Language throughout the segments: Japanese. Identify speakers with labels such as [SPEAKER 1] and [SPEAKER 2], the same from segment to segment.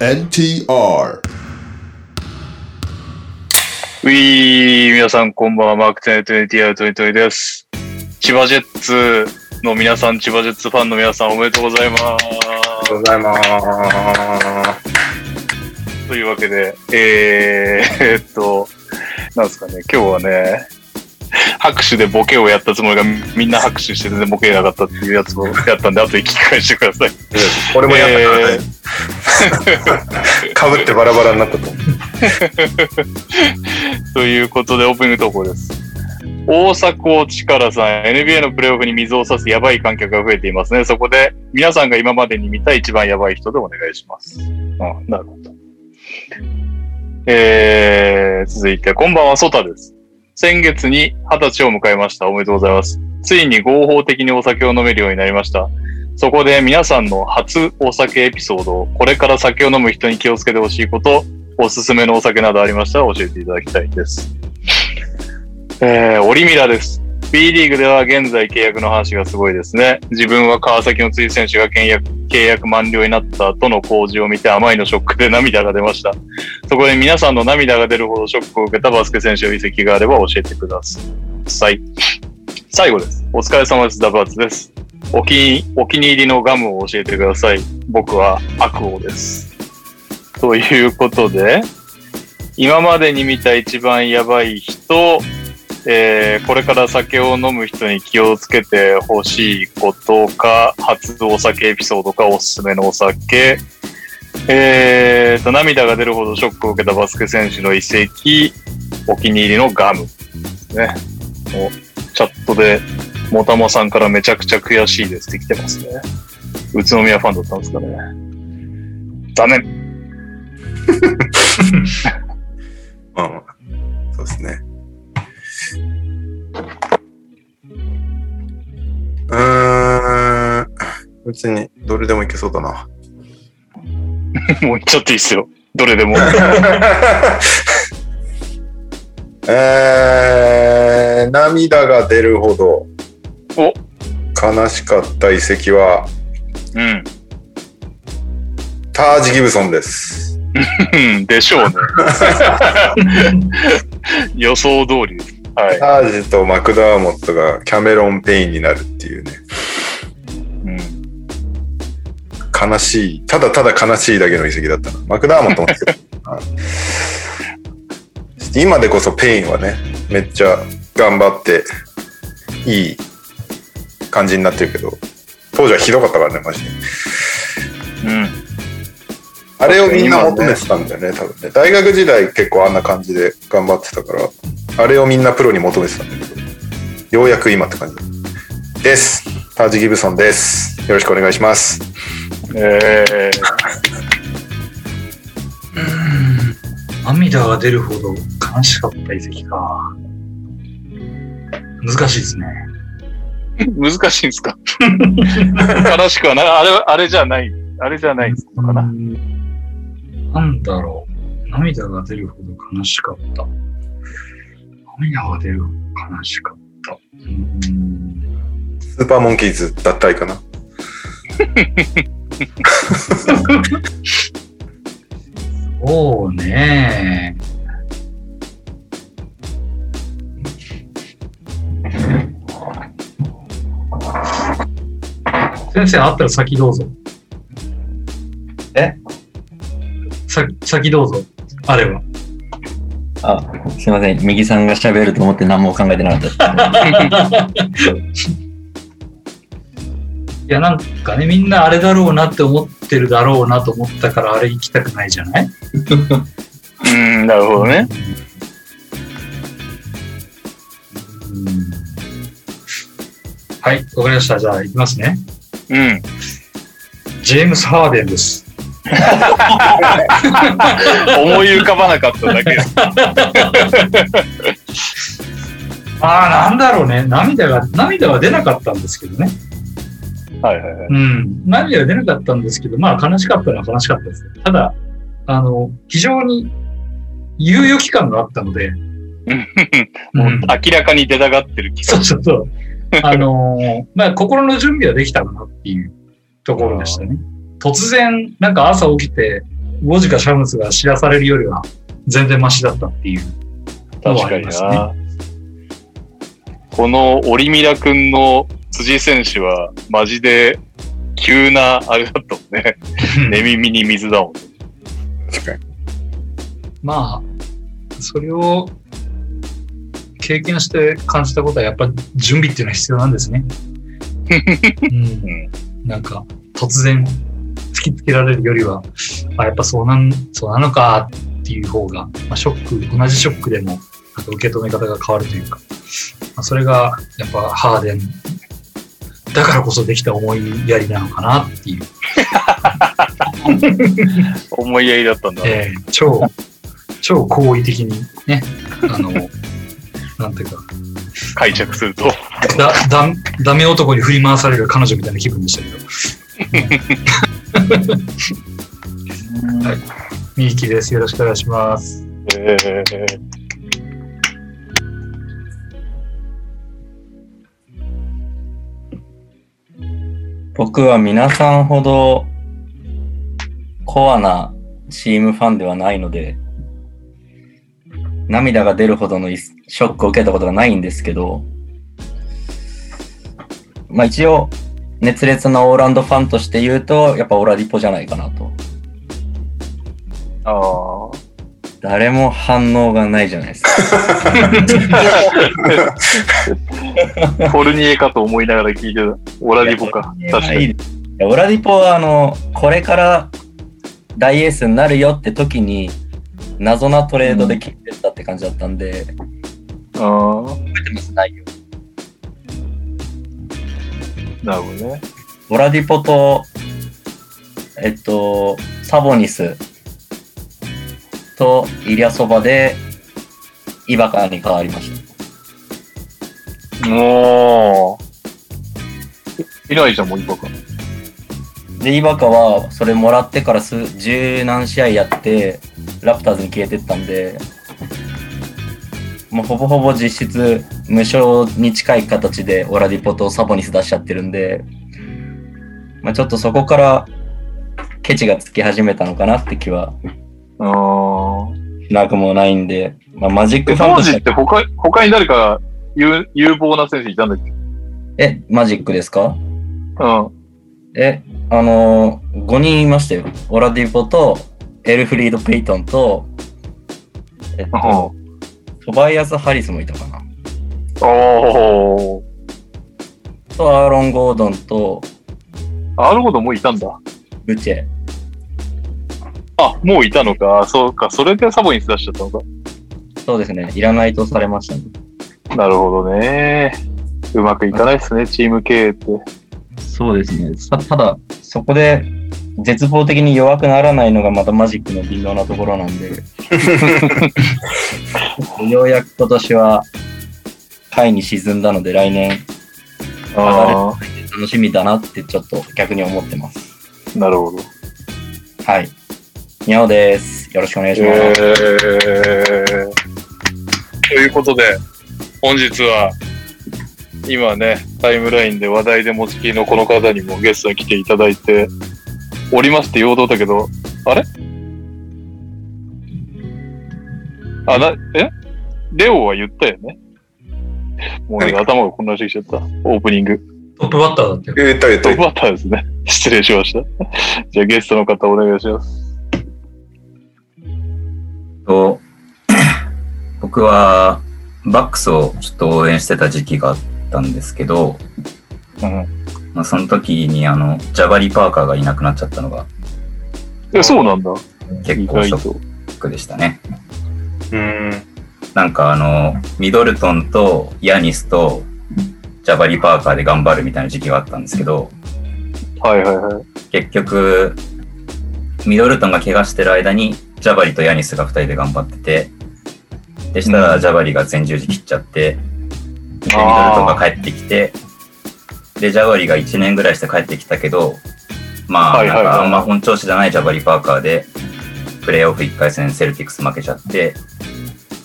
[SPEAKER 1] NTR
[SPEAKER 2] ウィー皆さんこんばんは、マークテントゥエンティアトゥイトゥイです。千葉ジェッツの皆さん、千葉ジェッツファンの皆さん、おめでとうございま
[SPEAKER 3] ありがとうございます。
[SPEAKER 2] す。というわけで、えー、えっと、なんですかね、今日はね、拍手でボケをやったつもりが、みんな拍手して全然ボケなかったっていうやつをやったんで、後で聞き返してください。
[SPEAKER 3] 俺もやったから
[SPEAKER 2] え
[SPEAKER 3] ね
[SPEAKER 2] ー
[SPEAKER 3] かぶってバラバラになったと思う。
[SPEAKER 2] ということで、オープニング投稿です。大迫力さん、NBA のプレーオフに水を差すやばい観客が増えていますね。そこで、皆さんが今までに見た一番やばい人でお願いします。あなるほど。えー、続いて、こんばんは、ソタです。先月に二十歳を迎えました。おめでとうございます。ついに合法的にお酒を飲めるようになりました。そこで皆さんの初お酒エピソードを、これから酒を飲む人に気をつけてほしいこと、おすすめのお酒などありましたら教えていただきたいです。えー、オリミラです。B リーグでは現在契約の話がすごいですね。自分は川崎の辻選手が契約契約満了になったとの工事を見てあまりのショックで涙が出ました。そこで皆さんの涙が出るほどショックを受けたバスケ選手の遺跡があれば教えてください。最後です。お疲れ様です。ダブアツです。お気にお気に入りのガムを教えてください。僕は悪王です。ということで、今までに見た一番やばい人、えーこれから酒を飲む人に気をつけてほしいことか、初お酒エピソードか、おすすめのお酒、えーと、涙が出るほどショックを受けたバスケ選手の移籍、お気に入りのガムですね。もうチャットで、もたもさんからめちゃくちゃ悔しいですって来てますね。宇都宮ファンだったんですかね。残念。
[SPEAKER 1] まあまあそうですねうーん別にどれでもいけそうだな
[SPEAKER 2] もう言っちゃっていいっすよ。どれでも。
[SPEAKER 1] えー、涙が出るほど
[SPEAKER 2] お
[SPEAKER 1] 悲しかった遺跡は
[SPEAKER 2] うん。
[SPEAKER 1] タージ・ギブソンです
[SPEAKER 2] うんでしょうね。 予想通りです。はい。
[SPEAKER 1] タージとマクダーモットがキャメロン・ペインになるっていうね
[SPEAKER 2] うん、
[SPEAKER 1] 悲しいただただ悲しいだけの遺跡だったなマクダーモットもですけどあ今でこそペインはねめっちゃ頑張っていい感じになってるけど当時はひどかったからねマジで
[SPEAKER 2] うん、
[SPEAKER 1] あれをみんな求めてたんだよね多分ね大学時代結構あんな感じで頑張ってたからあれをみんなプロに求めてたんだけどようやく今って感じですタージ・ギブソンですよろしくお願いします
[SPEAKER 2] えー、
[SPEAKER 3] 涙が出るほど悲しかった遺跡か。難しいですね。
[SPEAKER 2] 難しいんですか悲しくはない。あれ、あれじゃない。あれじゃないんですのかな。
[SPEAKER 3] なんだろう。涙が出るほど悲しかった。涙が出るほど悲しかった。うーん
[SPEAKER 1] スーパーモンキーズ脱退かな
[SPEAKER 3] そうね。 先生、あったら先どうぞ。
[SPEAKER 4] え
[SPEAKER 3] さ先どうぞ。あれば。
[SPEAKER 4] あ、すいません。右さんが喋ると思って何も考えてなかったで
[SPEAKER 3] いや、なんかね、みんなあれだろうなって思ってるだろうなと思ったから、あれ行きたくないじゃない
[SPEAKER 2] うん、なるほどね。
[SPEAKER 3] はい、わかりました。じゃあ、行きますね。
[SPEAKER 2] うん。
[SPEAKER 3] ジェームス・ハーデンです。
[SPEAKER 2] 思い浮かばなかっただけです。
[SPEAKER 3] ああ、なんだろうね。涙が、涙は出なかったんですけどね。
[SPEAKER 2] はいはいはい。
[SPEAKER 3] うん。涙は出なかったんですけど、まあ、悲しかったのは悲しかったです。ただ、あの、非常に、猶予期間があったので、
[SPEAKER 2] もう明らかに出たがってる気
[SPEAKER 3] そ
[SPEAKER 2] が
[SPEAKER 3] うそうそう。あのーまあ、心の準備はできたかなっていうところでしたね。突然、なんか朝起きて、ゴジかシャムスが知らされるよりは全然マシだったっていう。
[SPEAKER 2] 確かにな。このオリミラ君の辻選手は、マジで急なあれだったもんね。 寝耳に水だもん。
[SPEAKER 1] 確かに。
[SPEAKER 3] まあ、それを経験して感じたことは、やっぱ準備っていうのは必要なんですね。うん、なんか、突然突きつけられるよりは、あやっぱそうなん、そうなのかっていう方が、まあ、ショック、同じショックでも、なんか受け止め方が変わるというか、まあ、それが、やっぱハーデン、だからこそできた思いやりなのかなっていう。
[SPEAKER 2] 思いやりだったんだ。
[SPEAKER 3] えー超、超好意的にね、あの、 なんていうか、
[SPEAKER 2] 解釈すると。
[SPEAKER 3] だ、だ、ダメ男に振り回される彼女みたいな気分でしたけど。 ミーキーです。よろしくお願いします。
[SPEAKER 2] えー
[SPEAKER 4] 僕は皆さんほどコアなチームファンではないので、涙が出るほどのいショックを受けたことがないんですけど、まあ一応、熱烈なオーランドファンとして言うと、やっぱオラディポじゃないかなと。
[SPEAKER 2] ああ。
[SPEAKER 4] 誰も反応がないじゃないですか。
[SPEAKER 2] フォルニエかと思いながら聞いてた。オラディポか。確か
[SPEAKER 4] い
[SPEAKER 2] に。
[SPEAKER 4] いですいやオラディポはあのこれから大エースになるよって時に謎なトレードで切ってったって感じだったんで、
[SPEAKER 2] あ
[SPEAKER 4] 覚
[SPEAKER 2] ー
[SPEAKER 4] えてます内容
[SPEAKER 2] なるほどね。
[SPEAKER 4] オラディポとえっとサボニスとイリアソバでイバカに変わりました
[SPEAKER 2] もう。いないじゃん、もう今か。
[SPEAKER 4] でイバカはそれもらってから数十何試合やってラプターズに消えてったんでもうほぼほぼ実質無償に近い形でオラディポとサボニス出しちゃってるんで、まあ、ちょっとそこからケチがつき始めたのかなって気は
[SPEAKER 2] ああ。
[SPEAKER 4] なくもないんで、まあ、マジックファン
[SPEAKER 2] 当
[SPEAKER 4] とし
[SPEAKER 2] 時ってて他他に誰か有有望な選手いたんだっけ
[SPEAKER 4] えマジックです
[SPEAKER 2] う
[SPEAKER 4] か
[SPEAKER 2] ん。
[SPEAKER 4] えあのー、5人いましたよオラディポとエルフリード・ペイトンとえっと
[SPEAKER 2] お
[SPEAKER 4] トバイアス・ハリスもいたかな。
[SPEAKER 2] おー。
[SPEAKER 4] と、アーロン・ゴードンと、
[SPEAKER 2] アールゴードンもういたんだ。
[SPEAKER 4] ブチェ。
[SPEAKER 2] あ、もういたのか。そうか。それでサボニス出しちゃったのか。
[SPEAKER 4] そうですね。いらないとされましたね。
[SPEAKER 2] なるほどね。うまくいかないですね、チーム経営って。
[SPEAKER 4] そうですね。たただ、そこで、絶望的に弱くならないのがまたマジックの微妙なところなん で。ようやく今年は、下位に沈んだので、来年
[SPEAKER 2] あ
[SPEAKER 4] 楽しみだなってちょっと逆に思ってます。
[SPEAKER 2] あ、なるほど。
[SPEAKER 4] はい。にゃおです。よろしくお願いします。
[SPEAKER 2] えーということで、本日は、今ね、タイムラインで話題で持ちきりのこの方にもゲストに来ていただいておりますって言おうと思ったけど、あれあ、な、えレオは言ったよねもうね、
[SPEAKER 1] 何
[SPEAKER 2] 頭が混乱してきちゃった。オープニング。
[SPEAKER 3] トップバッターだったよ。
[SPEAKER 1] 言った言っ
[SPEAKER 2] ト
[SPEAKER 1] た
[SPEAKER 2] ップ。バッターですね。失礼しました。じゃあゲストの方お願いします。
[SPEAKER 5] と、 僕はバックスをちょっと応援してた時期があったんですけど、
[SPEAKER 2] うん。
[SPEAKER 5] まあ、その時にあの、ジャバリ・パーカーがいなくなっちゃったのが
[SPEAKER 2] え、そうなんだ。
[SPEAKER 5] 結
[SPEAKER 2] 意
[SPEAKER 5] 構
[SPEAKER 2] 外
[SPEAKER 5] ショ
[SPEAKER 2] と。
[SPEAKER 5] ックでしたね。
[SPEAKER 1] うん。
[SPEAKER 5] なんかあの、ミドルトンとヤニスとジャバリ・パーカーで頑張るみたいな時期があったんですけど、
[SPEAKER 2] はいはいはい。
[SPEAKER 5] 結局、ミドルトンが怪我してる間にジャバリとヤニスが2人で頑張ってて、でしたらジャバリが全十字切っちゃって、で、ミドルトンが帰ってきて、で、ジャバリが1年ぐらいして帰ってきたけど、ま
[SPEAKER 2] は
[SPEAKER 5] あ、
[SPEAKER 2] い
[SPEAKER 5] なん
[SPEAKER 2] はいはい
[SPEAKER 5] かあんま本調子じゃないジャバリ・パーカーで、プレーオフ1回戦セルティックス負けちゃって、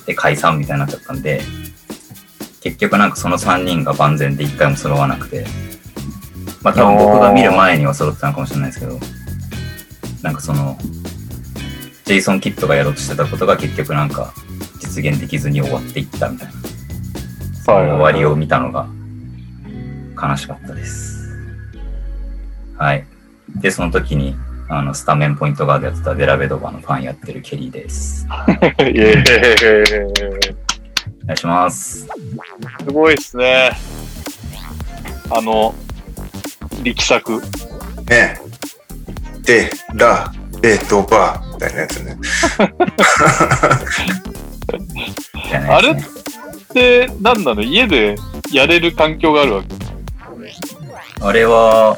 [SPEAKER 5] で、解散みたいになっちゃったんで、結局なんかその3人が万全で1回も揃わなくて、まあ多分僕が見る前には揃ってたのかもしれないですけど、なんかその、ジェイソン・キッドがやろうとしてたことが結局なんか実現できずに終わっていったみたいな、
[SPEAKER 2] はい
[SPEAKER 5] 終わりを見たのが悲しかったです。はい。で、その時にあのスタメンポイントガードやってたデラベドバのファンやってるケリーです。
[SPEAKER 2] イエーイ
[SPEAKER 5] お願いしま
[SPEAKER 2] す
[SPEAKER 5] す。
[SPEAKER 2] ごいですね。あの、力作。
[SPEAKER 1] ねで、ら、で、と、ば、みたいなやつね。
[SPEAKER 5] じゃないですね
[SPEAKER 2] で、なんなの家でやれる環境があるわけ。
[SPEAKER 5] あれは、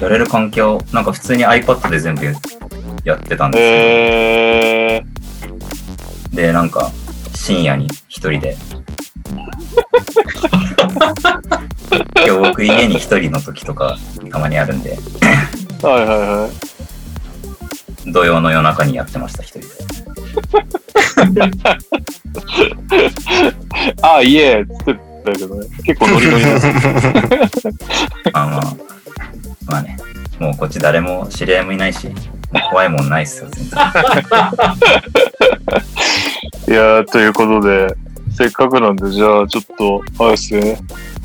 [SPEAKER 5] やれる環境、なんか普通に iPad で全部やってたんですよ。
[SPEAKER 2] え
[SPEAKER 5] で、なんか、深夜に一人で。 今日僕家に一人の時とかたまにあるんで、
[SPEAKER 2] ー、はいはいはい。
[SPEAKER 5] 土曜の夜中にやってました、一人で。
[SPEAKER 2] ああ、イエーイっつってたけどね。結構ノリノリです。
[SPEAKER 5] まあまあ、まあね、もうこっち誰も知り合いもいないし、もう怖いもんないっすよ、全然。
[SPEAKER 2] いやー、ということで、せっかくなんで、じゃあちょっと、あれですね。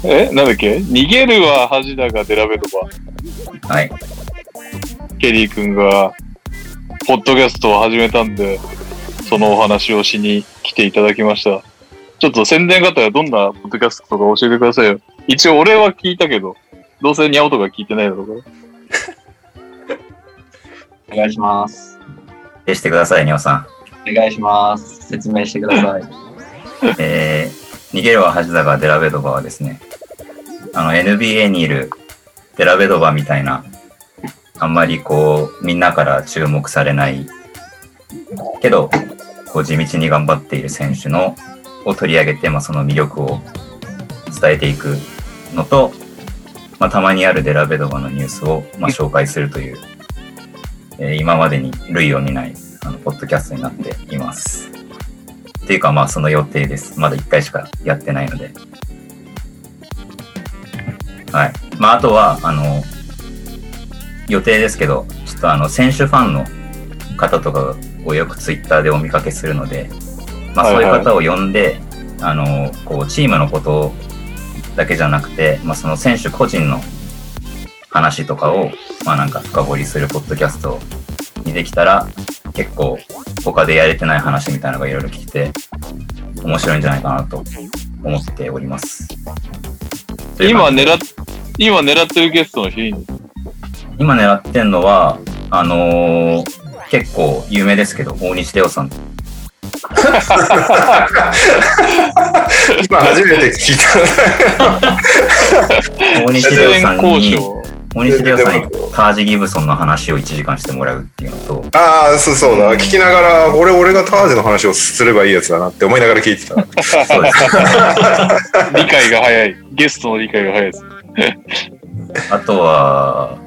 [SPEAKER 2] え、なんだっけ逃げるは恥だが、デラベとか、
[SPEAKER 5] はい。
[SPEAKER 2] ケリー君が、ポッドキャストを始めたんで、そのお話をしに来ていただきました。ちょっと宣伝方はどんなポッドキャストとか教えてくださいよ。一応俺は聞いたけど、どうせニャオとか聞いてないだろうか
[SPEAKER 4] お願いします。
[SPEAKER 5] でしてください、におさん。
[SPEAKER 4] お願いします。説明してください。
[SPEAKER 5] えー、逃げるは恥だがデラベドバはですね、あの NBA にいるデラベドバみたいな、あんまりこう、みんなから注目されない、けど、こう地道に頑張っている選手の、を取り上げて、まあ、その魅力を伝えていくのと、まあ、たまにあるデラベドバのニュースを、まあ、紹介するという、えー今までに類を見ない、あの、ポッドキャストになっています。っていうかまあその予定です。まだ1回しかやってないので。はい。まああとは、あの、予定ですけど、ちょっとあの、選手ファンの方とかをよくツイッターでお見かけするので、まあそういう方を呼んで、あの、こう、チームのことだけじゃなくて、まあその選手個人の話とかを、まあなんか深掘りするポッドキャストにできたら、結構他でやれてない話みたいなのがいろいろ聞いて、面白いんじゃないかなと思っております。
[SPEAKER 2] ら。今狙っ、今狙ってるゲストの日に。
[SPEAKER 5] 今狙ってんのは、あのー結構有名ですけど、大西レオさん。
[SPEAKER 1] 今初めて聞い
[SPEAKER 5] 大西
[SPEAKER 2] 出
[SPEAKER 5] レオ
[SPEAKER 2] 演
[SPEAKER 5] さん
[SPEAKER 2] 交
[SPEAKER 5] に、
[SPEAKER 2] 渉。
[SPEAKER 5] 大西レオさんにタージ・ギブソンの話を1時間してもらうっていうのと、
[SPEAKER 1] た。ああ、そうそうだ。聞きながら、俺、俺がタージの話をすればいいやつだなって思いながら聞いてた。
[SPEAKER 5] そうです。
[SPEAKER 2] 理解が早い。ゲストの理解が早いです。
[SPEAKER 5] あとは、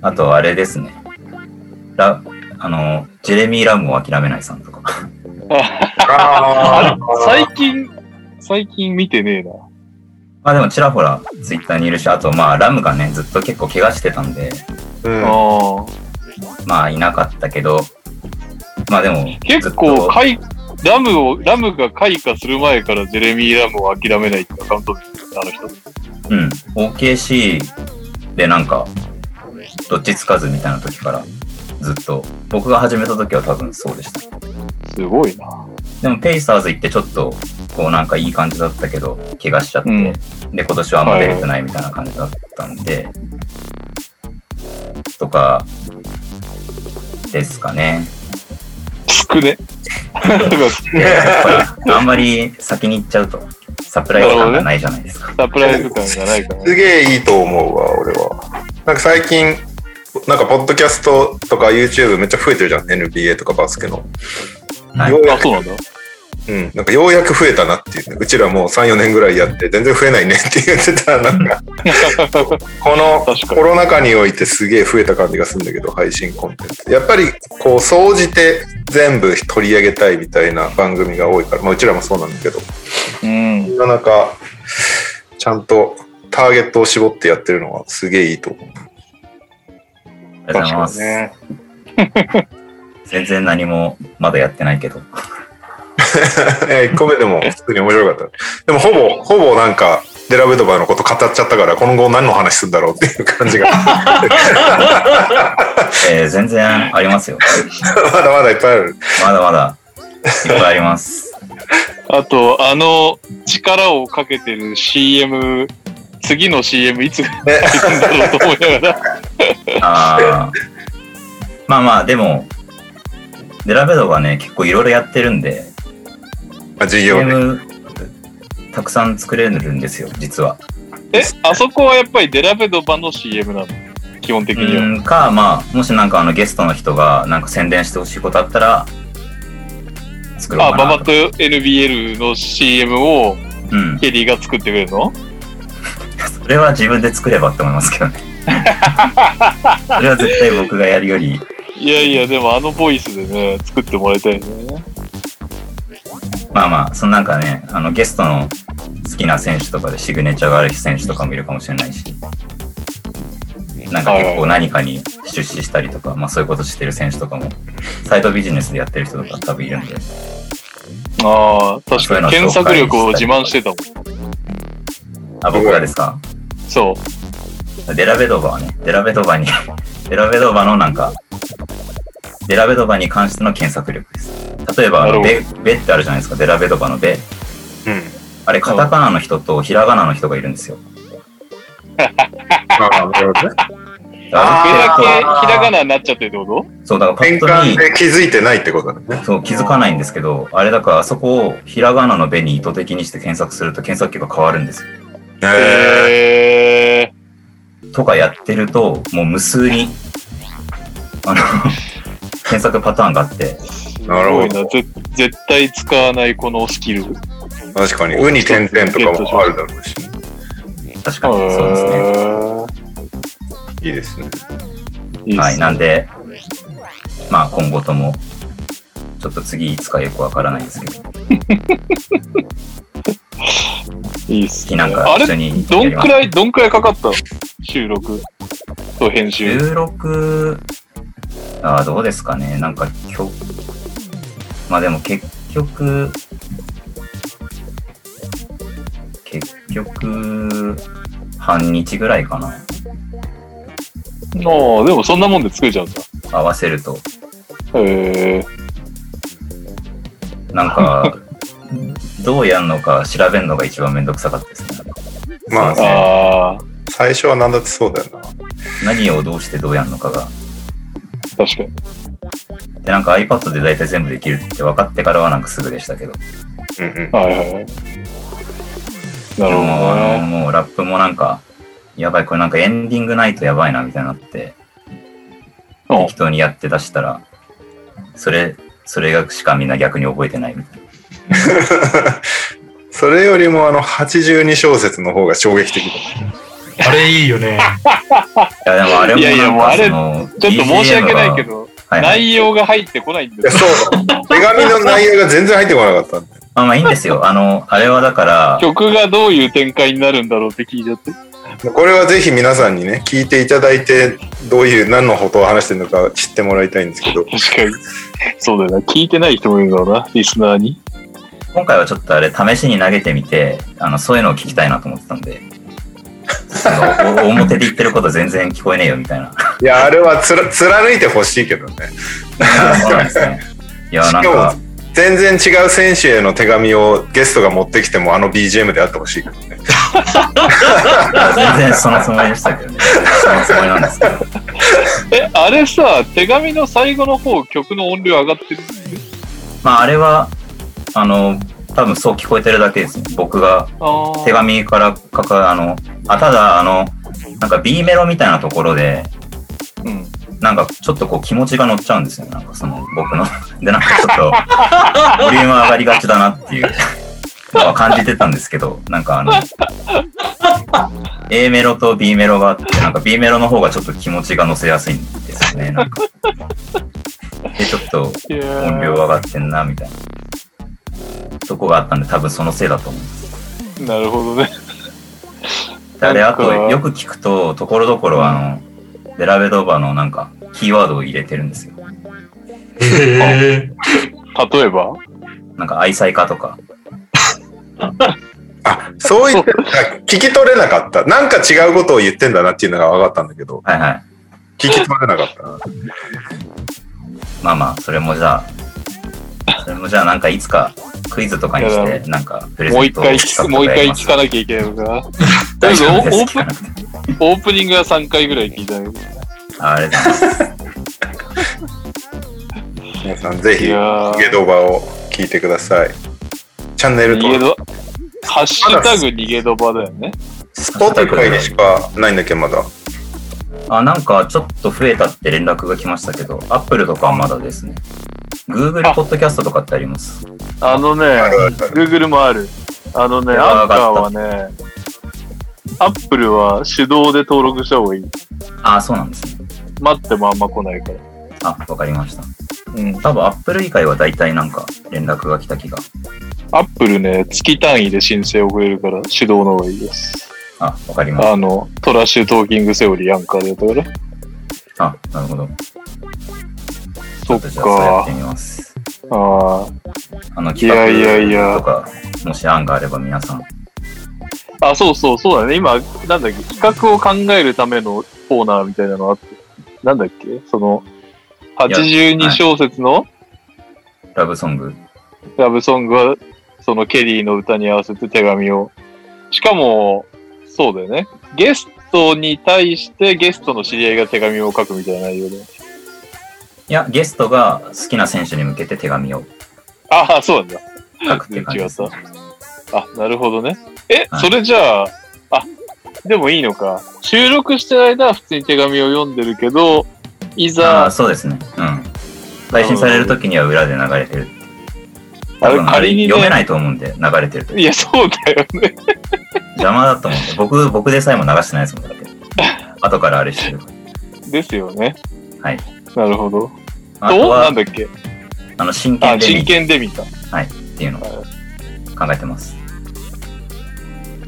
[SPEAKER 5] あとはあれですね。ラ、あの、ジェレミー・ラムを諦めないさんとか。
[SPEAKER 2] あ
[SPEAKER 1] あ
[SPEAKER 2] 最近、最近見てねえな。
[SPEAKER 5] まあでもちらほらツイッターにいるし、あとまあラムがね、ずっと結構怪我してたんで、
[SPEAKER 1] うん、
[SPEAKER 2] ああ
[SPEAKER 5] まあいなかったけど、まあでも、
[SPEAKER 2] 結
[SPEAKER 5] ず
[SPEAKER 2] 構
[SPEAKER 5] っと
[SPEAKER 2] 開、ラムを、ラムが開花する前からジェレミー・ラムを諦めないってアカウントですねあの人。
[SPEAKER 5] うん、OKC でなんか、どっちつかずみたいな時からずっと、僕が始めた時は多分そうでした。
[SPEAKER 2] すごいな。
[SPEAKER 5] でもペイサーズ行ってちょっと、こうなんかいい感じだったけど、怪我しちゃって、
[SPEAKER 2] うん
[SPEAKER 5] で、今年はあんま出れてないみたいな感じだったんで、とか、ですかね。
[SPEAKER 2] 少ね。
[SPEAKER 5] いややっぱりあんまり先に行っちゃうと、サプライズ感がないじゃないですか。
[SPEAKER 2] サプライズ感がないから
[SPEAKER 1] す
[SPEAKER 2] ね。
[SPEAKER 1] げえいいと思うわ、俺は。なんか最近、なんかポッドキャストとか YouTube めっちゃ増えてるじゃん。NBA とかバスケの。
[SPEAKER 5] はい
[SPEAKER 1] ようや
[SPEAKER 2] あ、
[SPEAKER 1] く、
[SPEAKER 2] そうなんだ。
[SPEAKER 1] うん、なんかようやく増えたなっていう、ね。うちらもう3、4年ぐらいやって全然増えないねって言ってた、な んか、この
[SPEAKER 2] 確か
[SPEAKER 1] コロナ禍においてすげえ増えた感じがするんだけど、配信コンテンツ。やっぱり、こう、総じて全部取り上げたいみたいな番組が多いから、まあうちらもそうなんだけど、
[SPEAKER 2] に。うん。
[SPEAKER 1] なかなか、ちゃんとターゲットを絞ってやってるのは すげえいいと思う。
[SPEAKER 5] ありがとうございます。
[SPEAKER 2] ね。
[SPEAKER 5] 全然何もまだやってないけど。
[SPEAKER 1] え1個目でも普通に面白かった。でもほぼ、ほぼなんか、デラベドバーのこと語っちゃったから、この後何の話するんだろうっていう感じが、ま
[SPEAKER 5] えー全然あ りますよ。
[SPEAKER 1] だ まだいっぱいある。
[SPEAKER 5] まだまだいっぱいあります。
[SPEAKER 2] あと、あの、力をかけてる CM、次の CM いつ入
[SPEAKER 1] ね
[SPEAKER 2] るんだろうと思いながら。
[SPEAKER 5] あーまあまあ、でも、デラベドがね、結構いろいろやってるんで、
[SPEAKER 1] まあ、事
[SPEAKER 5] ゲ
[SPEAKER 1] 業
[SPEAKER 5] ー
[SPEAKER 1] ね。
[SPEAKER 5] ムたくさん作れるんですよ、実は。
[SPEAKER 2] え、あそこはやっぱりデラベドバの CM なの基本的には。
[SPEAKER 5] うんか、まあ、もしなんかあのゲストの人がなんか宣伝してほしいことあったら、作ろう
[SPEAKER 2] あ、
[SPEAKER 5] か
[SPEAKER 2] バ
[SPEAKER 5] な
[SPEAKER 2] バ
[SPEAKER 5] と
[SPEAKER 2] と NBL の CM を
[SPEAKER 5] うん。
[SPEAKER 2] ケリーが作ってくれるの
[SPEAKER 5] それは自分で作ればって思いますけど ね。それは絶対僕がやるより、
[SPEAKER 2] いやいや、でもあのボイスでね、作ってもらいたいね。
[SPEAKER 5] まあまあ、そのなんかね、あのゲストの好きな選手とかでシグネチャーがある選手とかもいるかもしれないし、なんか結構何かに出資したりとか、まあそういうことしてる選手とかも、サイドビジネスでやってる人とか多分いるんで、
[SPEAKER 2] ああ、確かに検索力を自慢してたもん。
[SPEAKER 5] あ、僕がですか
[SPEAKER 2] そう。
[SPEAKER 5] デラベドバはね、デラベドバに、 デラベドバのなんか、デラベドバに関しての検索力です。例えばあの、
[SPEAKER 2] な
[SPEAKER 5] ベベってあるじゃないですか、デラベドバのベ。
[SPEAKER 1] うん。
[SPEAKER 5] あれ、カタカナの人とひらがなの人がいるんですよ。
[SPEAKER 1] ああ、なるほどね。
[SPEAKER 2] 上だ
[SPEAKER 5] あ
[SPEAKER 2] け
[SPEAKER 5] れ
[SPEAKER 2] ひらがなになっちゃってるってこと
[SPEAKER 5] そう、だからパ
[SPEAKER 1] 転
[SPEAKER 5] ッと
[SPEAKER 1] 換
[SPEAKER 5] に、
[SPEAKER 1] で気づいてないってことだね。
[SPEAKER 5] そう、気づかないんですけど、あれだから、あそこをひらがなのベに意図的にして検索すると検索結果変わるんですよ。
[SPEAKER 1] え
[SPEAKER 2] へえ
[SPEAKER 5] とかやってると、もう無数に、あの、 検索パターンがあって、
[SPEAKER 2] ー。
[SPEAKER 1] なるほど
[SPEAKER 2] すごいなぜ絶対使わないこのスキル。
[SPEAKER 1] ー、確かに、ウに点々とかもあるだろうし、
[SPEAKER 5] 確かにそうですね。
[SPEAKER 1] いいですね。
[SPEAKER 2] いいっ
[SPEAKER 5] はい、
[SPEAKER 2] すね
[SPEAKER 5] なんで、まあ今後とも、ちょっと次いつかよくわからないんですけど、
[SPEAKER 2] いいっす
[SPEAKER 5] 次
[SPEAKER 2] ね。
[SPEAKER 5] なん
[SPEAKER 2] あ
[SPEAKER 5] か一緒
[SPEAKER 2] れ、
[SPEAKER 5] に
[SPEAKER 2] ど
[SPEAKER 5] や
[SPEAKER 2] ん
[SPEAKER 5] りま
[SPEAKER 2] く
[SPEAKER 5] す。
[SPEAKER 2] らい、どんくらいかかったの収録と編集。
[SPEAKER 5] 16、ああ、どうですかね、なんか今日、まあでも結局、結局、半日ぐらいかな、
[SPEAKER 2] ああ、でもそんなもんで作れちゃうんだ。
[SPEAKER 5] 合わせると。
[SPEAKER 2] へえ
[SPEAKER 5] なんか、どうやるのか調べるのが一番めんどくさかったですね。
[SPEAKER 1] まあ
[SPEAKER 5] そうですね
[SPEAKER 2] ああ、
[SPEAKER 1] 最初は何だってそうだよな。
[SPEAKER 5] 何をどうしてどうやるのかが。
[SPEAKER 2] 確かに。
[SPEAKER 5] で、なんか iPad で大体全部できるって分かってからはなんかすぐでしたけど。
[SPEAKER 1] うんうん。
[SPEAKER 2] はいはいはい。なるほど
[SPEAKER 5] もうあの
[SPEAKER 2] ね。
[SPEAKER 5] もうラップもなんか、やばい、これなんかエンディングないとやばいなみたいになって、
[SPEAKER 2] うん
[SPEAKER 5] 適当にやって出したら、それ、それがしかみんな逆に覚えてないみたいな。
[SPEAKER 1] それよりもあの82小節の方が衝撃的だ
[SPEAKER 3] あれいいよね。
[SPEAKER 5] いや、でもあれも
[SPEAKER 2] いやいや
[SPEAKER 5] なんかその、
[SPEAKER 2] ちょっと申し訳ないけ
[SPEAKER 5] ど、
[SPEAKER 2] ど、
[SPEAKER 5] はいはい、
[SPEAKER 2] 内容が入ってこないん
[SPEAKER 1] いや
[SPEAKER 2] ですよ。
[SPEAKER 1] そうだ手紙の内容が全然入ってこなかったんだよ
[SPEAKER 5] まあまあいいんですよ。あの、あれはだから、
[SPEAKER 2] 曲がどういう展開になるんだろうって聞いちゃって。
[SPEAKER 1] これはぜひ皆さんにね聞いていただいてどういう何のことを話してるのか知ってもらいたいんですけど
[SPEAKER 2] 確かに。そうだよな。聞いてない人もいるだろうな、リスナーに。
[SPEAKER 5] 今回はちょっとあれ試しに投げてみて、あの、そういうのを聞きたいなと思ってたんで、そのお表で言ってること全然聞こえねえよみたいな。
[SPEAKER 1] いやあれはつら貫いてほしいけどね
[SPEAKER 5] そうなんですね。 いや、
[SPEAKER 1] し
[SPEAKER 5] なん
[SPEAKER 1] か
[SPEAKER 5] か
[SPEAKER 1] も、全然違う選手への手紙をゲストが持ってきてもあの BGM であってほしいけどね
[SPEAKER 5] 全然そのつもりでしたけどね。そのつもりなんですけど。
[SPEAKER 2] え、あれさ、手紙の最後の方、曲の音量上がってる
[SPEAKER 5] まあ、あれは、あの、多分そう聞こえてるだけですね。僕が
[SPEAKER 2] ああ。
[SPEAKER 5] 手紙から書か、あの、あ、ただ、あの、なんか B メロみたいなところで、
[SPEAKER 2] うん。
[SPEAKER 5] なんかちょっとこう気持ちが乗っちゃうんですよね。なんかその僕の。 で、なんかちょっと、ボリューム上がりがちだなっていうのは感じてたんですけど、なんかあの、A メロと B メロがあって、なんか B メロの方がちょっと気持ちが乗せやすいんですよね。なんか。で、ちょっと
[SPEAKER 2] いやー
[SPEAKER 5] 音量上がってんな、みたいな。とこがあったんで、多分そのせいだと思うんです。
[SPEAKER 2] なるほどね。
[SPEAKER 5] であれ、
[SPEAKER 2] なん
[SPEAKER 5] あ
[SPEAKER 2] か
[SPEAKER 5] と、よく聞くと、ところどころあの、デラベドーバのなんか、キーワードを入れてるんですよ。
[SPEAKER 3] へえ。
[SPEAKER 2] 例えば
[SPEAKER 5] なんか愛妻家とか。
[SPEAKER 1] あ、そういった、聞き取れなかった。なんか違うことを言ってんだなっていうのが分かったんだけど、
[SPEAKER 5] はいはい。
[SPEAKER 1] 聞き取れなかったな。
[SPEAKER 5] まあまあ、それもじゃあ、それもじゃあなんかいつかクイズとかに
[SPEAKER 2] いや
[SPEAKER 5] して
[SPEAKER 2] だ、
[SPEAKER 5] なんかプレゼ
[SPEAKER 2] もう一
[SPEAKER 5] ントを
[SPEAKER 2] 回聞く、もう一回聞か
[SPEAKER 5] な
[SPEAKER 2] なきゃいけないのかな。とりあえ
[SPEAKER 5] 大
[SPEAKER 2] ず
[SPEAKER 5] 丈
[SPEAKER 2] オ
[SPEAKER 5] 夫です。
[SPEAKER 2] オ
[SPEAKER 5] 聞か
[SPEAKER 2] ー
[SPEAKER 5] なくて
[SPEAKER 2] プオープニングは3回ぐらい聞いたよ。
[SPEAKER 5] あありがとうございます。
[SPEAKER 1] 皆さん、ぜひ、
[SPEAKER 2] い
[SPEAKER 1] ゲ
[SPEAKER 2] やー
[SPEAKER 1] ドバを聞いてください。チャンネル
[SPEAKER 2] 逃げ
[SPEAKER 1] 登録、
[SPEAKER 2] ど、ハッシュタグ逃げドバだよね。
[SPEAKER 1] スポーティファイでしかないんだっけ、まだ。
[SPEAKER 5] あ、なんかちょっと増えたって連絡が来ましたけど、アップルとかはまだですね。Google
[SPEAKER 2] あ
[SPEAKER 5] ポッドキャストとかってあります。
[SPEAKER 2] あのね、
[SPEAKER 1] あるあるある
[SPEAKER 2] Google もある。あのね、
[SPEAKER 5] いや
[SPEAKER 2] アンカーはね、Apple は手動で登録した方がいい。
[SPEAKER 5] あ、そうなんですね。
[SPEAKER 2] 待ってもあんま来ないから。
[SPEAKER 5] あ、わかりました。
[SPEAKER 2] うん。
[SPEAKER 5] 多分アップル以外は大体なんか連絡が来た気が。
[SPEAKER 2] Apple ね、月単位で申請を送れるから手動の方がいいです。
[SPEAKER 5] あ、わかりまし
[SPEAKER 2] あの、トラッシュトーキングセオリーアンカーでやったから。
[SPEAKER 5] た。あ、なるほど。
[SPEAKER 2] そっ
[SPEAKER 5] ちょとじゃあそうやっ
[SPEAKER 2] か
[SPEAKER 5] て。みます。
[SPEAKER 2] あ
[SPEAKER 5] あの、
[SPEAKER 2] いやいやい
[SPEAKER 5] 企
[SPEAKER 2] や
[SPEAKER 5] 画とか、もし案があれば皆さん。
[SPEAKER 2] ーあ、そうそう、そうだね。今、なんだっけ、企画を考えるためのコーナーみたいなのあって、なんだっけその、
[SPEAKER 5] は
[SPEAKER 2] 82
[SPEAKER 5] い
[SPEAKER 2] 小節の
[SPEAKER 5] ラブソング。
[SPEAKER 2] ラブソングは、そのケリーの歌に合わせて手紙を。しかも、そうだよね。ゲストに対してゲストの知り合いが手紙を書くみたいな内容で。
[SPEAKER 5] いや、ゲストが好きな選手に向けて手紙を
[SPEAKER 2] ああ、そうなんだ。
[SPEAKER 5] 書くっていう感じ
[SPEAKER 2] 違
[SPEAKER 5] で
[SPEAKER 2] っ
[SPEAKER 5] す。
[SPEAKER 2] た。あ、なるほどね。え、
[SPEAKER 5] はい
[SPEAKER 2] それじゃあ、あ、でもいいのか。収録してる間は普通に手紙を読んでるけど、い
[SPEAKER 5] あ
[SPEAKER 2] ざ、
[SPEAKER 5] あ、
[SPEAKER 2] あ
[SPEAKER 5] そうですね。うん。配信される時には裏で流れてる。多
[SPEAKER 2] れ
[SPEAKER 5] 分あれ
[SPEAKER 2] 仮に
[SPEAKER 5] 読めな
[SPEAKER 2] ね、
[SPEAKER 5] いと思うんで、流れてると。
[SPEAKER 2] いや、そうだよね。
[SPEAKER 5] 邪魔だと思うんで、僕、僕でさえも流してないですもん、だって。後からあれしてるから。
[SPEAKER 2] ですよね。
[SPEAKER 5] はい。
[SPEAKER 2] なるほど。
[SPEAKER 5] あ
[SPEAKER 2] ど
[SPEAKER 5] と
[SPEAKER 2] うなん
[SPEAKER 5] は、
[SPEAKER 2] だっけ
[SPEAKER 5] あの、真剣
[SPEAKER 2] あ、
[SPEAKER 5] で
[SPEAKER 2] 真
[SPEAKER 5] 見
[SPEAKER 2] 剣で見た。
[SPEAKER 5] っていうのを考えてます。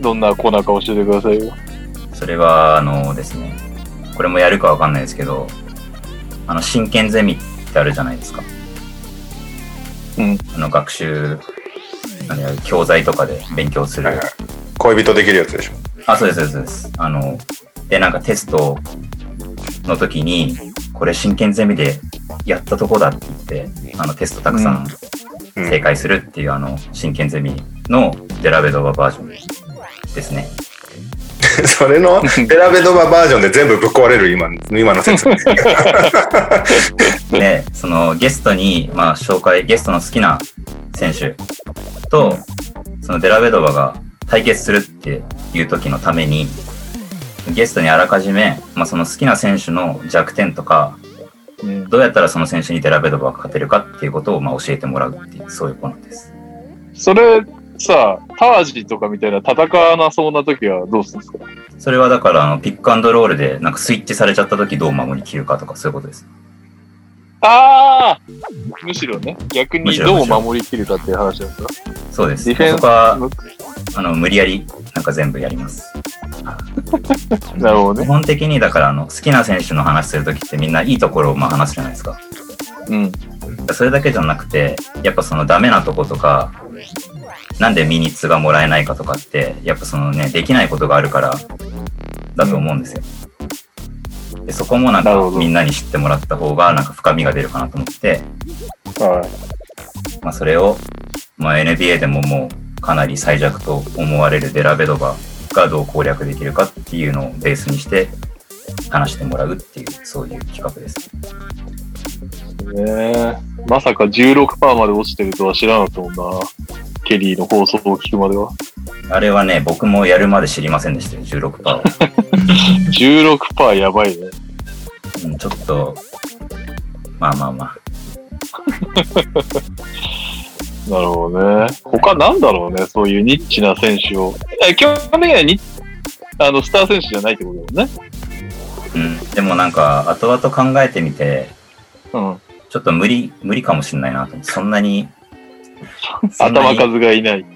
[SPEAKER 2] どんなコーナーか教えてくださいよ。
[SPEAKER 5] それは、あのですね、これもやるかわかんないですけど、あの、真剣ゼミってあるじゃないですか。
[SPEAKER 2] うん。
[SPEAKER 5] あの、学習、なんだよ教材とかで勉強する。
[SPEAKER 1] はいはい恋人できるやつでしょ。
[SPEAKER 5] あ、そうです、そうですそうです。あの、で、なんかテストの時に、これ真剣ゼミでやったとこだって言って、あの、テストたくさん
[SPEAKER 1] うん
[SPEAKER 5] 正解するっていう、あの、真剣ゼミのデラベドババージョンですね。
[SPEAKER 1] それのベラベドババージョンで全部ぶっ壊れる今今の 説明
[SPEAKER 5] で、そのゲストに、まあ、紹介、ゲストの好きな選手と、そのデラベドバが対決するっていう時のために、ゲストにあらかじめ、まあ、その好きな選手の弱点とか、
[SPEAKER 2] うん。
[SPEAKER 5] どうやったらその選手にデラベドバが勝てるかっていうことをまあ教えてもらうっていう、そういうコーナーです。
[SPEAKER 2] それ、さ、タージとかみたいな戦わなそうな時はどうするんですか
[SPEAKER 5] それはだから、あの、ピックアンドロールで、なんかスイッチされちゃった時どう守り切るかとか、そういうことです。
[SPEAKER 2] ああむしろね、逆
[SPEAKER 5] む
[SPEAKER 2] に
[SPEAKER 5] しろ
[SPEAKER 2] どう
[SPEAKER 5] むしろ
[SPEAKER 2] 守りきるかっていう話だった。
[SPEAKER 5] そうです。
[SPEAKER 2] ディフェンス
[SPEAKER 5] そこは、あの、無理やり、なんか全部やります。
[SPEAKER 2] なるほど
[SPEAKER 5] 基
[SPEAKER 2] ね。
[SPEAKER 5] 本的に、だから、あの、好きな選手の話する時ってみんないいところをまあ話すじゃないですか。
[SPEAKER 2] うん。
[SPEAKER 5] それだけじゃなくて、やっぱそのダメなとことか、なんでミニッツがもらえないかとかって、やっぱそのね、できないことがあるから、だと思うんですよ。でそこもなん
[SPEAKER 2] なる
[SPEAKER 5] か
[SPEAKER 2] ほど
[SPEAKER 5] みんなに知ってもらった方が、なんか深みが出るかなと思って、
[SPEAKER 2] はい。
[SPEAKER 5] まあそれを、まあ NBA でももうかなり最弱と思われるデラベドバがどう攻略できるかっていうのをベースにして、話してもらうっていう、そういう企画です。
[SPEAKER 2] ねえ。まさか16%まで落ちてるとは知らなかったもんな。ケリーの放送を聞くまでは。
[SPEAKER 5] あれはね、僕もやるまで知りませんでしたよ、16%は。
[SPEAKER 2] 16%やばいね。
[SPEAKER 5] うんちょっと、まあまあまあ。
[SPEAKER 2] なるほどね。他なんだろうね。そういうニッチな選手を。え、基本的にはニッあの、スター選手じゃないってことだよね。
[SPEAKER 5] うん、でもなんか、後々考えてみて、
[SPEAKER 2] うん。
[SPEAKER 5] ちょっと無理、無理かもしれないなと思って。そんなに、そんな
[SPEAKER 2] 頭
[SPEAKER 5] に
[SPEAKER 2] 数がいない。
[SPEAKER 5] うん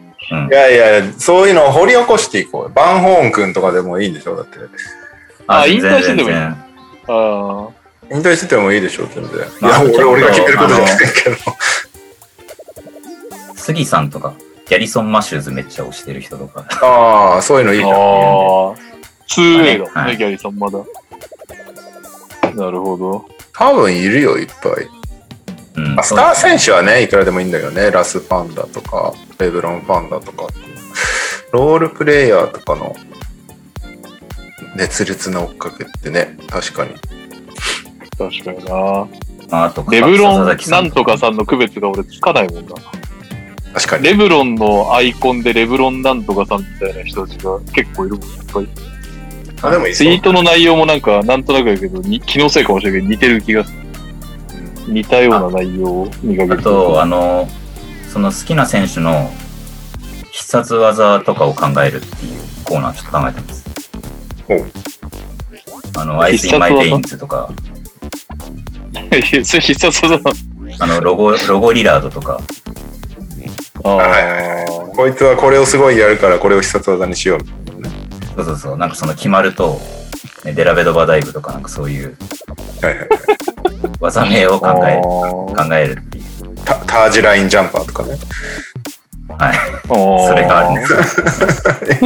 [SPEAKER 1] い。やいやいやそういうのを掘り起こしていこうバンホーン君とかでもいいんでしょだって
[SPEAKER 2] あ
[SPEAKER 5] 全然
[SPEAKER 2] 引退してでもいい
[SPEAKER 5] 全然
[SPEAKER 2] ああ。
[SPEAKER 1] 引退しててもいいでしょ、全然。
[SPEAKER 5] まあ
[SPEAKER 1] いや、俺
[SPEAKER 5] ちょっと
[SPEAKER 1] 俺が決めることじゃないけど。
[SPEAKER 5] 杉さんとか、ギャリソン・マシューズめっちゃ推してる人とか。
[SPEAKER 1] ああー、そういうのいいな。
[SPEAKER 2] ああ、ツーウェイだもんね、
[SPEAKER 5] はい
[SPEAKER 2] ギャリーさんまだ。なるほど。
[SPEAKER 1] 多分いるよ、いっぱい。
[SPEAKER 5] うん
[SPEAKER 1] まあ、スター選手はね、いくらでもいいんだよね。ラスファンだとか、レブロンファンだとかっていう。ロールプレイヤーとかの熱烈な追っかけってね、確かに。
[SPEAKER 2] 確かにな。
[SPEAKER 5] まあ、あと、
[SPEAKER 2] レブ
[SPEAKER 5] 佐
[SPEAKER 2] ロ
[SPEAKER 5] 々
[SPEAKER 2] ン
[SPEAKER 5] 木、さ
[SPEAKER 2] なんとかさんの区別が俺つかないもんな。
[SPEAKER 1] 確かに。
[SPEAKER 2] レブロンのアイコンでレブロンなんとかさんみたいな人たちが結構いるもん、やっぱり。
[SPEAKER 1] あ、でもいい
[SPEAKER 2] ツイートの内容もなんか、なんとなくやけど、に気のせいかもしれないけど、似てる気がする。似たような内容を見かけ
[SPEAKER 5] あ
[SPEAKER 2] る。
[SPEAKER 5] と、あの、その好きな選手の必殺技とかを考えるっていうコーナーちょっと考えてます。
[SPEAKER 1] ほう
[SPEAKER 5] あの、アイスインマイペインズとか、
[SPEAKER 2] いやそれ必殺技なの。
[SPEAKER 5] あの、ロゴ、ロゴリラードとか、
[SPEAKER 1] はいはいこいつはこれをすごいやるから、これを必殺技にしよう。
[SPEAKER 5] そうそうそう、なんかその決まると、ねデラベドバダイブとかなんかそういう
[SPEAKER 1] はいはい。
[SPEAKER 5] 技名を考え、
[SPEAKER 2] あー
[SPEAKER 5] 考えるっていう。
[SPEAKER 1] タタージラインジャンパーとかね。
[SPEAKER 5] それがある
[SPEAKER 2] あ
[SPEAKER 5] んで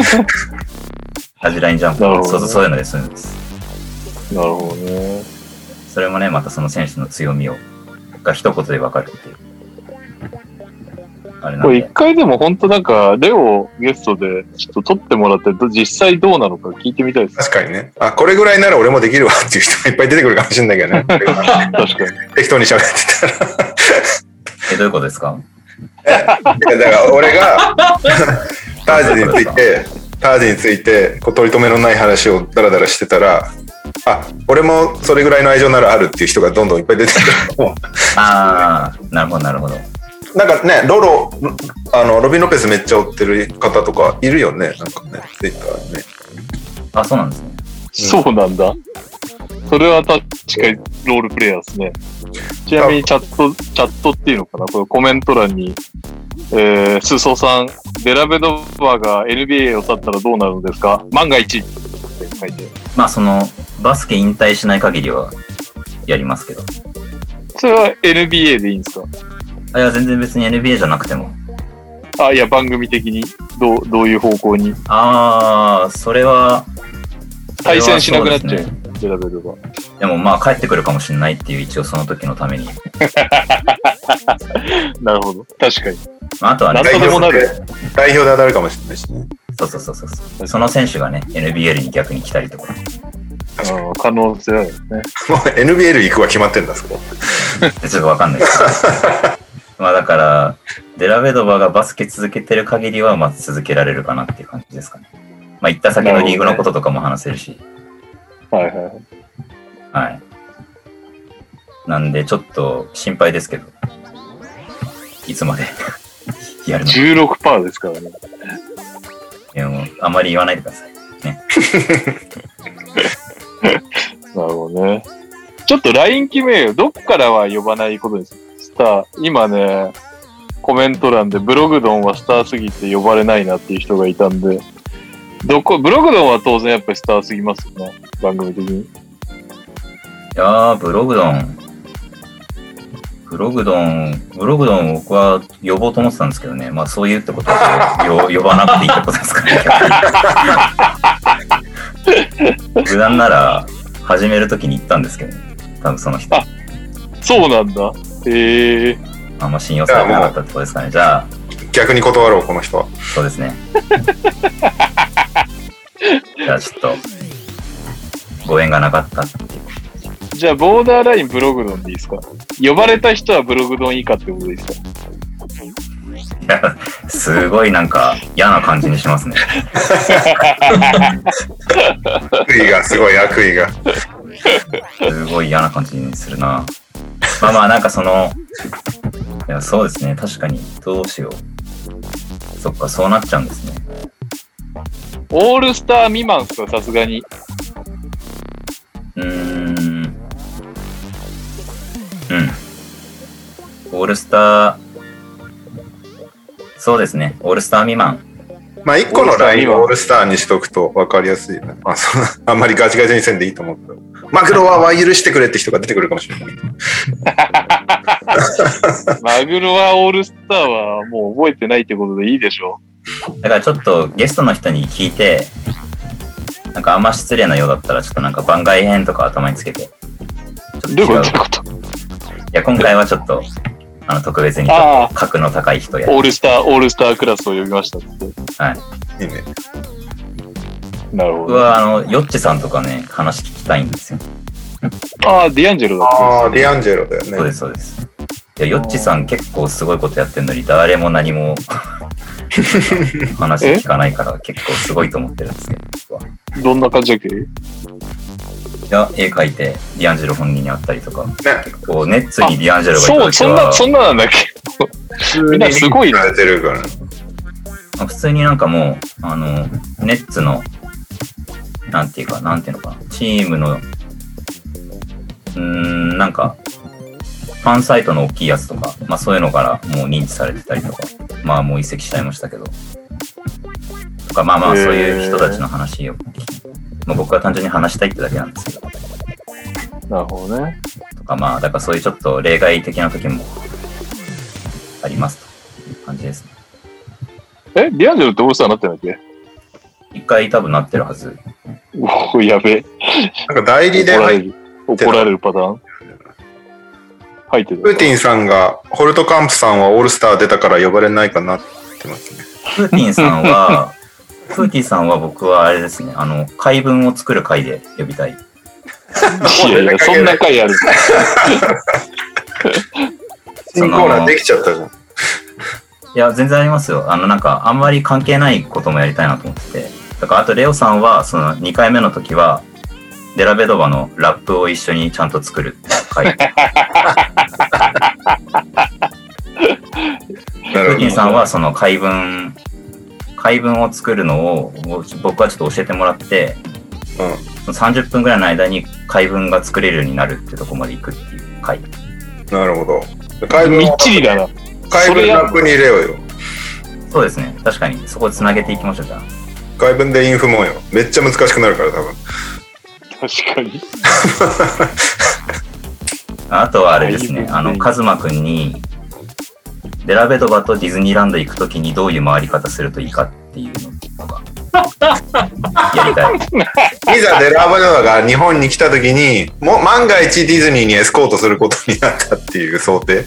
[SPEAKER 5] す。 アジラインジャンプ
[SPEAKER 2] なるほどね
[SPEAKER 5] そうそう、そういうのでするんです。
[SPEAKER 2] ーなるほどね。
[SPEAKER 5] それもね、またその選手の強みを、が一言で分かるっていう。あれなん
[SPEAKER 2] これ一
[SPEAKER 5] で。
[SPEAKER 2] 回でも本当なんか、レオゲストでちょっと撮ってもらって、ど実際どうなのか聞いてみたいです。
[SPEAKER 1] 確かにね。あ、これぐらいなら俺もできるわっていう人がいっぱい出てくるかもしれないけどね。
[SPEAKER 2] 確かに。
[SPEAKER 1] 適当に喋ってたら。
[SPEAKER 5] え、どういうことですか
[SPEAKER 1] いやだから俺がタージについてタージについてこう取り留めのない話をダラダラしてたらあ俺もそれぐらいの愛情ならあるっていう人がどんどんいっぱい出てくるも
[SPEAKER 5] ああ、なるほど、なるほど。
[SPEAKER 1] うなんかねロロあのロビン・ロペスめっちゃ追ってる方とかいるよねなんかねツイッターにね
[SPEAKER 5] あ、そうなんですね。
[SPEAKER 2] そうなんだ。それは確かにロールプレイヤーですね。ちなみにチャット、チャットっていうのかなこれコメント欄に、えー、スソさん、デラベドバーが NBA を去ったらどうなるのですか万が一って書いて。
[SPEAKER 5] まあ、その、バスケ引退しない限りは、やりますけど。
[SPEAKER 2] それは NBA でいいんですか
[SPEAKER 5] あいや、全然別に NBA じゃなくても。
[SPEAKER 2] あ、いや、番組的に、どう、どういう方向に
[SPEAKER 5] ああ、それは、
[SPEAKER 2] 対戦しなくなっちゃう
[SPEAKER 5] それはそうですね
[SPEAKER 2] デラベドバー。
[SPEAKER 5] でもまあ帰ってくるかもしれないっていう一応その時のために。
[SPEAKER 2] なるほど。確かに。
[SPEAKER 5] まあ、あとは
[SPEAKER 2] な
[SPEAKER 5] ね
[SPEAKER 2] ん、とでもなる。
[SPEAKER 1] 代表で当たるかもしれないしね
[SPEAKER 5] そうそうそうそうそう。その選手がね、NBL に逆に来たりとか。
[SPEAKER 1] 確かにも
[SPEAKER 2] うん可能性あるよね。
[SPEAKER 1] う NBL 行くは決まってんだそこ
[SPEAKER 5] でちょっとわかんないけど。まあだから、デラベドバがバスケ続けてる限りは、まあ続けられるかなっていう感じですかね。まあ行った先のリーグのこととかも話せるし。
[SPEAKER 2] はいはい。
[SPEAKER 5] はい。なんでちょっと心配ですけど。いつまで やるのか
[SPEAKER 2] 16%ですからね。
[SPEAKER 5] いやもうあまり言わないでください。
[SPEAKER 2] なるほどね。ちょっと LINE 決めよう。どっからは呼ばないことにする。スター、今ね、コメント欄でブログドンはスターすぎて呼ばれないなっていう人がいたんで、どこ、ブログドンは当然やっぱりスターすぎますよね。番組的に。
[SPEAKER 5] いやー、ブログドン。ブログドン、ブログドン僕は呼ぼうと思ってたんですけどね。まあそういうってことはよ 呼ばなくていいってことですからね。無難なら始めるときに行ったんですけど、ね、多分その人、
[SPEAKER 2] そうなんだ。へえー。
[SPEAKER 5] あんま信用されてなかったってことですかね。じゃあ、
[SPEAKER 1] 逆に断ろうこの人は
[SPEAKER 5] そうですね。 じゃあちょっと、ご縁がなかったっていう。
[SPEAKER 2] じゃあ、ボーダーラインブログドンでいいですか呼ばれた人はブログドン以下ってことでいいですか
[SPEAKER 5] いやすごいなんか嫌な感じにしますね。
[SPEAKER 1] 悪意がすごい悪意が
[SPEAKER 5] すごい嫌な感じにするな。まあまあ、なんかその、いや、そうですね。確かに、どうしよう。そっか、そうなっちゃうんですね。
[SPEAKER 2] オールスター未満っすかさすがに。
[SPEAKER 5] うーん。うん。オールスター、そうですね。オールスター未満。
[SPEAKER 1] まあ一個のラインをオールスターにしとくと分かりやすいよね、まあ、そんなあんまりガチガチにせんでいいと思うけどマクロはは許してくれって人が出てくるかもしれない。
[SPEAKER 2] マグロはオールスターはもう覚えてないってことでいいでしょ
[SPEAKER 5] だからちょっとゲストの人に聞いて、なんかあんま失礼なようだったら、ちょっとなんか番外編とか頭につけて。ちょっと
[SPEAKER 2] う。
[SPEAKER 5] 違
[SPEAKER 2] どういうこと
[SPEAKER 5] い
[SPEAKER 2] どういうこと
[SPEAKER 5] や、今回はちょっと、あの、特別にちょっ
[SPEAKER 2] ああ
[SPEAKER 5] と、格の高い人や。
[SPEAKER 2] ー、オールスター、オールスタークラスを呼びましたって。
[SPEAKER 1] いいね。
[SPEAKER 2] なるほ
[SPEAKER 5] 僕
[SPEAKER 2] ど。
[SPEAKER 5] は、あの、ヨッチさんとかね、話聞きたいんですよ。
[SPEAKER 2] ああ、ディアンジェロだっ
[SPEAKER 1] ああ、ディアンジェロだよね
[SPEAKER 5] そうで。す、そうです。いや、ヨッチさん結構すごいことやってんのに、誰も何も話聞かない から、結構すごいと思ってるんですけど。
[SPEAKER 2] た。どんな感じだっけ
[SPEAKER 5] いや、絵描いて、ディアンジェロ本人に会ったりとか、
[SPEAKER 1] ね
[SPEAKER 5] 結構、ネッツにディアンジェロがいた
[SPEAKER 2] そう、
[SPEAKER 5] 時
[SPEAKER 2] そんな、
[SPEAKER 5] は
[SPEAKER 2] そんななんだっけみんなすごい
[SPEAKER 1] 慣
[SPEAKER 2] な。
[SPEAKER 1] れてるからね。
[SPEAKER 5] まあ普通になんかもう、あの、ネッツの、なんていうか、なんていうのかな、チームの、うーん、なんか、ファンサイトの大きいやつとか、まあそういうのからもう認知されてたりとか、まあもう移籍しちゃいましたけど、とか、まあまあそういう人たちの話を、まあ僕は単純に話したいってだけなんですけど、
[SPEAKER 2] なるほどね。
[SPEAKER 5] とかまあ、だからそういうちょっと例外的な時もありますという感じですね。
[SPEAKER 2] え、ディアンジェロってオールスターになってないっけ
[SPEAKER 5] 一回多分なってるはず。
[SPEAKER 2] おお、やべえ。
[SPEAKER 1] なんか代理
[SPEAKER 2] 怒
[SPEAKER 1] で
[SPEAKER 2] ら
[SPEAKER 1] 入
[SPEAKER 2] れ
[SPEAKER 1] っ
[SPEAKER 2] る。怒られるパターン。入って
[SPEAKER 1] プー
[SPEAKER 2] る。
[SPEAKER 1] ティンさんが、ホルトカンプさんはオールスター出たから呼ばれないかなってますね。
[SPEAKER 5] プーティンさんは、プーティンさんは僕はあれですね、あの、回文を作る回で呼びたい。
[SPEAKER 2] いやいや、そんな回ある。
[SPEAKER 1] 新コーナーできちゃったじゃん。
[SPEAKER 5] いや、全然ありますよ。あの、なんか、あんまり関係ないこともやりたいなと思ってて。だから、あと、レオさんは、その、2回目の時は、デラベドバのラップを一緒にちゃんと作る 回。プ
[SPEAKER 1] なるほ
[SPEAKER 5] ーテ
[SPEAKER 1] ど
[SPEAKER 5] ィンさんは、その、回文、回文を作るのを、僕はちょっと教えてもらって、
[SPEAKER 1] うん
[SPEAKER 5] 30分ぐらいの間に回文が作れるようになるってとこまで行くっていう回。
[SPEAKER 1] なるほど。海
[SPEAKER 2] み
[SPEAKER 1] 文
[SPEAKER 2] っちりだな。
[SPEAKER 1] 海
[SPEAKER 2] それ
[SPEAKER 1] 文
[SPEAKER 2] や
[SPEAKER 1] ラップに入れようよ。
[SPEAKER 5] そうですね。確かに、そこつなげていきましょう、じゃあ。
[SPEAKER 1] 海文でインフもよ。めっちゃ難しくなるから、多分。
[SPEAKER 2] 確かに。
[SPEAKER 5] あとはあれです
[SPEAKER 2] あ
[SPEAKER 5] ね、あ
[SPEAKER 2] いいですね
[SPEAKER 5] の、カズマくんに、デラベドバとディズニーランド行くときにどういう回り方するといいかっていうのが、やりたい。
[SPEAKER 1] いざデラバドアが日本に来た時に、もう万が一ディズニーにエスコートすることになったっていう想定。
[SPEAKER 5] い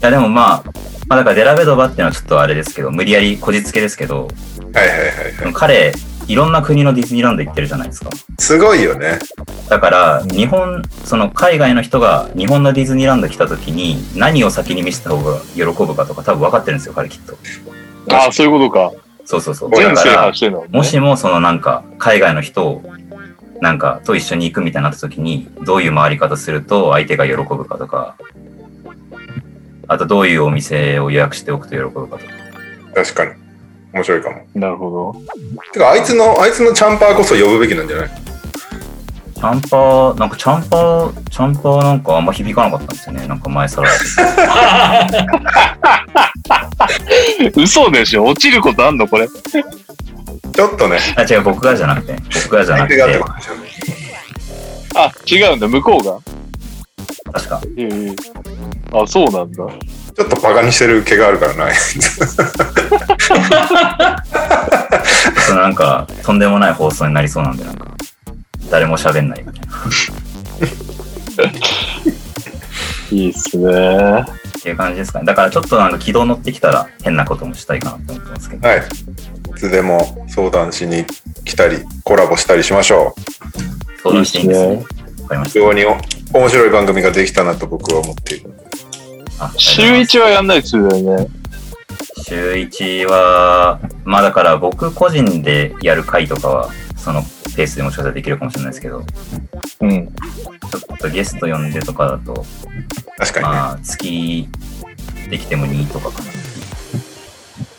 [SPEAKER 5] や、でもまあ、まあだからデラベドバっていうのはちょっとあれですけど、無理やりこじつけですけど、
[SPEAKER 1] はいはいはいはい。
[SPEAKER 5] でも彼、いろんな国のディズニーランド行ってるじゃないですか。
[SPEAKER 1] すごいよね。
[SPEAKER 5] だから、日本、その海外の人が日本のディズニーランド来たときに何を先に見せた方が喜ぶかとか多分分かってるんですよ、彼きっと。
[SPEAKER 2] ああ、そういうことか。
[SPEAKER 5] そうそうそう。
[SPEAKER 2] 全
[SPEAKER 5] だか
[SPEAKER 2] 制
[SPEAKER 5] ら
[SPEAKER 2] 覇してるの、ね。
[SPEAKER 5] もしもそのなんか海外の人をなんかと一緒に行くみたいになった時にどういう回り方すると相手が喜ぶかとかあとどういうお店を予約しておくと喜ぶかとか
[SPEAKER 1] 確かに。面白いかも。
[SPEAKER 2] なるほ
[SPEAKER 1] てか、あいつの、あいつのチャンパーこそ呼ぶべきなんじゃない
[SPEAKER 5] チャンパーなんかチャンパーチャンパーなんかあんま響かなかったんですよねなんか前さら
[SPEAKER 2] ど。嘘でしょ落ちることあんのこれ。
[SPEAKER 1] ちょっとね、
[SPEAKER 5] あ違う僕がじゃなくて僕がじゃ
[SPEAKER 1] 相
[SPEAKER 5] なく
[SPEAKER 1] 手
[SPEAKER 5] て
[SPEAKER 1] がってことでしょうね。
[SPEAKER 2] あ、違うんだ。向こうが。
[SPEAKER 5] 確か
[SPEAKER 2] いやいやいやあ、そうなんだ。
[SPEAKER 1] ちょっとバカにしてる毛があるからな。
[SPEAKER 5] そのなんかとんでもない放送になりそうなんでなんか誰も喋んないみたいない
[SPEAKER 2] いっすね。
[SPEAKER 5] っていう感じですかねだからちょっとなんか軌道乗ってきたら変なこともしたいかなと思ってますけど
[SPEAKER 1] はい。いつでも相談しに来たり、コラボしたりしましょう。
[SPEAKER 5] 相談していいんです
[SPEAKER 2] いいっ
[SPEAKER 5] ねわかりまし
[SPEAKER 1] 非
[SPEAKER 5] た
[SPEAKER 1] 常にお面白い番組ができたなと僕は思っている。
[SPEAKER 5] あ
[SPEAKER 2] 週1はやんないっすよね。
[SPEAKER 5] 週一は、まあだから僕個人でやる回とかは、そのペースでもしかしたらできるかもしれないですけど、
[SPEAKER 2] うん。
[SPEAKER 5] ちょっとゲスト呼んでとかだと、
[SPEAKER 1] 確かにね。
[SPEAKER 5] まあ月できても2とかかなと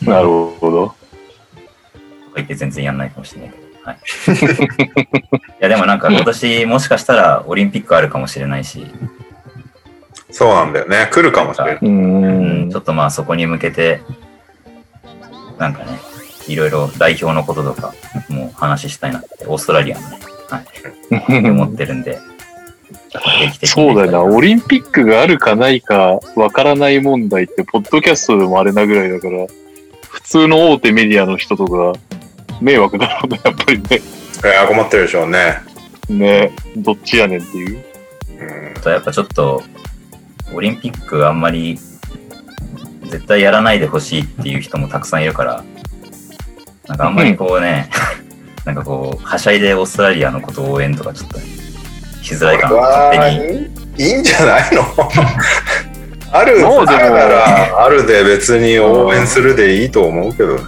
[SPEAKER 5] か
[SPEAKER 2] なるほど。
[SPEAKER 5] 言って全然やんないかもしれないけど、はい。いやでもなんか今年もしかしたらオリンピックあるかもしれないし、
[SPEAKER 1] そうなんだよね。来るかもしれない。
[SPEAKER 2] う
[SPEAKER 5] うん
[SPEAKER 2] ん
[SPEAKER 5] ちょ。っとまあそこに向けて、なんかね、いろいろ代表のこととかもう話したいなって、オーストラリアのね、思ってるんで、定期的に
[SPEAKER 2] そうだよな、オリンピックがあるかないかわからない問題って、ポッドキャストでもあれなぐらいだから、普通の大手メディアの人とか、迷惑だろうね、やっぱりね。
[SPEAKER 1] いや、困ってるでしょうね。
[SPEAKER 2] ね、どっちやねんっていう。
[SPEAKER 1] うん
[SPEAKER 5] あとやっぱちょっと、オリンピックあんまり、絶対やらないでほしいっていう人もたくさんいるから、なんかあんまりこうね、 なんかこう、はしゃいでオーストラリアのことを応援とかちょっと、しづらいかな、
[SPEAKER 1] わ
[SPEAKER 5] 勝手に。
[SPEAKER 1] ーいいんじゃないの ある
[SPEAKER 2] も
[SPEAKER 1] あ
[SPEAKER 2] う
[SPEAKER 1] る
[SPEAKER 2] でも
[SPEAKER 1] ならあるで別に応援するでいいと思うけどね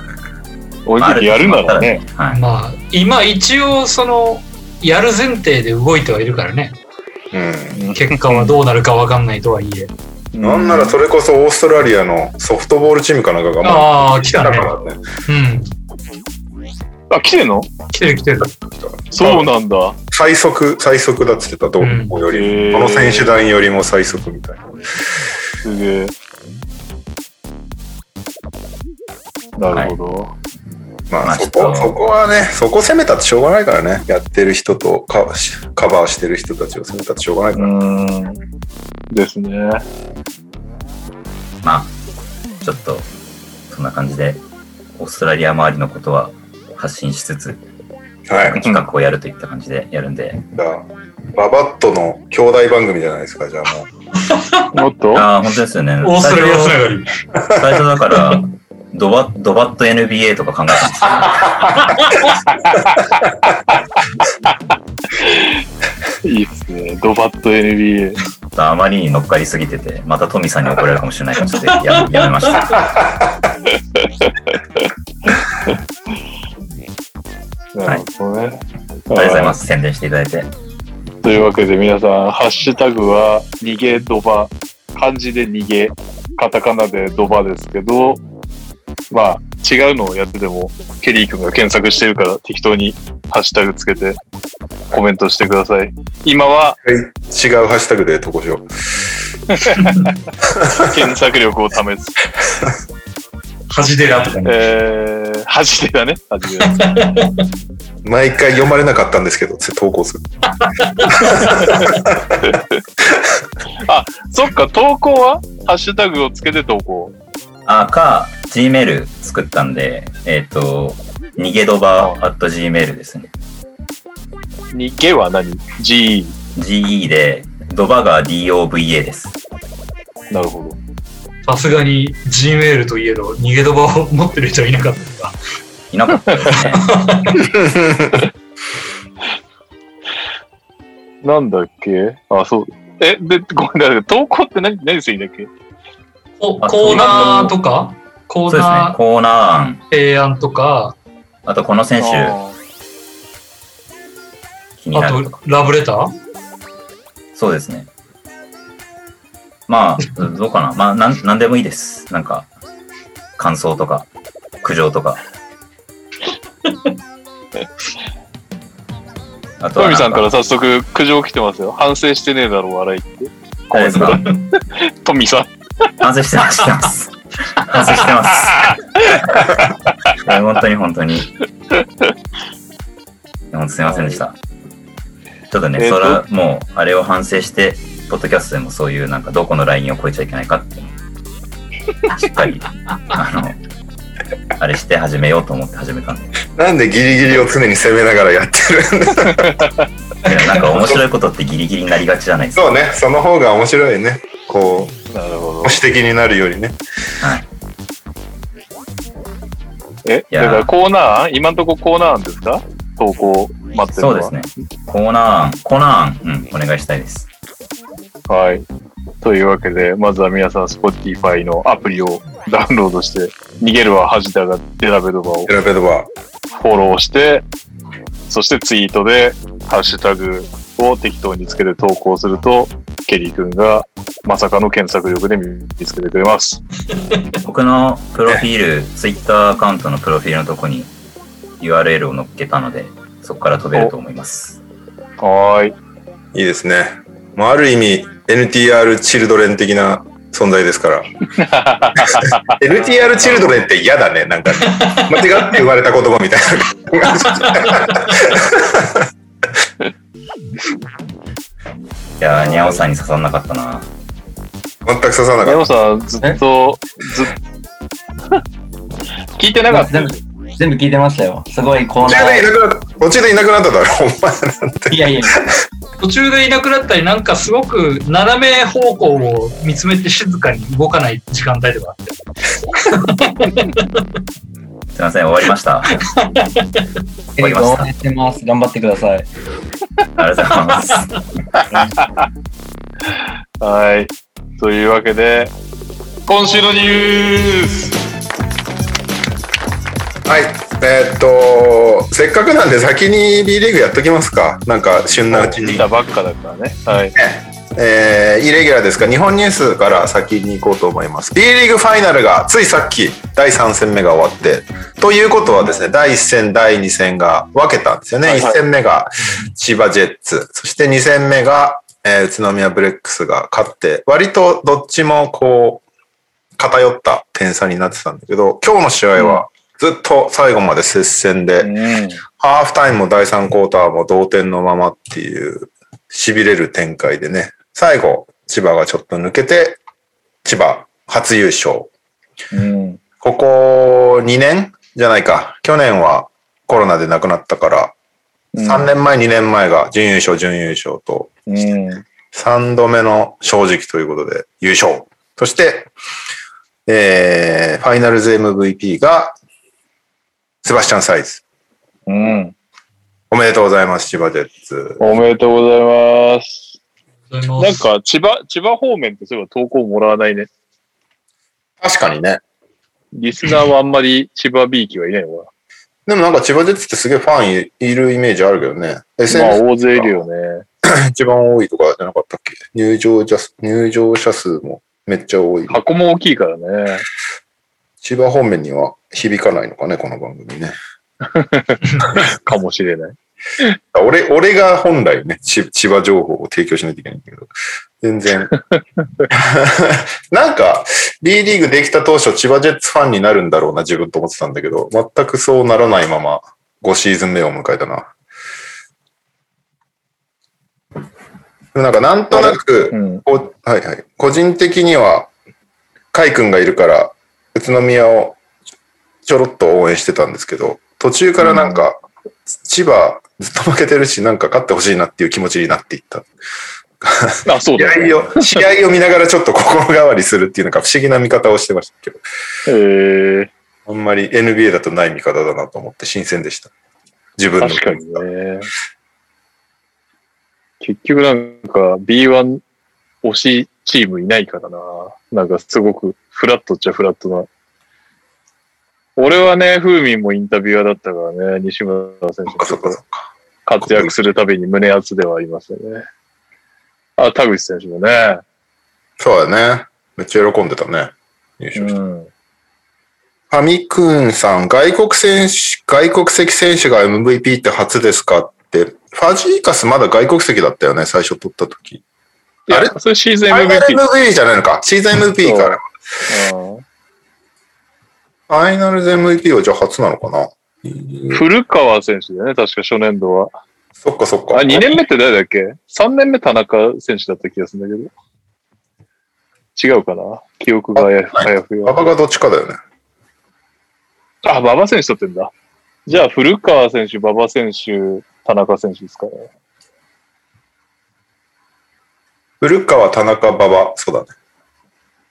[SPEAKER 2] オリンピックやるならね。
[SPEAKER 5] はい。
[SPEAKER 3] まあ、今一応その、やる前提で動いてはいるからね。結果はどうなるかわかんないとはいえ。
[SPEAKER 1] うん、なんならそれこそオーストラリアのソフトボールチームかなんかがも
[SPEAKER 3] ああ、
[SPEAKER 1] う
[SPEAKER 3] 来
[SPEAKER 1] 来
[SPEAKER 3] た
[SPEAKER 1] た
[SPEAKER 3] ね
[SPEAKER 1] か。らね
[SPEAKER 3] うん。
[SPEAKER 2] あ、来てんの
[SPEAKER 3] 来てる来てる。
[SPEAKER 2] そうなんだ。
[SPEAKER 1] 最速最速だっつってたと思うよ
[SPEAKER 2] う
[SPEAKER 1] り
[SPEAKER 2] ん
[SPEAKER 1] この選手団よりも最速みたいな
[SPEAKER 2] すげえ。なるほど。
[SPEAKER 1] ま
[SPEAKER 5] ま
[SPEAKER 1] あ
[SPEAKER 5] あ
[SPEAKER 1] そ
[SPEAKER 5] ちょ
[SPEAKER 1] こ
[SPEAKER 5] っと
[SPEAKER 1] そこはねそこ攻めたってしょうがないからねやってる人とカバーしカバーしてる人たちを攻めたってしょうがないか
[SPEAKER 2] う
[SPEAKER 1] ら、
[SPEAKER 2] ーん。ですね。
[SPEAKER 5] まあ、ちょっと、そんな感じで、オーストラリア周りのことは発信しつつ、
[SPEAKER 1] はい
[SPEAKER 5] 企画をやるといった感じでやるんで、
[SPEAKER 1] じゃあババットの兄弟番組じゃないですかじゃあもう
[SPEAKER 2] もっと
[SPEAKER 5] ああ、本当ですよね。
[SPEAKER 3] オーストラリアつながり。
[SPEAKER 5] 最初だから、ドバドバッと NBA とか考えたんです
[SPEAKER 2] いいっすね。ドバッと NBA。
[SPEAKER 5] けど、あまりに乗っかりすぎてて、またトミさんに怒られるかもしれないから、ちょっとややめました。
[SPEAKER 2] なるほどね。
[SPEAKER 5] ありがとうございます。宣伝していただいて。
[SPEAKER 2] というわけで皆さん、ハッシュタグは、逃げドバ、漢字で逃げ、カタカナでドバですけど、まあ、違うのをやってても、ケリー君が検索してるから適当にハッシュタグつけてコメントしてください。今は
[SPEAKER 1] はい、違うハッシュタグで投稿しよう。
[SPEAKER 2] 検索力を試す。
[SPEAKER 3] 恥でらとかね。
[SPEAKER 2] えー、恥でだね。恥でだ。
[SPEAKER 1] 毎回読まれなかったんですけど、つって投稿する。
[SPEAKER 2] そっか、投稿はハッシュタグをつけて投稿。
[SPEAKER 5] あ、か、Gmail 作ったんで、えっ、と、逃げドバ at Gmail ですね。
[SPEAKER 2] 逃げは何 ?G。
[SPEAKER 5] GE で、ドバが DOVA です。
[SPEAKER 2] なるほど。
[SPEAKER 3] さすがに G メールといえど、逃げドバを持ってる人はいなかったのか。
[SPEAKER 5] いなかったですね。
[SPEAKER 2] なんだっけあ、そう。え、で、ごめんなさい。投稿って何、何するんだっけ
[SPEAKER 3] コ
[SPEAKER 5] あ
[SPEAKER 3] コーナーとか、コ
[SPEAKER 5] そう
[SPEAKER 3] ー
[SPEAKER 5] ですね
[SPEAKER 3] ナ。ー
[SPEAKER 5] コーナー案。
[SPEAKER 3] 提案とか、
[SPEAKER 5] あと、この選手
[SPEAKER 2] あ
[SPEAKER 5] 気に
[SPEAKER 3] あ
[SPEAKER 5] なる
[SPEAKER 3] と
[SPEAKER 5] とか。
[SPEAKER 3] ラブレター
[SPEAKER 5] そうですね。まあ、どうかな。まあ、なん、なんでもいいです。なんか、感想とか、苦情とか。あと
[SPEAKER 2] ト
[SPEAKER 5] は
[SPEAKER 2] ミさんからら早速苦情来てますよ。反省してねえだろ、笑いって。コ
[SPEAKER 5] 誰
[SPEAKER 2] メン
[SPEAKER 5] です
[SPEAKER 2] ト
[SPEAKER 5] か
[SPEAKER 2] が。トミさん。
[SPEAKER 5] 反省してます。してます反省してます。いや本当に本当に。いや本当すいませんでした。ちょっとね、
[SPEAKER 2] えーと
[SPEAKER 5] それはもう、あれを反省して、ポッドキャストでもそういう、なんか、どこのラインを超えちゃいけないかって、しっかり、あの、あれして始めようと思って始めたんで。
[SPEAKER 1] なんでギリギリを常に攻めながらやってるんだ
[SPEAKER 5] いやなんか面白いことってギリギリになりがちじゃないですか。
[SPEAKER 1] そうね、その方が面白いね。こう、
[SPEAKER 2] なるほど
[SPEAKER 1] 保。守的になるよりね。
[SPEAKER 2] え、
[SPEAKER 5] いやー
[SPEAKER 2] だからコーナー案今んとこコーナー案ですか投稿待ってるの
[SPEAKER 5] そう
[SPEAKER 2] は。
[SPEAKER 5] ですね。コーナー案、コーナー案、うん、お願いしたいです。
[SPEAKER 2] はい。というわけで、まずは皆さん、Spotify のアプリをダウンロードして、逃げるは恥だが、デラベドバを
[SPEAKER 1] ペラペドバ
[SPEAKER 2] フォローして、そしてツイートで、ハッシュタグを適当につけて投稿すると、ケリー君がまさかの検索力で見つけてくれます。
[SPEAKER 5] 僕のプロフィール、ツイッターアカウントのプロフィールのとこに URL を載っけたので、そこから飛べると思います。
[SPEAKER 2] はーい。
[SPEAKER 1] いいですね。まあ、ある意味、NTR チルドレン的な存在ですから。NTR チルドレンって嫌だね、なんか、ね。間違って生まれた言葉みたいな。
[SPEAKER 5] いやー、ニャオさんに刺さんなかったな。
[SPEAKER 1] 全く刺さな
[SPEAKER 2] で
[SPEAKER 1] かっ
[SPEAKER 2] もさ、ずっと、 ずっ聞いてなかった
[SPEAKER 4] 全。部、全部聞いてましたよ。すごいコー
[SPEAKER 1] た。途
[SPEAKER 4] ナ
[SPEAKER 1] 中でい
[SPEAKER 4] ー。
[SPEAKER 1] なくなった、途中でいなくなっただろ、お前なんて。
[SPEAKER 4] い やいや、
[SPEAKER 3] 途中でいなくなったり、なんかすごく斜め方向を見つめて静かに動かない時間帯ではあって、
[SPEAKER 5] すいません、終わりま した。あり
[SPEAKER 4] 結構応援してます。頑張ってください。
[SPEAKER 5] がとうござい ます。
[SPEAKER 2] はい。というわけで、今週のニュース
[SPEAKER 1] はい。えーっと、せっかくなんで先に B リーグやっときますか。なんか、旬なうちに
[SPEAKER 2] 見。たばっかだからね。はい。
[SPEAKER 1] えー、イレギュラーですが日本ニュースから先に行こうと思います B リーグファイナルがついさっき第3戦目が終わってということはですね第1戦第2戦が分けたんですよね、
[SPEAKER 2] はいはい
[SPEAKER 1] 1戦目が千葉ジェッツそして2戦目が、えー宇都宮ブレックスが勝って割とどっちもこう偏った点差になってたんだけど今日の試合はずっと最後まで接戦で、
[SPEAKER 2] うん。
[SPEAKER 1] ハーフタイムも第3クォーターも同点のままっていう、痺れる展開でね、最後、千葉がちょっと抜けて、千葉初優勝。
[SPEAKER 2] うん。
[SPEAKER 1] ここ2年じゃないか。去年はコロナで亡くなったから、3年前、2年前が準優勝、準優勝と、
[SPEAKER 2] うん。
[SPEAKER 1] 3度目の正直ということで優勝。そして、えー、ファイナルズ MVP が、セバスチャン・サイズ。
[SPEAKER 2] うん。
[SPEAKER 1] おめでとうございます、千葉ジェッツ。
[SPEAKER 2] おめでとうございます。
[SPEAKER 3] それも
[SPEAKER 2] なんか、千葉、千葉方面ってそういえば投稿もらわないね。
[SPEAKER 1] 確かにね。
[SPEAKER 2] リスナーはあんまり千葉 B 機はいないのか
[SPEAKER 1] でもなんか千葉ジェッツってすげえファンいいるイメージあるけどね。
[SPEAKER 2] な。まあ、
[SPEAKER 1] SNS
[SPEAKER 2] 大勢いるよね。
[SPEAKER 1] 一番多いとかじゃなかったっけ入場者数、入場者数もめっちゃ多い。
[SPEAKER 2] 箱も大きいからね。
[SPEAKER 1] 千葉方面には響かないのかね、この番組ね。
[SPEAKER 2] かもしれない。
[SPEAKER 1] 俺、俺が本来ね、ち千葉情報を提供しないといけないんだけど、全然。 なんか、B リーグできた当初、千葉ジェッツファンになるんだろうな、自分と思ってたんだけど、全くそうならないまま、5シーズン目を迎えたな。でもなんか、なんとなく、
[SPEAKER 2] うん。
[SPEAKER 1] こはいはい。個人的には、カイ君がいるから、宇都宮をちょろっと応援してたんですけど、途中からなんか、千葉ずっと負けてるし、なんか勝ってほしいなっていう気持ちになっていった。
[SPEAKER 2] あ、そうだ、ね。
[SPEAKER 1] 試合を、試合を見ながらちょっと心変わりするっていうのが不思議な見方をしてましたけど、
[SPEAKER 2] えー、
[SPEAKER 1] あんまり NBA だとない見方だなと思って新鮮でした。自分の。
[SPEAKER 2] 確かにね。結局なんか B1 推しチームいないからな。なんかすごくフラットっちゃフラットな。俺はね、フーミンもインタビュアーだったからね、西村選
[SPEAKER 1] そっかそ
[SPEAKER 2] 手
[SPEAKER 1] っかそっ
[SPEAKER 2] の
[SPEAKER 1] か。
[SPEAKER 2] 活躍するたびに胸熱ではありますよね。あ、田口選手もね。
[SPEAKER 1] そうだね。めっちゃ喜んでたね。優勝して
[SPEAKER 2] うん。
[SPEAKER 1] ファミクーンさん、外国選手、外国籍選手が MVP って初ですかって、ファジーカスまだ外国籍だったよね、最初取った時。
[SPEAKER 2] いや
[SPEAKER 1] あれ
[SPEAKER 2] それシーズン
[SPEAKER 1] ファイナ
[SPEAKER 2] MVP
[SPEAKER 1] ル。MVP じゃないのか。シーズン MVP から。
[SPEAKER 2] うん
[SPEAKER 1] ファイナルズ MVP はじゃあ初なのかな。
[SPEAKER 2] 古川選手だよね、確か初年度は。
[SPEAKER 1] そっかそっ
[SPEAKER 2] あ、
[SPEAKER 1] か。
[SPEAKER 2] 2年目って誰だっけ ?3 年目田中選手だった気がするんだけど。違うかな記憶があやあやふ
[SPEAKER 1] 馬
[SPEAKER 2] や。
[SPEAKER 1] 場がどっちかだよね。
[SPEAKER 2] あ、馬場選手取ってんだ。じゃあ、古川選手、馬場選手、田中選手ですかね。
[SPEAKER 1] 古川、田中、馬場。そうだね。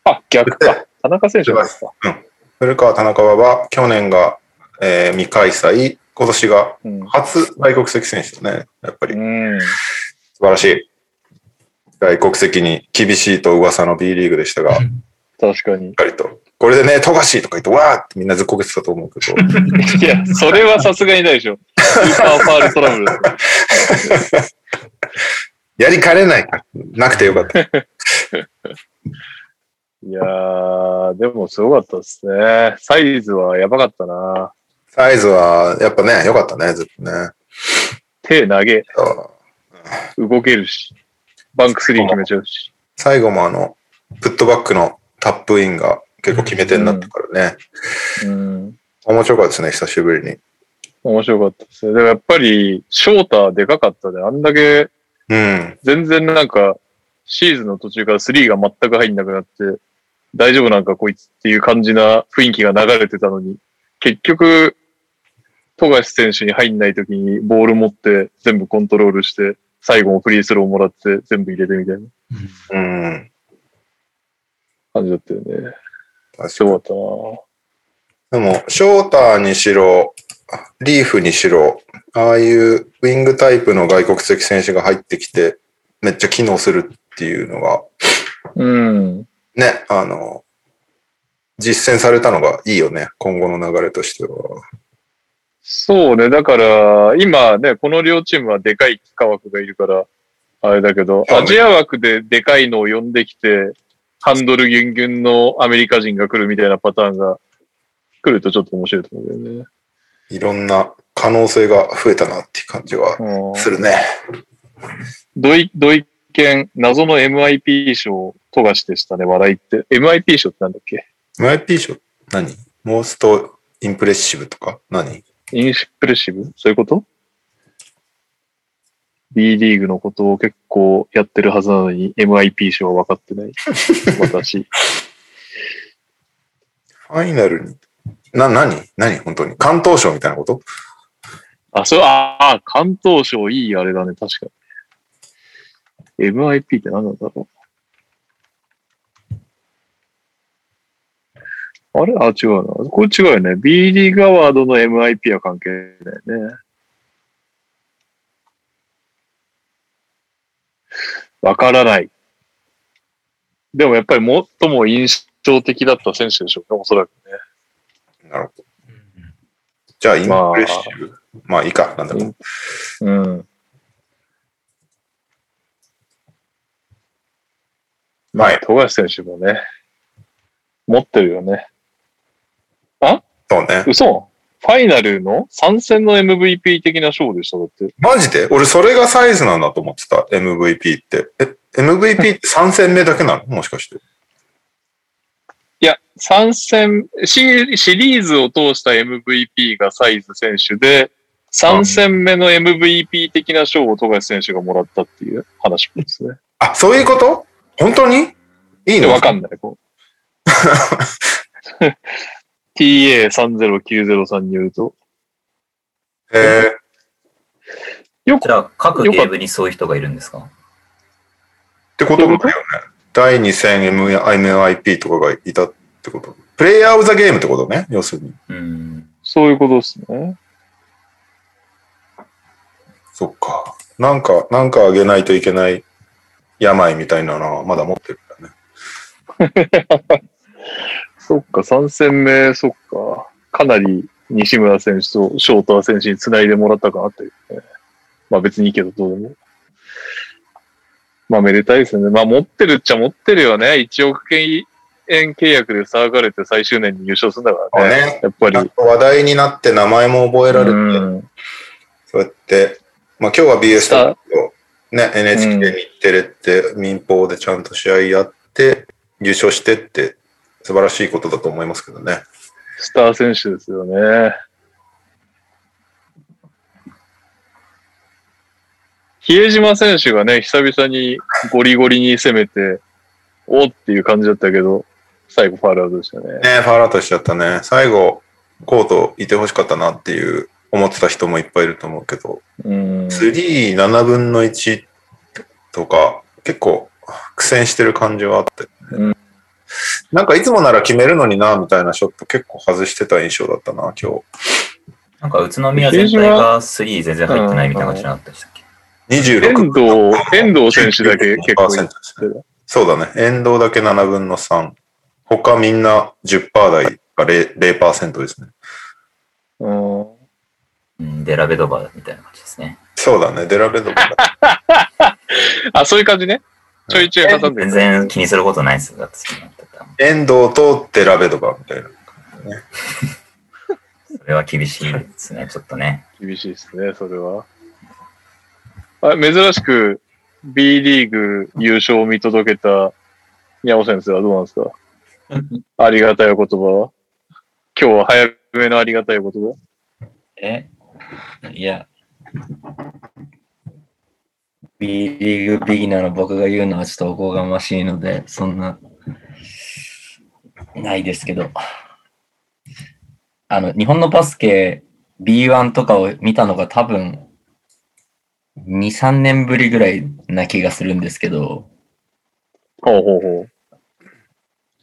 [SPEAKER 2] あ、逆か。田中選手なんですか。
[SPEAKER 1] 古川、田中、馬場。去年が、えー未開催。今年が
[SPEAKER 2] うん。
[SPEAKER 1] 初外国籍選手だね。やっぱり。
[SPEAKER 2] うん。
[SPEAKER 1] 素晴らしい。外国籍に厳しいと噂の B リーグでしたが。
[SPEAKER 2] 確かに
[SPEAKER 1] しっ。かりと。これでね、富樫とか言って、わーってみんなずっこけてたと思うけど、
[SPEAKER 2] いや、それはさすがにないでしょ。スーパーファールトラブルだった。
[SPEAKER 1] やりかねないから、なくてよかった。
[SPEAKER 2] いやー、でもすごかったですね。サイズはやばかったな。
[SPEAKER 1] サイズは、やっぱね、よかったね、ずっとね。
[SPEAKER 2] 手投げ。
[SPEAKER 1] そう
[SPEAKER 2] 動けるし、バンクスリー決めちゃうし。
[SPEAKER 1] 最後もあの、プットバックのタップインが結構決め手になったからね。
[SPEAKER 2] うん。
[SPEAKER 1] 面白かったですね、久しぶりに。
[SPEAKER 2] 面白かったですね。でもやっぱり、ショーターでかかったで、あんだけ
[SPEAKER 1] うん。
[SPEAKER 2] 全然なんか、シーズンの途中から3が全く入んなくなって、大丈夫なんかこいつっていう感じな雰囲気が流れてたのに、結局、富樫選手に入んない時にボール持って全部コントロールして、最後もフリースローもらって全部入れてみたいな
[SPEAKER 3] うん
[SPEAKER 1] うん。
[SPEAKER 2] 感じだったよね。
[SPEAKER 1] 確
[SPEAKER 2] す
[SPEAKER 1] かに
[SPEAKER 2] ごかったな
[SPEAKER 1] でも、ショーターにしろ、リーフにしろ、ああいうウィングタイプの外国籍選手が入ってきて、めっちゃ機能するっていうのが、
[SPEAKER 2] うん。
[SPEAKER 1] ね、あの、実践されたのがいいよね、今後の流れとしては。
[SPEAKER 2] そうね。だから、今ね、この両チームはでかい幾何枠がいるから、あれだけど、
[SPEAKER 1] そうね
[SPEAKER 2] アジア枠ででかいのを呼んできて、ハンドルギュンギュンのアメリカ人が来るみたいなパターンが来るとちょっと面白いと思うんだよね。
[SPEAKER 1] いろんな可能性が増えたなっていう感じは
[SPEAKER 2] うん
[SPEAKER 1] するね。
[SPEAKER 2] ドイ、ドイケン、謎の MIP 賞、富樫でしたね、笑いって。MIP 賞ってなんだっけ
[SPEAKER 1] MIP 賞何モーストインプレッシブとか何
[SPEAKER 2] インシップレッシブそういうこと ?B リーグのことを結構やってるはずなのに MIP 賞は分かってない。私。
[SPEAKER 1] ファイナルに。な、何何本当に関東賞みたいなこと
[SPEAKER 2] あ、そう、ああ、関東賞いいあれだね、確かに。MIP って何なんだろう。あれあ、違うな。これ違うよね。B リーグアワードの MIP は関係ないね。わからない。でもやっぱり最も印象的だった選手でしょうね、おそらくね。
[SPEAKER 1] なるほど。じゃあ、イン
[SPEAKER 2] まあ
[SPEAKER 1] プレッシブ。まあ、いいか。なんだろう。
[SPEAKER 2] うん。ま
[SPEAKER 1] は
[SPEAKER 2] あ
[SPEAKER 1] い、。
[SPEAKER 2] 富樫選手もね、持ってるよね。
[SPEAKER 1] そうね。
[SPEAKER 2] 嘘ファイナルの参戦の MVP 的な賞でした、だって。
[SPEAKER 1] マジで俺、それがサイズなんだと思ってた。MVP って。え、MVP って3戦目だけなのもしかして。
[SPEAKER 2] いや、参戦シ、シリーズを通した MVP がサイズ選手で、3戦目の MVP 的な賞を富樫選手がもらったっていう話ですね。
[SPEAKER 1] あ、そういうこと本当にいい
[SPEAKER 2] ちょっ
[SPEAKER 1] の
[SPEAKER 2] とわかんない、こう。TA30903 によると。
[SPEAKER 1] へえ
[SPEAKER 2] よ
[SPEAKER 5] じ
[SPEAKER 2] く、
[SPEAKER 5] ゃあ、各ゲームにそういう人がいるんですか
[SPEAKER 1] ってことだよね。第2戦 M- MIP とかがいたってこと。プレイヤーオブザゲームってことね。要するに。
[SPEAKER 5] うん。
[SPEAKER 2] そういうことですね。
[SPEAKER 1] そっか。なんか、なんかあげないといけない病みたいなのはまだ持ってるんだね。
[SPEAKER 2] そっか、3戦目、そっか。かなり西村選手とショーター選手に繋いでもらったかなっていうね。まあ別にいいけど、どうでも。まあめでたいですね。まあ持ってるっちゃ持ってるよね。1億円円契約で騒がれて最終年に優勝するんだからね。
[SPEAKER 1] ね
[SPEAKER 2] やっぱ
[SPEAKER 1] ちゃん
[SPEAKER 2] り。
[SPEAKER 1] と話題になって名前も覚えられて、
[SPEAKER 2] うん
[SPEAKER 1] そうやって、まあ今日は BS
[SPEAKER 2] さ
[SPEAKER 1] だけど、ね、NHK
[SPEAKER 2] うん
[SPEAKER 1] 日テレって民放でちゃんと試合やって、優勝してって素晴らしいことだと思いますけどね。
[SPEAKER 2] スター選手ですよね。比江島選手がね、久々にゴリゴリに攻めて、おーっていう感じだったけど、最後ファールアウトでしたね。
[SPEAKER 1] ねファーラートしちゃったね。最後、コートいてほしかったなっていう思ってた人もいっぱいいると思うけど、
[SPEAKER 2] うん。
[SPEAKER 1] スリー7分の1とか、結構苦戦してる感じはあって、
[SPEAKER 2] うん
[SPEAKER 1] なんかいつもなら決めるのにな、みたいなショット結構外してた印象だったな、今日。
[SPEAKER 5] なんか、宇都宮全体が3全然入ってないみたいな感じになったでしたっけ
[SPEAKER 1] 26
[SPEAKER 2] 遠藤、遠藤選手だけ結構いい
[SPEAKER 1] 19%ですねそうだね。遠藤だけ7分の3。他みんな10%台が 0%, 0ですね。
[SPEAKER 2] うん
[SPEAKER 5] うん、デラベドバみたいな感じですね。
[SPEAKER 1] そうだね。デラベドもだ
[SPEAKER 2] あ、そういう感じね。ちょいちょい挟んで
[SPEAKER 5] 全
[SPEAKER 2] る。
[SPEAKER 5] 然気にすることないですよ。だってそんなのだったら
[SPEAKER 1] 遠藤とデラベドバみたいな。
[SPEAKER 5] それは厳しいですね、ちょっとね。
[SPEAKER 2] 厳しいですね、それは。あ珍しく B リーグ優勝を見届けた宮尾先生はどうなんです かありがたいお言葉は今日は早めのありがたいお言葉
[SPEAKER 4] えいや。 B リーグビギナーの僕が言うのはちょっとおこがましいので、そんな、ないですけど。あの、日本のバスケ B1 とかを見たのが多分、2、3年ぶりぐらいな気がするんですけど、
[SPEAKER 2] ほうほうほう。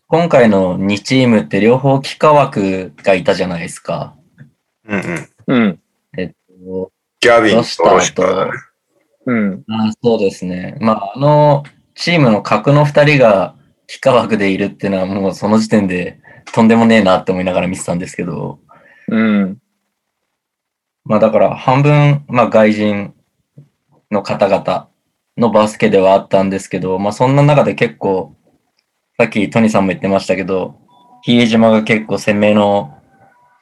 [SPEAKER 4] 今回の2チームって両方幾何枠がいたじゃないですか。
[SPEAKER 1] うんうん。
[SPEAKER 2] うん。
[SPEAKER 4] ロ
[SPEAKER 1] ギャビン
[SPEAKER 4] スタ
[SPEAKER 1] とロシ
[SPEAKER 4] ー
[SPEAKER 1] ターだ
[SPEAKER 4] と
[SPEAKER 1] ね。
[SPEAKER 2] うん。
[SPEAKER 4] あそうですね。まあ、あの、チームの格の2人が幾何枠でいるっていうのは、もうその時点でとんでもねえなって思いながら見てたんですけど、
[SPEAKER 2] うん。
[SPEAKER 4] まあだから半分、まあ外人の方々のバスケではあったんですけど、まあそんな中で結構、さっきトニさんも言ってましたけど、比江島が結構攻めの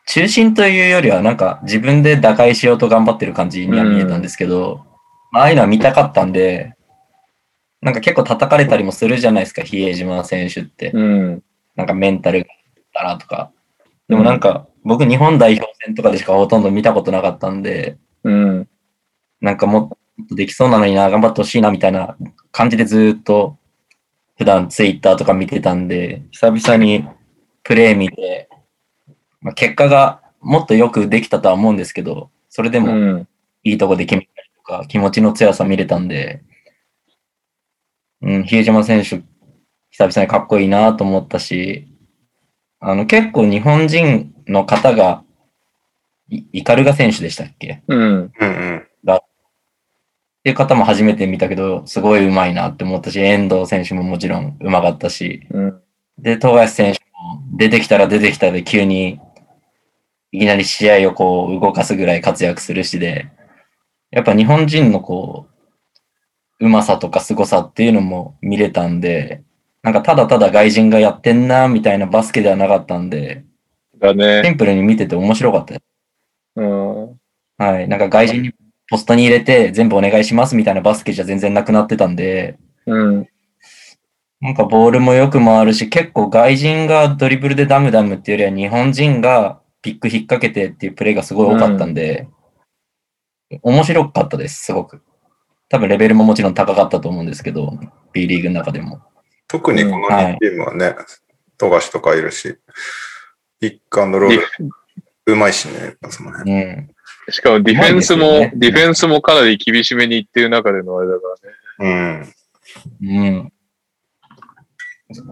[SPEAKER 4] 中心というよりはなんか自分で打開しようと頑張ってる感じには見えたんですけど、まあああいうのは見たかったんで、なんか結構叩かれたりもするじゃないですか、比江島選手って。
[SPEAKER 2] うん。
[SPEAKER 4] なんかメンタルだなとか。でもなんか、僕日本代表戦とかでしかほとんど見たことなかったんで、
[SPEAKER 2] うん。
[SPEAKER 4] なんかもっとできそうなのにな、頑張ってほしいなみたいな感じでずーっと普段ツイッターとか見てたんで、久々にプレー見て、まあ、結果がもっとよくできたとは思うんですけど、それで
[SPEAKER 2] う
[SPEAKER 4] も
[SPEAKER 2] ん。
[SPEAKER 4] いいとこで決めたりとか、気持ちの強さ見れたんで、うん、比江島選手、久々にかっこいいなと思ったし、あの、結構日本人の方が、いイカルガ選手でしたっけっ
[SPEAKER 2] うん。
[SPEAKER 1] うんうん。
[SPEAKER 4] ていう方も初めて見たけど、すごい上手いなって思ったし、遠藤選手ももちろん上手かったし、
[SPEAKER 2] うん。
[SPEAKER 4] で、富樫選手も出てきたら出てきたで急に、いきなり試合をこう動かすぐらい活躍するしで、やっぱ日本人のこう、うまさとか凄さっていうのも見れたんで、なんかただただ外人がやってんなみたいなバスケではなかったんで、
[SPEAKER 2] だ
[SPEAKER 4] シ
[SPEAKER 2] ね。
[SPEAKER 4] ンプルに見てて面白かったです。
[SPEAKER 2] うん。
[SPEAKER 4] はい。なんか外人にポストに入れて全部お願いしますみたいなバスケじゃ全然なくなってたんで、
[SPEAKER 2] うん。
[SPEAKER 4] なんかボールもよく回るし、結構外人がドリブルでダムダムっていうよりは日本人がピック引っ掛けてっていうプレーがすごい多かったんで、面白かったです、すごく。多分レベルももちろん高かったと思うんですけど、B リーグの中でも。
[SPEAKER 1] 特にこの
[SPEAKER 4] は
[SPEAKER 1] 2
[SPEAKER 4] い
[SPEAKER 1] チームはね、富樫とかいるし、一貫のロール、うまいしね、やっぱその辺。
[SPEAKER 4] うん。
[SPEAKER 2] しかもディフェンスも、
[SPEAKER 4] うまいですよね
[SPEAKER 2] ディフェンスもかなり厳しめにいってる中でのあれだからね。
[SPEAKER 1] うん。
[SPEAKER 4] うん。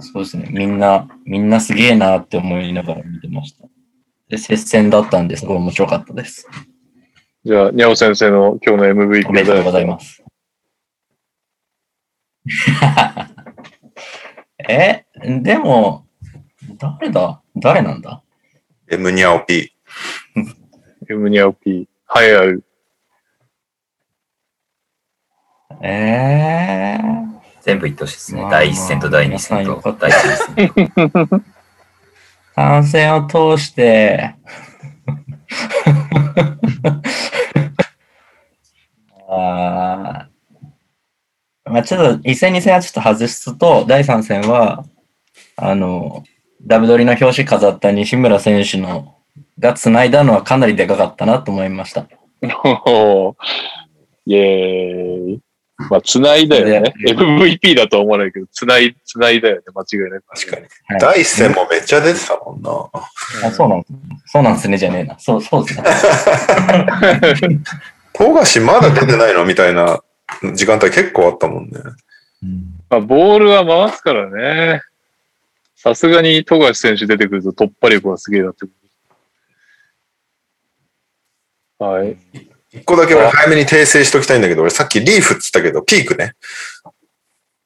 [SPEAKER 4] そうですね。みんな、みんなすげえなって思いながら見てました。で、接戦だったんですごい面白かったです。
[SPEAKER 2] じゃあ、にゃお先生の今日の MVP
[SPEAKER 4] おめでとうござい
[SPEAKER 2] ま
[SPEAKER 4] ます。 え、でも、誰だ誰なんだ
[SPEAKER 1] エムニャオピ
[SPEAKER 2] す。エムニャオピー。はいある。
[SPEAKER 4] え
[SPEAKER 5] 全部いってほしいですね
[SPEAKER 4] ま。あ
[SPEAKER 5] 第1戦と第2戦
[SPEAKER 4] まあま
[SPEAKER 5] と
[SPEAKER 4] あ
[SPEAKER 5] 第3戦。
[SPEAKER 4] ー、参戦を通して、 あーまあちょっと、一戦二戦はちょっと外すと、第三戦は、あの、ダブドリの表紙飾った西村選手の、が繋いだのはかなりでかかったなと思いました。
[SPEAKER 2] おー イェーイ。まあ、繋いだよね。
[SPEAKER 4] で
[SPEAKER 2] MVP だとは思わないけど、繋い、繋いだよね。間違いない。
[SPEAKER 1] 確かに。
[SPEAKER 4] は
[SPEAKER 1] ー。
[SPEAKER 4] い
[SPEAKER 1] 第一戦もめっちゃ出てたもんな。
[SPEAKER 4] あそうなんそうなんですね、じゃねえな。そう、そうですね。
[SPEAKER 1] 富樫まだ出てないのみたいな 時間帯結構あったもんね。
[SPEAKER 2] まあ、ボールは回すからね。さすがに富樫選手出てくると突破力はすげえなってくる。 はい。
[SPEAKER 1] 一個だけ俺早めに訂正しときたいんだけど、俺さっきリーフっつったけど、ピークね。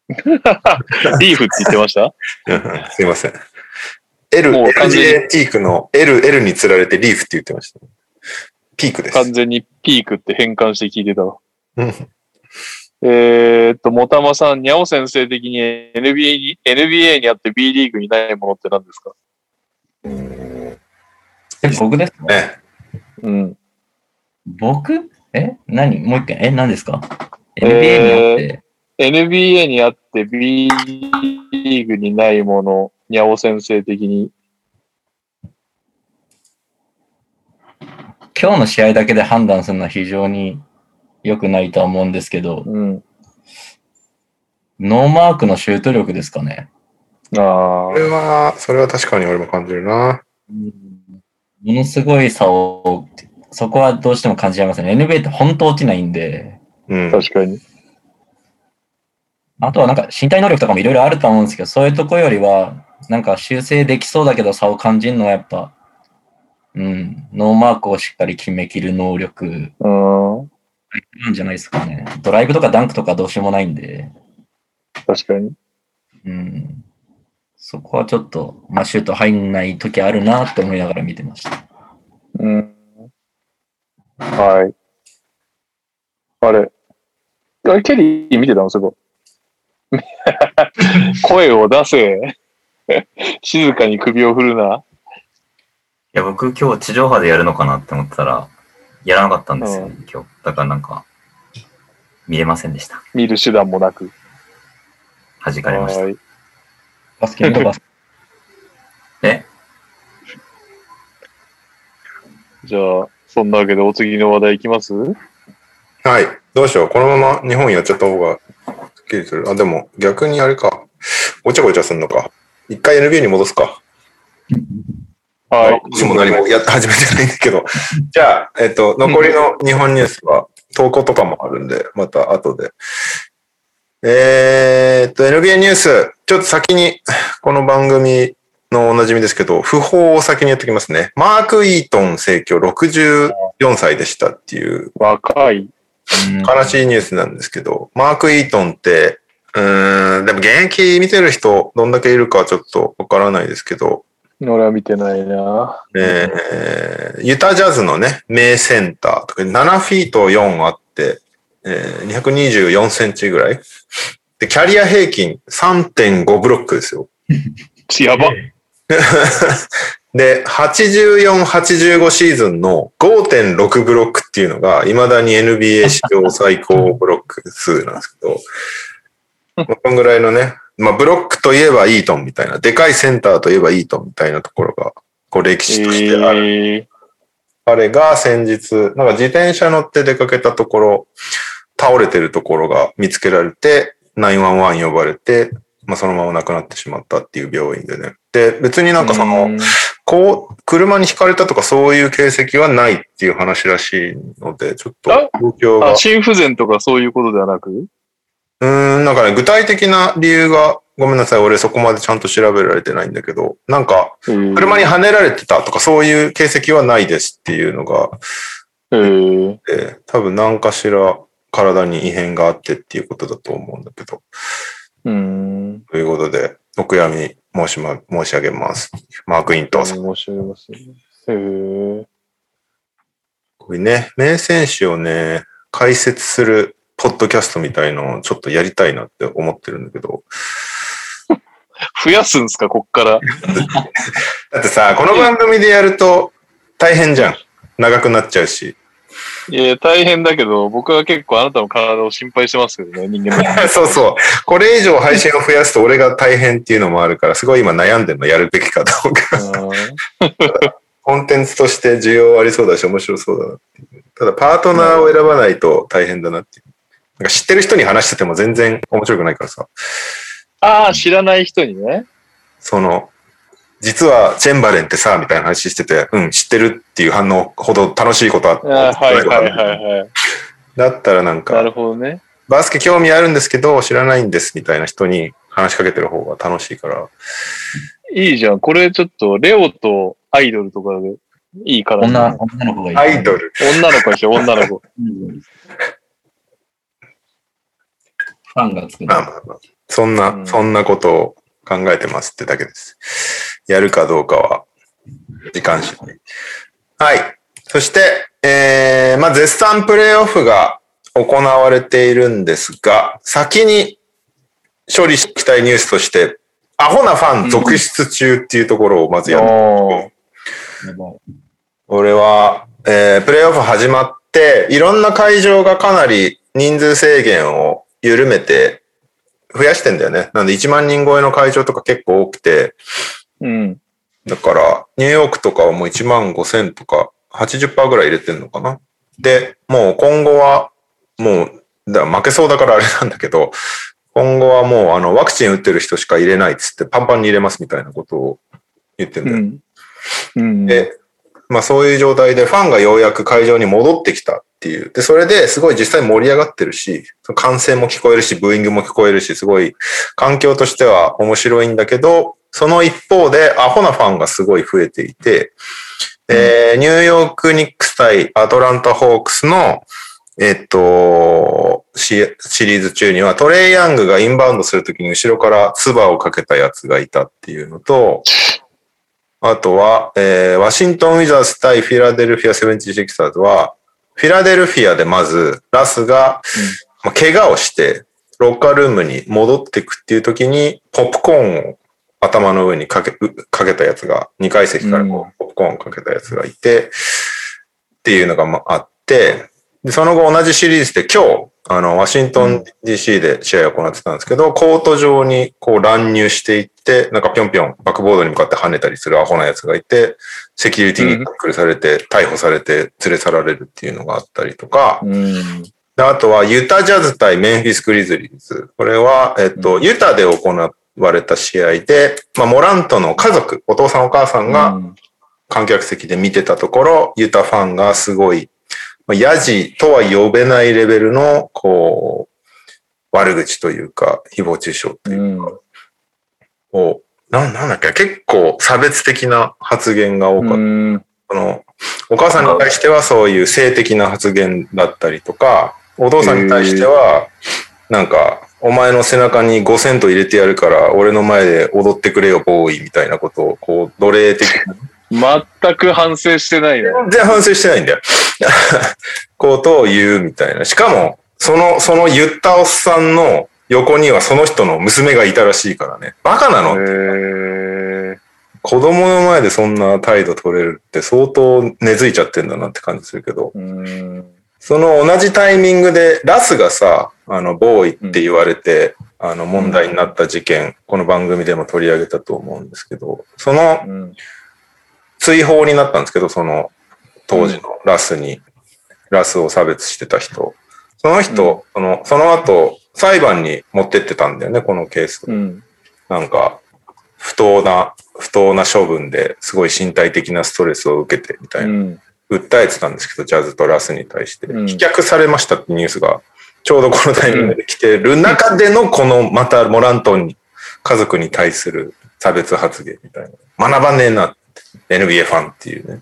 [SPEAKER 2] リーフって言ってました
[SPEAKER 1] うんうんすいません。L、
[SPEAKER 2] もう完全
[SPEAKER 1] LJ ピークの L、L につられてリーフって言ってました。ピークです。
[SPEAKER 2] 完全にピークって変換して聞いてたわ。
[SPEAKER 1] うん
[SPEAKER 2] えーっと、もたまさん、にゃお先生的に NBA に、NBA にあって B リーグにないものって何ですか
[SPEAKER 4] え僕ですか
[SPEAKER 1] ね。
[SPEAKER 2] うん。
[SPEAKER 4] 僕え何もう一回、え何ですか
[SPEAKER 2] え
[SPEAKER 4] ?NBA に
[SPEAKER 2] NBA にあ
[SPEAKER 4] あって、
[SPEAKER 2] って B リーグにないもの、にゃお先生的に。
[SPEAKER 4] 今日の試合だけで判断するのは非常に良くないとは思うんですけど、
[SPEAKER 2] うん。
[SPEAKER 4] ノーマークのシュート力ですかね。
[SPEAKER 2] あ
[SPEAKER 1] それは、それは確かに俺も感じるな。
[SPEAKER 4] ものすごい差を、そこはどうしても感じちゃいますね。NBA って本当落ちないんで、
[SPEAKER 1] うん。
[SPEAKER 2] 確かに。
[SPEAKER 4] あとはなんか身体能力とかもいろいろあると思うんですけど、そういうとこよりは、なんか修正できそうだけど差を感じるのはやっぱ、うん、ノーマークをしっかり決めきる能力
[SPEAKER 2] うん。
[SPEAKER 4] なんじゃないですかね。ドライブとかダンクとかどうしようもないんで、
[SPEAKER 2] 確かに。
[SPEAKER 4] うん、そこはちょっと、まあ、シュート入んない時あるなって思いながら見てました。
[SPEAKER 2] うん。はい。あれ。あれ、ケリー見てたのすごい。 声を出せ。 静かに首を振るな。
[SPEAKER 5] いや、僕今日地上波でやるのかなって思ってたら、やらなかったんですよね、今日。だからなんか、見れませんでした。
[SPEAKER 2] 見る手段もなく。
[SPEAKER 5] 弾かれました。
[SPEAKER 2] はい
[SPEAKER 4] バスケ見ろバスケ。
[SPEAKER 5] え
[SPEAKER 2] じゃあ、そんなわけでお次の話題いきます
[SPEAKER 1] はい。どうしよう。このまま日本やっちゃった方がすっきりする。あ、でも逆にあれか。ごちゃごちゃすんのか。一回 NBA に戻すか。
[SPEAKER 2] はい。
[SPEAKER 1] 私も何もやって始めてないんだけど。 じゃあ、えっと、残りの日本ニュースは、投稿とかもあるんで、また後で。えーっと、NBA ニュース、ちょっと先に、この番組のおなじみですけど、不法を先にやっておきますね。マーク・イートン逝去64歳でしたっていう
[SPEAKER 2] 若い。
[SPEAKER 1] 悲しいニュースなんですけど、マーク・イートンって、うーん、でも現役見てる人どんだけいるかはちょっとわからないですけど、
[SPEAKER 2] 俺は見てないな。
[SPEAKER 1] えーユタジャズのね、名センターとか7フィート4あって、えー224センチぐらい。で、キャリア平均3.5ブロックですよ。
[SPEAKER 2] やば。
[SPEAKER 1] で、84、85シーズンの5.6ブロックっていうのが、未だに NBA 史上最高ブロック数なんですけど、まあこんぐらいのね、まあブロックといえばイートンみたいな、でかいセンターといえばイートンみたいなところが、こう歴史としてある
[SPEAKER 2] えー、
[SPEAKER 1] 彼が先日、なんか自転車乗って出かけたところ、倒れてるところが見つけられて、911呼ばれて、まあそのまま亡くなってしまったっていう病院でね。で、別になんかその、こう、車に轢かれたとかそういう形跡はないっていう話らしいので、ちょっ
[SPEAKER 2] あ
[SPEAKER 1] と、東京が
[SPEAKER 2] あ、。心不全とかそういうことではなく
[SPEAKER 1] うーん、なんかね、具体的な理由が、ごめんなさい、俺そこまでちゃんと調べられてないんだけど、なんか、車
[SPEAKER 2] 車
[SPEAKER 1] にはねられてたとかそういう形跡はないですっていうのが、
[SPEAKER 2] えー、
[SPEAKER 1] って、多分何かしら体に異変があってっていうことだと思うんだけど、
[SPEAKER 2] うん。
[SPEAKER 1] ということで、お悔やみ申し,、ま、申し上げます。マーク・イントンさん。
[SPEAKER 2] 面白いますね。へー
[SPEAKER 1] こういうね、名選手をね、解説するポッドキャストみたいのをちょっとやりたいなって思ってるんだけど、
[SPEAKER 2] 増やすんすか、こっから。
[SPEAKER 1] だってさ、この番組でやると大変じゃん。長くなっちゃうし。
[SPEAKER 2] いや、大変だけど、僕は結構あなたの体を心配してますけどね、人間の。
[SPEAKER 1] そうそう。これ以上配信を増やすと俺が大変っていうのもあるから、すごい今悩んでるのやるべきかどうか。コンテンツとして需要ありそうだし、面白そうだなっていう。ただ、パートナーを選ばないと大変だなっていう。なんか知ってる人に話してても全然面白くないからさ。
[SPEAKER 2] ああ、知らない人にね。
[SPEAKER 1] その、実はチェンバレンってさ、みたいな話してて、うん、知ってるっていう反応ほど楽しいことは
[SPEAKER 2] あーはいはいはいはい。
[SPEAKER 1] だったらなん
[SPEAKER 2] な
[SPEAKER 1] か、
[SPEAKER 2] るほどね。
[SPEAKER 1] バスケ興味あるんですけど、知らないんですみたいな人に話しかけてる方が楽しいから。
[SPEAKER 2] いいじゃん。これちょっと、レオとアイドルとかでいいから、
[SPEAKER 4] 女、女の子がいい。
[SPEAKER 1] アイドル。
[SPEAKER 2] 女の子でしょ、女 の子。
[SPEAKER 4] ファンがつく
[SPEAKER 1] まあまあまあ。そんな、
[SPEAKER 2] うん
[SPEAKER 1] そんなことを考えてますってだけです。やるかどうかは、時間次第。はい。そして、えー、まあ、絶賛プレイオフが行われているんですが、先に処理していきたいニュースとして、アホなファン続出中っていうところをまずやる。
[SPEAKER 2] お
[SPEAKER 1] 俺は、えープレイオフ始まって、いろんな会場がかなり人数制限を緩めて増やしてんだよね。なんで1万人超えの会場とか結構多くて、
[SPEAKER 2] うん。
[SPEAKER 1] だからニューヨークとかはもう1万5千とか80%ぐらい入れてんのかな。で、もう今後はもうだから負けそうだからあれなんだけど、今後はもうあのワクチン打ってる人しか入れないっつってパンパンに入れますみたいなことを言ってるんだよね
[SPEAKER 2] ん。うん。
[SPEAKER 1] で、まあそういう状態でファンがようやく会場に戻ってきたっていう。で、それですごい実際盛り上がってるし、歓声も聞こえるし、ブーイングも聞こえるし、すごい環境としては面白いんだけど、その一方でアホなファンがすごい増えていて、えーニューヨークニックス対アトランタホークスの、えっと、シシリーズ中にはトレイヤングがインバウンドするときに後ろから唾をかけたやつがいたっていうのと、あとは、えーワシントン・ウィザーズ対フィラデルフィア・セブンティ・シクサーズは、フィラデルフィアでまず、ラスが、まあ怪我をして、ロッカールームに戻ってくっていう時に、ポップコーンを頭の上にかけ、うかけたやつが、2階席からこうポップコーンをかけたやつがいて、っていうのがまああって、で、その後同じシリーズで今日、あの、ワシントン DC で試合を行ってたんですけど、コート上にこう乱入していって、なんかぴょんぴょんバックボードに向かって跳ねたりするアホなやつがいて、セキュリティにタックルされて、逮捕されて、連れ去られるっていうのがあったりとか、であとはユタジャズ対メンフィスグリズリーズ。これは、えっと、ユタで行われた試合で、まあ、モラントの家族、お父さんお母さんが観客席で見てたところ、ユタファンがすごい、まあヤジとは呼べないレベルの、こう、悪口というか、誹謗中傷というか、をな、なんだっけ、結構差別的な発言が多かった。
[SPEAKER 2] うん。
[SPEAKER 1] その、お母さんに対してはそういう性的な発言だったりとか、お父さんに対しては、なんか、お前の背中に5セント入れてやるから、俺の前で踊ってくれよ、ボーイ、みたいなことを、こう、奴隷的な。
[SPEAKER 2] 全く反省してないね。
[SPEAKER 1] 全然反省してないんだよ。 ことを言う、みたいな。しかも、その、その言ったおっさんの横にはその人の娘がいたらしいからね。バカなの
[SPEAKER 2] へ
[SPEAKER 1] 子供の前でそんな態度取れるって相当根付いちゃってんだなって感じするけど。その同じタイミングで、ラスがさ、あの、ボーイって言われて、あの、問題になった事件、この番組でも取り上げたと思うんですけど、その追放になったんですけど、その当時のラスに、ラスを差別してた人。その人、その、その後、裁判に持ってってたんだよね、このケース。
[SPEAKER 2] うん。
[SPEAKER 1] なんか、不当な、不当な処分ですごい身体的なストレスを受けてみたいな、
[SPEAKER 2] ん。
[SPEAKER 1] 訴えてたんですけど、ジャズとラスに対して。
[SPEAKER 2] うん
[SPEAKER 1] 棄却されましたってニュースが、ちょうどこのタイミングで来てる中での、この、またモラントンに、家族に対する差別発言みたいな。学ばねえな、NBA ファンっていうね。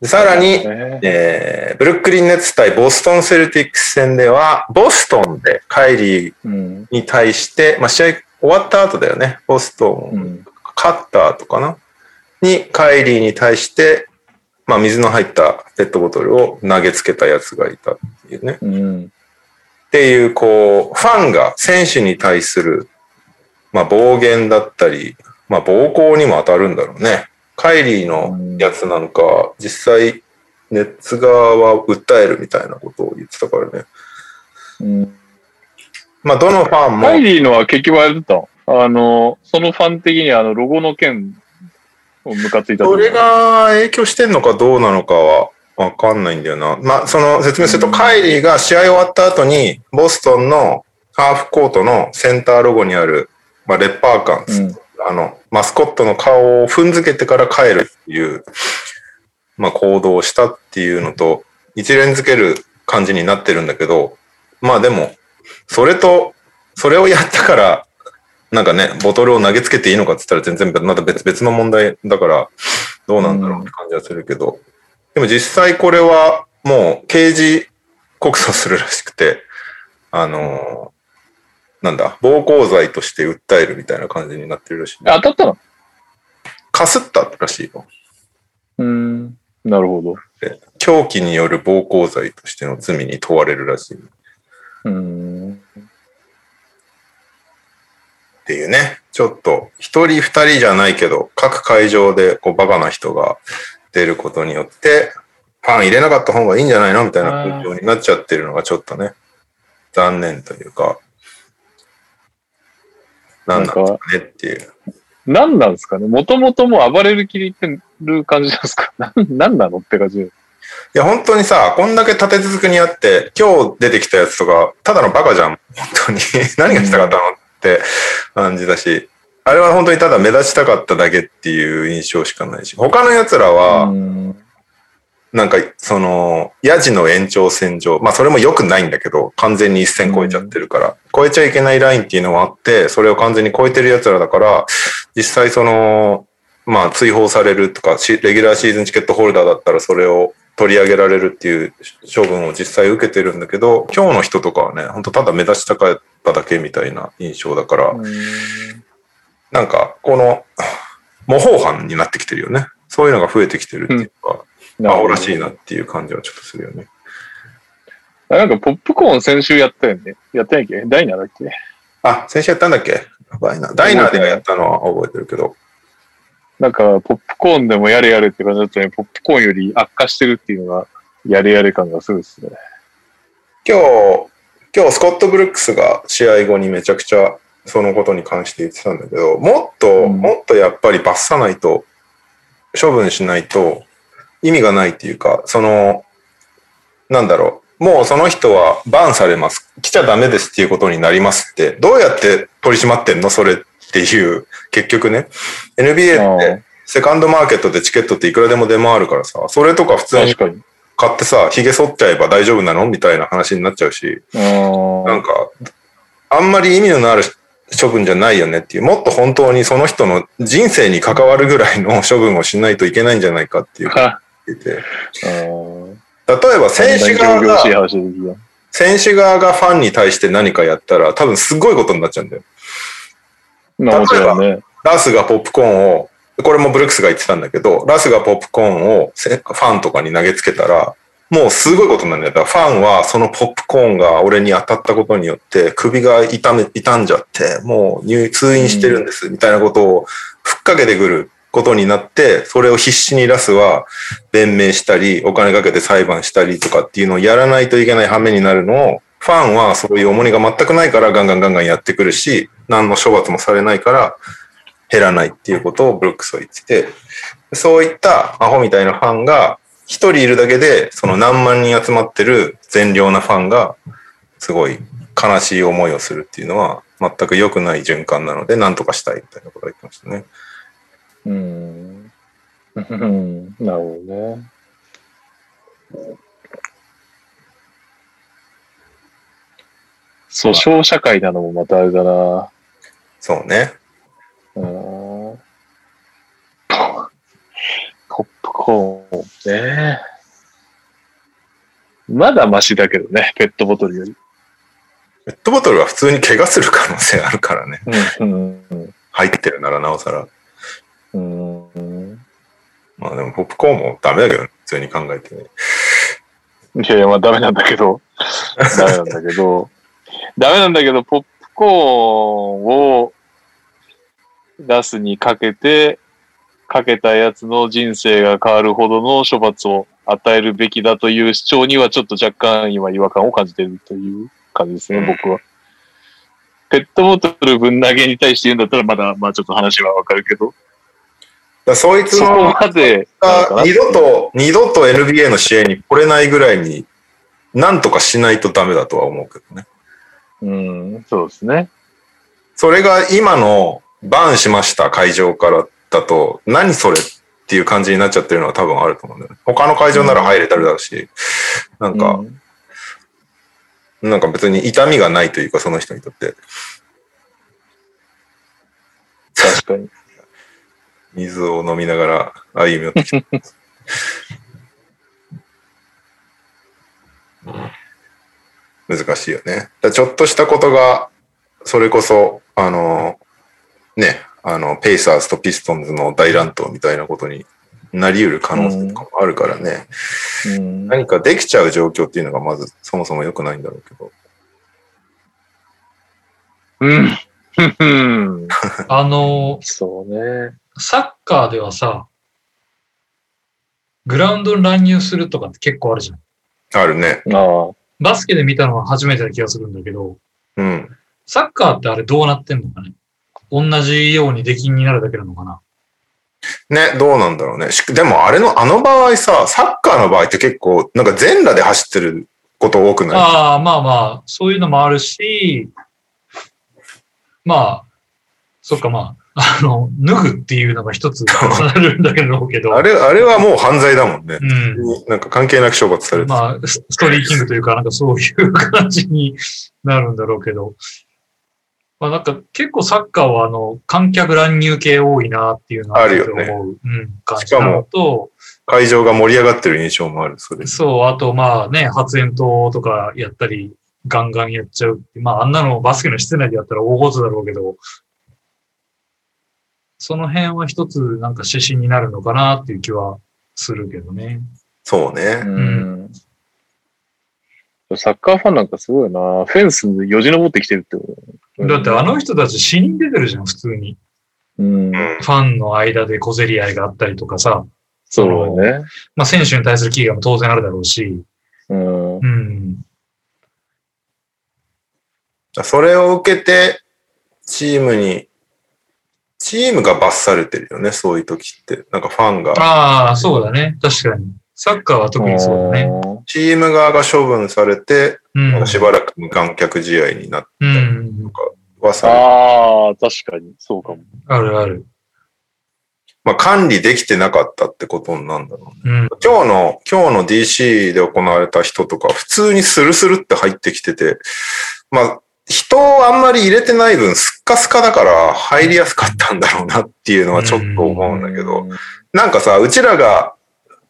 [SPEAKER 1] でさらに、えーブルックリン・ネッツ対ボストン・セルティックス戦では、ボストンでカイリー
[SPEAKER 2] うん。
[SPEAKER 1] に対して、まあ、試合終わった後だよね、ボストン、
[SPEAKER 2] ん
[SPEAKER 1] カッターとかな、にカイリーに対して、まあ、水の入ったペットボトルを投げつけたやつがいたっていうね。
[SPEAKER 2] うん。
[SPEAKER 1] っていう、こう、ファンが選手に対する、まあ、暴言だったり、まあ、暴行にも当たるんだろうね。カイリーのやつなんか、実際、ネッツ側は訴えるみたいなことを言ってたからね。まあ、どのファンも
[SPEAKER 2] カイ、リーのは結局あれだったのあの、そのファン的にあの、ロゴの件をムカついたと
[SPEAKER 1] そ
[SPEAKER 2] 思う
[SPEAKER 1] れ、が影響してんのかどうなのかはわかんないんだよな。まあ、その説明すると、カイリーが試合終わった後に、ボストンのハーフコートのセンターロゴにある、まあ、レッパー感、
[SPEAKER 2] うん
[SPEAKER 1] あの、マスコットの顔を踏んづけてから帰るっていう、まあ、行動をしたっていうのと、一連づける感じになってるんだけど、まあでも、それと、それをやったから、なんかね、ボトルを投げつけていいのかって言ったら全然また別別の問題だから、どうなんだろうって感じはするけど、でも実際これはもう刑事告訴するらしくて、あのーなんだ、暴行罪として訴えるみたいな感じになってるらしい。
[SPEAKER 2] 当たったの
[SPEAKER 1] かすったらしいよ。
[SPEAKER 2] うん。なるほど。
[SPEAKER 1] で狂気による暴行罪としての罪に問われるらしい。
[SPEAKER 2] うん。
[SPEAKER 1] っていうね、ちょっと、一人二人じゃないけど、各会場でこうバカな人が出ることによって、ファン入れなかった方がいいんじゃないのみたいな空調になっちゃってるのがちょっとね、残念というか、なんなんですかねっていう。
[SPEAKER 2] 何なんですかねもともともう暴れる気で言ってる感じなんですか何なんなのって感じ。
[SPEAKER 1] いや、本当にさ、こんだけ立て続けにあって、今日出てきたやつとか、ただのバカじゃん。本当に。 何がしたかったのって感じだし。あれは本当にただ目立ちたかっただけっていう印象しかないし。他の奴らは、
[SPEAKER 6] うん
[SPEAKER 1] なんか、その、ヤジの延長線上、まあそれも良くないんだけど、完全に一線超えちゃってるから、超えちゃいけないラインっていうのがあって、それを完全に超えてる奴らだから、実際その、まあ追放されるとか、しレギュラーシーズンチケットホルダーだったらそれを取り上げられるっていう処分を実際受けてるんだけど、今日の人とかはね、本当ただ目立ちたかっただけみたいな印象だから、なんか、この、模倣犯になってきてるよね。そういうのが増えてきてるっていうか、青らしいなっていう感じはちょっとするよね。
[SPEAKER 2] あなんかポップコーン先週やったよね。やってないっけダイナーだっけ
[SPEAKER 1] あ、先週やったんだっけやばいな。ダイナーでやったのは覚えてるけど。
[SPEAKER 2] なんかポップコーンでもやれやれって感じだったね。ポップコーンより悪化してるっていうのが、やれやれ感がするですね。
[SPEAKER 1] 今日、今日スコット・ブルックスが試合後にめちゃくちゃそのことに関して言ってたんだけど、もっと、
[SPEAKER 2] ん
[SPEAKER 1] もっとやっぱり罰さないと、処分しないと意味がないっていうか、その、なんだろう、もうその人はバンされます。来ちゃダメですっていうことになりますって、どうやって取り締まってんのそれっていう、結局ね。NBA ってセカンドマーケットでチケットっていくらでも出回るからさ、それとか普通に
[SPEAKER 2] 確かに。
[SPEAKER 1] 買ってさ、髭剃っちゃえば大丈夫なのみたいな話になっちゃうし、なんか、あんまり意味のある処分じゃないよねっていう、もっと本当にその人の人生に関わるぐらいの処分をしないといけないんじゃないかっていうこと
[SPEAKER 2] あ
[SPEAKER 1] 言ってて、
[SPEAKER 2] ー。
[SPEAKER 1] 例えば選手側
[SPEAKER 2] 々しい
[SPEAKER 1] が、
[SPEAKER 2] 話でき
[SPEAKER 1] 選手側がファンに対して何かやったら、多分すごいことになっちゃうんだよ。
[SPEAKER 2] た。まあもちろんね。
[SPEAKER 1] ラスがポップコーンを、これもブルックスが言ってたんだけど、ラスがポップコーンをせファンとかに投げつけたら、もうすごいことになるんだよ。だからファンはそのポップコーンが俺に当たったことによって首が痛め、痛んじゃって、もう入通院してるんです、みたいなことをふっかけてくることになって、それを必死にラスは弁明したり、お金かけて裁判したりとかっていうのをやらないといけない羽目になるのを、ファンはそういう重荷が全くないからガンガンガンガンやってくるし、何の処罰もされないから、減らないっていうことをブルックスは言ってて、そういったアホみたいなファンが、一人いるだけで、その何万人集まってる善良なファンが、すごい悲しい思いをするっていうのは、全く良くない循環なので、何とかしたいみたいなことを言ってましたね。
[SPEAKER 2] うん。 うんなるほどね。訴訟社会なのもまたあれだな。
[SPEAKER 1] そうね。
[SPEAKER 2] うん。ポップコーンね。まだマシだけどね、ペットボトルより。
[SPEAKER 1] ペットボトルは普通に怪我する可能性あるからね。
[SPEAKER 2] うん。うん
[SPEAKER 1] 入ってるならなおさら。
[SPEAKER 2] うん
[SPEAKER 1] まあでも、ポップコーンもダメだけどね、普通に考えてね。
[SPEAKER 2] いやいや、まあダメなんだけ ど、ダメなんだけど、ダメなんだけど、ポップコーンを出すにかけて、かけたやつの人生が変わるほどの処罰を与えるべきだという主張にはちょっと若干今違和感を感じてるという感じですね、
[SPEAKER 1] うん
[SPEAKER 2] 僕は。ペットボトルぶん投げに対して言うんだったらまだ、まあちょっと話はわかるけど、
[SPEAKER 1] だからそいつ
[SPEAKER 2] そ
[SPEAKER 1] の
[SPEAKER 2] こまでなのかなってい
[SPEAKER 1] 二
[SPEAKER 2] う、
[SPEAKER 1] 度と、二度と NBA の試合に来れないぐらいに、なんとかしないとダメだとは思うけどね。
[SPEAKER 2] うん、そうですね。
[SPEAKER 1] それが今のバンしました会場からだと、何それっていう感じになっちゃってるのは多分あると思うんだよね。他の会場なら入れたりだろうし、なんか、なんか別に痛みがないというか、その人にとって。
[SPEAKER 2] 確かに。
[SPEAKER 1] 水を飲みながら歩み寄ってきて。 難しいよね。だからちょっとしたことが、それこそ、あの、ね、あの、ペイサーズとピストンズの大乱闘みたいなことになり得る可能性とかもあるからね、
[SPEAKER 2] うん
[SPEAKER 1] 何かできちゃう状況っていうのがまずそもそも良くないんだろうけど。
[SPEAKER 2] うん。うん。
[SPEAKER 3] あの、
[SPEAKER 2] そうね。
[SPEAKER 3] サッカーではさ、グラウンドに乱入するとかって結構あるじゃん。
[SPEAKER 1] あるね。
[SPEAKER 2] ああ。
[SPEAKER 3] バスケで見たのは初めてな気がするんだけど、
[SPEAKER 1] うん。
[SPEAKER 3] サッカーってあれどうなってんのかね同じように出禁になるだけなのかな
[SPEAKER 1] ね、どうなんだろうね。しでもあれの、あの場合さ、サッカーの場合って結構、なんか全裸で走ってること多くない
[SPEAKER 3] ああ、まあまあ、そういうのもあるし、まあ、そっかまあ、あの、脱ぐっていうのが一つ重なるんだけど、けど
[SPEAKER 1] あれ、あれはもう犯罪だもんね。
[SPEAKER 3] うん。
[SPEAKER 1] なんか関係なく処罰されてる。
[SPEAKER 3] まあ、スストリーキングというか、なんかそういう感じになるんだろうけど、まあなんか結構サッカーはあの、観客乱入系多いなっていうのは
[SPEAKER 1] あるよね
[SPEAKER 3] ちょっと思う、うん、感じなのと、
[SPEAKER 1] 会場が盛り上がってる印象もある、それ。
[SPEAKER 3] そう、あとまあね、発煙筒とかやったり、ガンガンやっちゃうって。まああんなのバスケの室内でやったら大ごとだろうけど、その辺は一つなんか指針になるのかなっていう気はするけどね。
[SPEAKER 1] そうね。
[SPEAKER 5] ん。
[SPEAKER 2] サッカーファンなんかすごいなフェンスによじ登ってきてるってこと
[SPEAKER 3] だってあの人たち死に出てるじゃん、普通に。
[SPEAKER 2] うん
[SPEAKER 1] う。ん。
[SPEAKER 3] ファンの間で小競り合いがあったりとかさ、
[SPEAKER 2] そうね。
[SPEAKER 3] まあ選手に対する危害も当然あるだろうし、
[SPEAKER 2] うん。
[SPEAKER 3] うん。
[SPEAKER 1] それを受けて、チームに、チームが罰されてるよね、そういう時って。なんかファンが、
[SPEAKER 3] ああ、そうだね。確かに。サッカーは特にそうだね。
[SPEAKER 1] チーム側が処分されて、
[SPEAKER 3] うん。
[SPEAKER 1] なんかしばらく無観客試合になっ
[SPEAKER 3] うん。
[SPEAKER 1] はさ、
[SPEAKER 2] ああ、確かに、そうかも。
[SPEAKER 3] あるある。
[SPEAKER 1] まあ管理できてなかったってことになるんだろうね。
[SPEAKER 3] うん。
[SPEAKER 1] 今日の、今日の DC で行われた人とか、普通にスルスルって入ってきてて、まあ、人をあんまり入れてない分、スッカスカだから入りやすかったんだろうなっていうのはちょっと思うんだけど、なんかさ、うちらが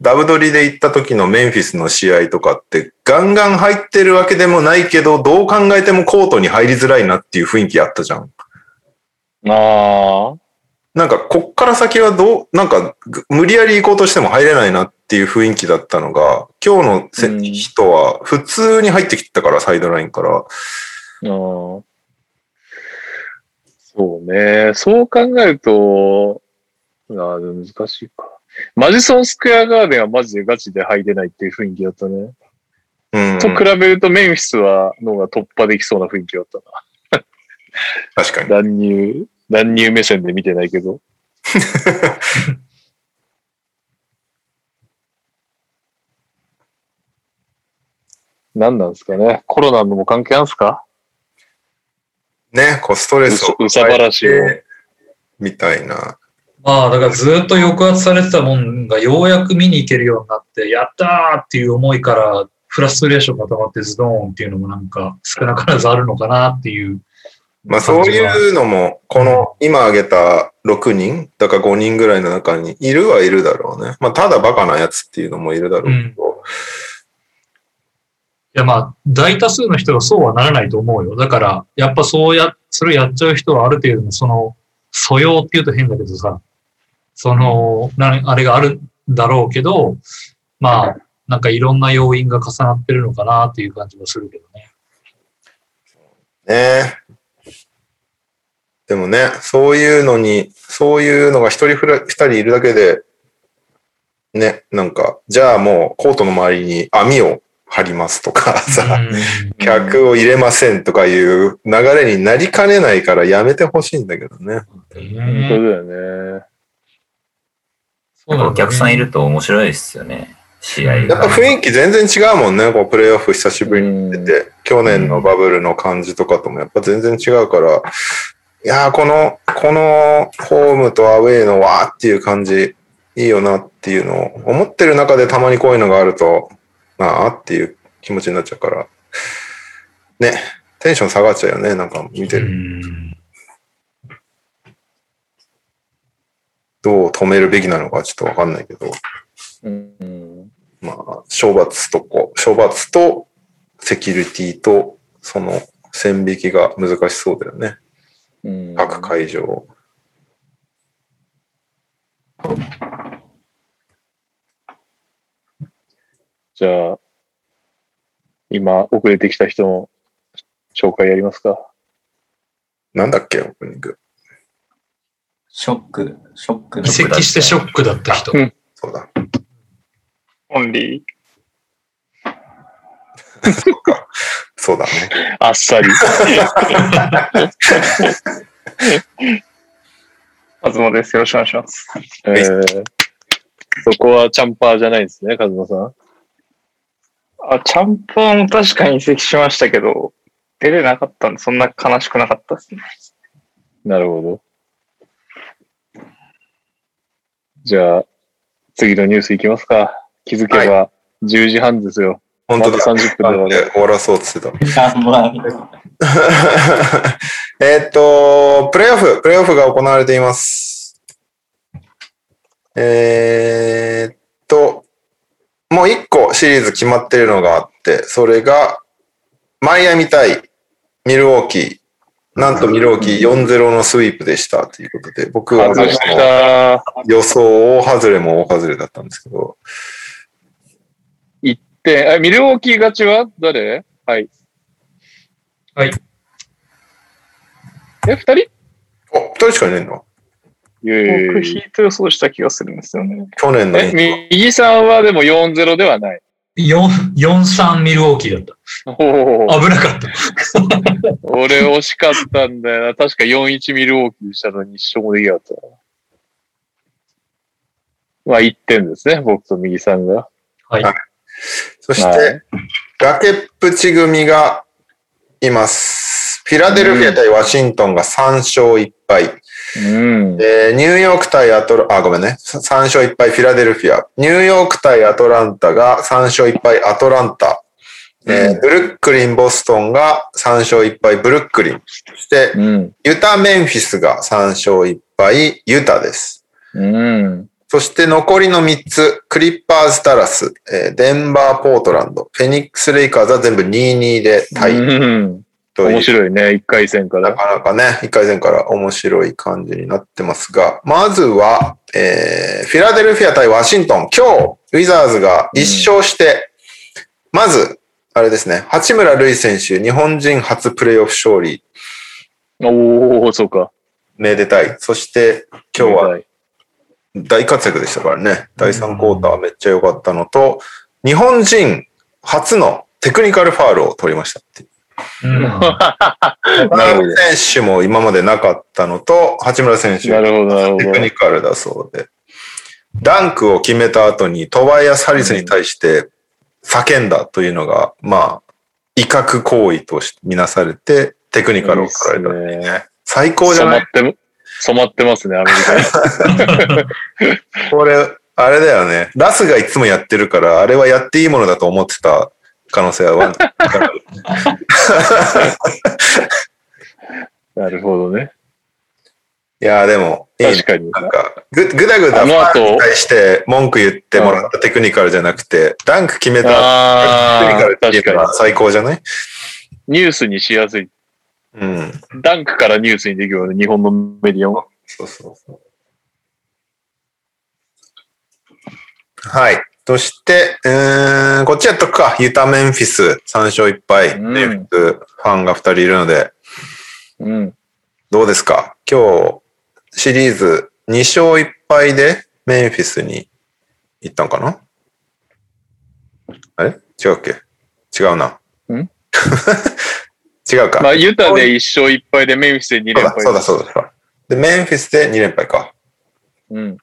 [SPEAKER 1] ダブドリで行った時のメンフィスの試合とかって、ガンガン入ってるわけでもないけど、どう考えてもコートに入りづらいなっていう雰囲気あったじゃん。
[SPEAKER 2] ああ、
[SPEAKER 1] なんか、こっから先はどう、なんか、ぐ無理やり行こうとしても入れないなっていう雰囲気だったのが、今日のせ
[SPEAKER 2] うん
[SPEAKER 1] 人は普通に入ってきたから、サイドラインから。
[SPEAKER 2] あーそうね。そう考えると、あーでも難しいか。マジソンスクエアガーデンはマジでガチで入れないっていう雰囲気だったね。
[SPEAKER 1] うん。
[SPEAKER 2] と比べるとメンフィスは、のが突破できそうな雰囲気だった
[SPEAKER 1] 確かに。
[SPEAKER 2] な。乱入、乱入目線で見てないけ ど。何なんですかねコロナのも関係あんすか
[SPEAKER 1] ね、こう、ストレスを
[SPEAKER 2] うさうさばらしを
[SPEAKER 1] 抱えてみたいな。
[SPEAKER 3] まあ、だからずっと抑圧されてたもんが、ようやく見に行けるようになって、やったーっていう思いから、フラストレーションが溜まってズドーンっていうのもなんか、少なからずあるのかなっていう。
[SPEAKER 1] まあ、そういうのも、この、今挙げた6人、だから5人ぐらいの中にいるはいるだろうね。まあ、ただバカなやつっていうのもいるだろうけど。
[SPEAKER 3] いやまあ、大多数の人がそうはならないと思うよ。だから、やっぱそうや、それやっちゃう人はある程度のその、素養っていうと変だけどさ、その、なあれがあるんだろうけど、まあ、なんかいろんな要因が重なってるのかなっていう感じもするけど ね。
[SPEAKER 1] ねでもね、そういうのに、そういうのが一人ふら二人いるだけで、ね、なんか、じゃあもうコートの周りに網を張りますとかさ、
[SPEAKER 3] うん
[SPEAKER 1] 客を入れませんとかいう流れになりかねないからやめてほしいんだけどね。
[SPEAKER 2] 本当
[SPEAKER 3] ね
[SPEAKER 2] だよね。
[SPEAKER 3] そうなんだね
[SPEAKER 5] お客さんいると面白いですよね。試合
[SPEAKER 1] やっ
[SPEAKER 5] が
[SPEAKER 1] ぱ。雰囲気全然違うもんね、こうプレイオフ久しぶりに
[SPEAKER 2] うん
[SPEAKER 1] 出て、去年のバブルの感じとかともやっぱ全然違うから、いやーこの、このホームとアウェイのわーっていう感じ、いいよなっていうのを思ってる中でたまにこういうのがあると、なあっていう気持ちになっちゃうから、ね、テンション下がっちゃうよね、なんか見て
[SPEAKER 3] う
[SPEAKER 1] る。
[SPEAKER 3] ん
[SPEAKER 1] どう止めるべきなのかちょっとわかんないけど、
[SPEAKER 2] うん。
[SPEAKER 1] まあ、処罰とこ、処罰とセキュリティと、その線引きが難しそうだよね。
[SPEAKER 2] うん
[SPEAKER 1] 各会場。
[SPEAKER 2] じゃあ、今、遅れてきた人の紹介やりますか。
[SPEAKER 1] なんだっけ、オープニング。
[SPEAKER 5] ショック、ショック
[SPEAKER 3] 移籍してショックだった人。
[SPEAKER 1] そうだ。
[SPEAKER 2] オンリー。
[SPEAKER 1] そうだね。
[SPEAKER 2] あっさり。カズマです。よろしくお願いします。えー、そこはチャンパーじゃないですね、カズマさん。
[SPEAKER 6] あ、チャンパーも確かに移籍しましたけど、出れなかったんで、そんな悲しくなかったですね。
[SPEAKER 2] なるほど。じゃあ、次のニュースいきますか。気づけば10時半ですよ。
[SPEAKER 1] 本当だ。
[SPEAKER 2] まだ30分だから
[SPEAKER 1] で終わらそうって言ってた。
[SPEAKER 4] あまあ
[SPEAKER 1] えーっと、プレーオフ、プレーオフが行われています。えーっと、もう一個シリーズ決まってるのがあって、それが、マイアミ対ミルウォーキー。なんとミルウォーキー4-0のスイープでしたということで、僕は
[SPEAKER 2] 外した。
[SPEAKER 1] 予想大外れも大外れだったんですけど、
[SPEAKER 2] で、あミルウォーキー勝ちは誰はい。
[SPEAKER 3] はい。
[SPEAKER 2] え、二人
[SPEAKER 1] お、2人しかいないの
[SPEAKER 2] いやいやいや
[SPEAKER 6] 僕、ヒート予想した気がするんですよね。
[SPEAKER 1] 去年の
[SPEAKER 2] え、み右さんはでも4-0ではない。
[SPEAKER 3] 4-3ミルウォーキーだっ
[SPEAKER 2] おお
[SPEAKER 3] た。危なかった。
[SPEAKER 2] 俺惜しかったんだよな。確か4-1ミルウォーキーしたのに一勝もできなかったな。まあ1点ですね、僕と右さんが。
[SPEAKER 1] そして、
[SPEAKER 2] は
[SPEAKER 1] 崖っぷち組がいます。フィラデルフィア対ワシントンが3勝1敗。
[SPEAKER 2] うん。
[SPEAKER 1] えーニューヨーク対アトラ、あ、ごめんね。さ3勝1敗フィラデルフィア。ニューヨーク対アトランタが3勝1敗アトランタ。えーブルックリン、ボストンが3勝1敗ブルックリン。そして、
[SPEAKER 2] うん。
[SPEAKER 1] ユタ、メンフィスが3勝1敗ユタです。
[SPEAKER 2] うん。
[SPEAKER 1] そして残りの3つ、クリッパーズ・ダラス、えーデンバー・ポートランド、フェニックス・レイカーズは全部2-2でタイ
[SPEAKER 2] うん。
[SPEAKER 1] という。
[SPEAKER 2] 面白いね、1回戦か
[SPEAKER 1] な
[SPEAKER 2] ら。
[SPEAKER 1] かなかね、1回戦から面白い感じになってますが、まずは、えーフィラデルフィア対ワシントン、今日、ウィザーズが1勝して、まず、あれですね、八村塁選手、日本人初プレイオフ勝利、
[SPEAKER 2] おおそうか。
[SPEAKER 1] めでたい。そして、今日は大活躍でしたからね。第3クォーターめっちゃ良かったのと、日本人初のテクニカルファールを取りましたっていう。
[SPEAKER 3] う
[SPEAKER 1] な
[SPEAKER 2] なるほど
[SPEAKER 1] 選手も今までなかったのと、八村選手
[SPEAKER 2] なるほど、なるほ
[SPEAKER 1] テクニ
[SPEAKER 2] ど。
[SPEAKER 1] カルだそうで。ダンクを決めた後にトバイアス・ハリスに対して叫んだというのが、まあ、威嚇行為としみなされて、テクニカルを取られたっていう
[SPEAKER 2] いいっ
[SPEAKER 1] ね。最高じ
[SPEAKER 2] 染
[SPEAKER 1] ゃ
[SPEAKER 2] ま
[SPEAKER 1] な
[SPEAKER 2] っ
[SPEAKER 1] い
[SPEAKER 2] ても、染まってますね、アメリカに。
[SPEAKER 1] これ、あれだよね。ラスがいつもやってるから、あれはやっていいものだと思ってた可能性はワン
[SPEAKER 2] なるほどね。
[SPEAKER 1] いやーでも、いいね
[SPEAKER 2] 確かに。
[SPEAKER 1] なんか、ぐ、ぐだぐだ
[SPEAKER 2] あ
[SPEAKER 1] フ
[SPEAKER 2] の
[SPEAKER 1] ァ
[SPEAKER 2] 後
[SPEAKER 1] ンに対して文句言ってもらったテクニカルじゃなくて、ダンク決めたテクニ
[SPEAKER 2] あ
[SPEAKER 1] カル
[SPEAKER 2] あ、
[SPEAKER 1] ってい
[SPEAKER 2] 確
[SPEAKER 1] うの
[SPEAKER 2] か
[SPEAKER 1] は最高じゃない
[SPEAKER 2] に。ニュースにしやすい。
[SPEAKER 1] うん。
[SPEAKER 2] ダンクからニュースにできるよね、日本のメディアも。
[SPEAKER 1] そうそうそう。はい。そして、うーん、こっちやっとくか。ユタ・メンフィス、3勝1敗。
[SPEAKER 2] うん
[SPEAKER 1] メンフィスファンが2人いるので、
[SPEAKER 2] うん。
[SPEAKER 1] どうですか今日、シリーズ2勝1敗でメンフィスに行ったんかなあれ違うっけ違うな。
[SPEAKER 2] ん
[SPEAKER 1] 違うか。
[SPEAKER 2] まあ、ユタで1勝1敗で、メンフィスで2
[SPEAKER 1] そう
[SPEAKER 2] 連
[SPEAKER 1] だ、
[SPEAKER 2] 敗。
[SPEAKER 1] そうだ、そうだ。で、メンフィスで2連敗か。
[SPEAKER 2] うん。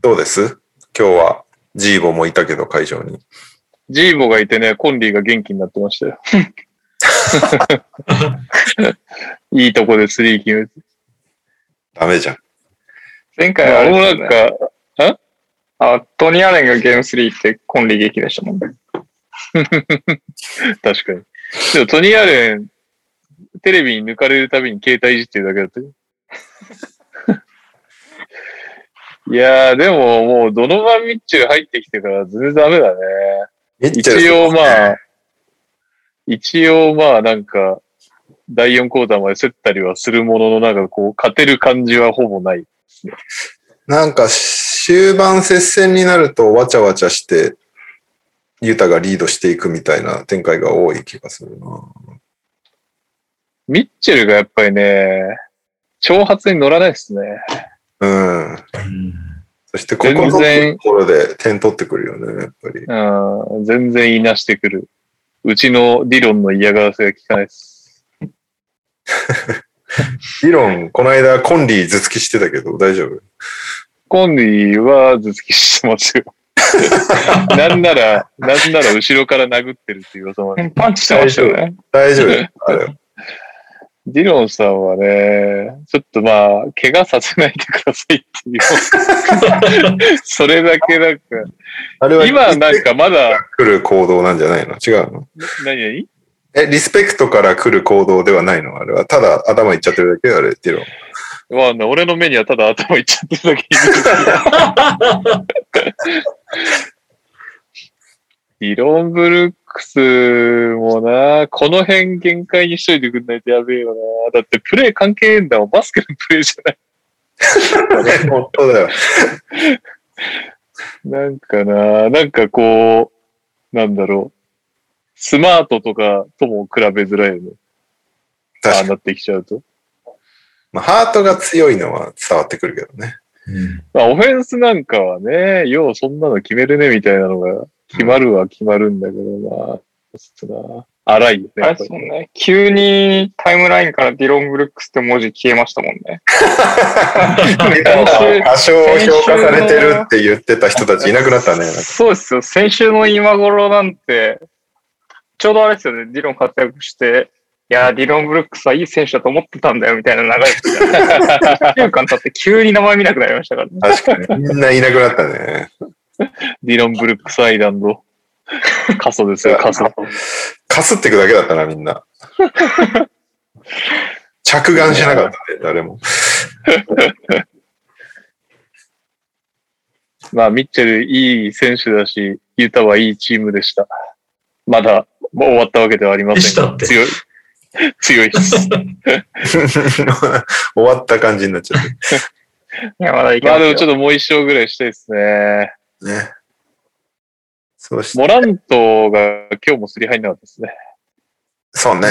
[SPEAKER 1] どうです今日はジーボもいたけど会場に。
[SPEAKER 2] ジーボがいてね、コンリーが元気になってました よ。 いいとこでスリー決めて。
[SPEAKER 1] ダメじゃん。
[SPEAKER 6] 前回はあ
[SPEAKER 2] あ
[SPEAKER 6] れ
[SPEAKER 2] れ
[SPEAKER 6] で
[SPEAKER 2] も
[SPEAKER 6] す
[SPEAKER 2] な
[SPEAKER 6] よね
[SPEAKER 2] んか、
[SPEAKER 6] あ、トニー・アレンがゲーム3ってコンリ劇でしたもんね。
[SPEAKER 2] 確かに。でもトニー・アレン、テレビに抜かれるたびに携帯いじってるだけだったよ。いやー、でももうドノバン・ミッチェル入ってきてから全然ダメだね。
[SPEAKER 1] ミッチェル
[SPEAKER 2] 一応まあ、一応まあなんか、第4クォーターまで競ったりはするものの、なんかこう、勝てる感じはほぼない。
[SPEAKER 1] なんか終盤接戦になるとわちゃわちゃして、ユタがリードしていくみたいな展開が多い気がするな。
[SPEAKER 2] ミッチェルがやっぱりね、挑発に乗らないですね。
[SPEAKER 1] うん。
[SPEAKER 3] ん
[SPEAKER 1] そしてここ
[SPEAKER 2] 全
[SPEAKER 1] のと
[SPEAKER 2] 然
[SPEAKER 1] ころで点取ってくるよね、やっぱり。
[SPEAKER 2] うん、全然言いなしてくる。うちの理論の嫌がらせが効かないです。
[SPEAKER 1] 理論、この間コンリー頭突きしてたけど大丈夫
[SPEAKER 2] コンリーは頭突きしてますよ。なんなら、なんなら後ろから殴ってるっていう噂まで。
[SPEAKER 6] パンチしてましたよね。
[SPEAKER 1] 大丈夫あれ
[SPEAKER 2] ディロンさんはね、ちょっとまあ、怪我させないでくださいっていう。それだけなんか、
[SPEAKER 1] あれは
[SPEAKER 2] 今なんかまだ、
[SPEAKER 1] 来る行動なんじゃないの違うの
[SPEAKER 2] 何々
[SPEAKER 1] え、リスペクトから来る行動ではないのあれは。ただ頭いっちゃってるだけあれ、ディロン。
[SPEAKER 2] まあね、俺の目にはただ頭いっちゃってるだけイロンブルックスもな、この辺限界にしといてくんないとやべえよな。だってプレー関係ねえんだもん。バスケのプレーじゃない。
[SPEAKER 1] 本当だよ。
[SPEAKER 2] なんかな、なんかこう、なんだろう。スマートとかとも比べづらいよね。
[SPEAKER 1] 確
[SPEAKER 2] あ
[SPEAKER 1] か
[SPEAKER 2] あ
[SPEAKER 1] に。
[SPEAKER 2] なってきちゃうと。
[SPEAKER 1] まあ、ハートが強いのは伝わってくるけどね。
[SPEAKER 3] うん
[SPEAKER 2] まあ、オフェンスなんかはね、ようそんなの決めるねみたいなのが、決まるは決まるんだけどな、ちょっとな、荒いよね。
[SPEAKER 6] あ
[SPEAKER 2] や
[SPEAKER 6] れ
[SPEAKER 2] っぱ
[SPEAKER 6] です
[SPEAKER 2] り
[SPEAKER 6] もんね。急にタイムラインからディロン・ブルックスって文字消えましたもんね。先
[SPEAKER 1] 多少評価されてるって言ってた人たちいなくなったね。なん
[SPEAKER 6] 週、
[SPEAKER 1] か
[SPEAKER 6] そうですよ。先週の今頃なんて、ちょうどあれですよね。ディロン活躍して、いやー、ディロン・ブルックスはいい選手だと思ってたんだよ、みたいな流れですよね。1週 間経って急に名前見なくなりましたからね。
[SPEAKER 1] 確かに。みんないなくなったね。
[SPEAKER 2] ディロン・ブルックス・アイラン ド。過疎ですよ、過疎。
[SPEAKER 1] かすってくだけだったな、みんな。着眼しなかったね、誰も。
[SPEAKER 2] まあ、ミッチェルいい選手だし、ユタはいいチームでした。まだ、もう終わったわけではありません
[SPEAKER 3] でしたって
[SPEAKER 2] 強い。強い です。
[SPEAKER 1] 終わった感じになっちゃっ
[SPEAKER 6] いや、まだいけ
[SPEAKER 2] ま
[SPEAKER 6] ま
[SPEAKER 2] あ
[SPEAKER 6] すよ
[SPEAKER 2] でもちょっともう一勝ぐらいしたいですね。
[SPEAKER 1] たね。そうし、
[SPEAKER 2] モラントが今日もすり入んなかったですね。
[SPEAKER 1] そうね。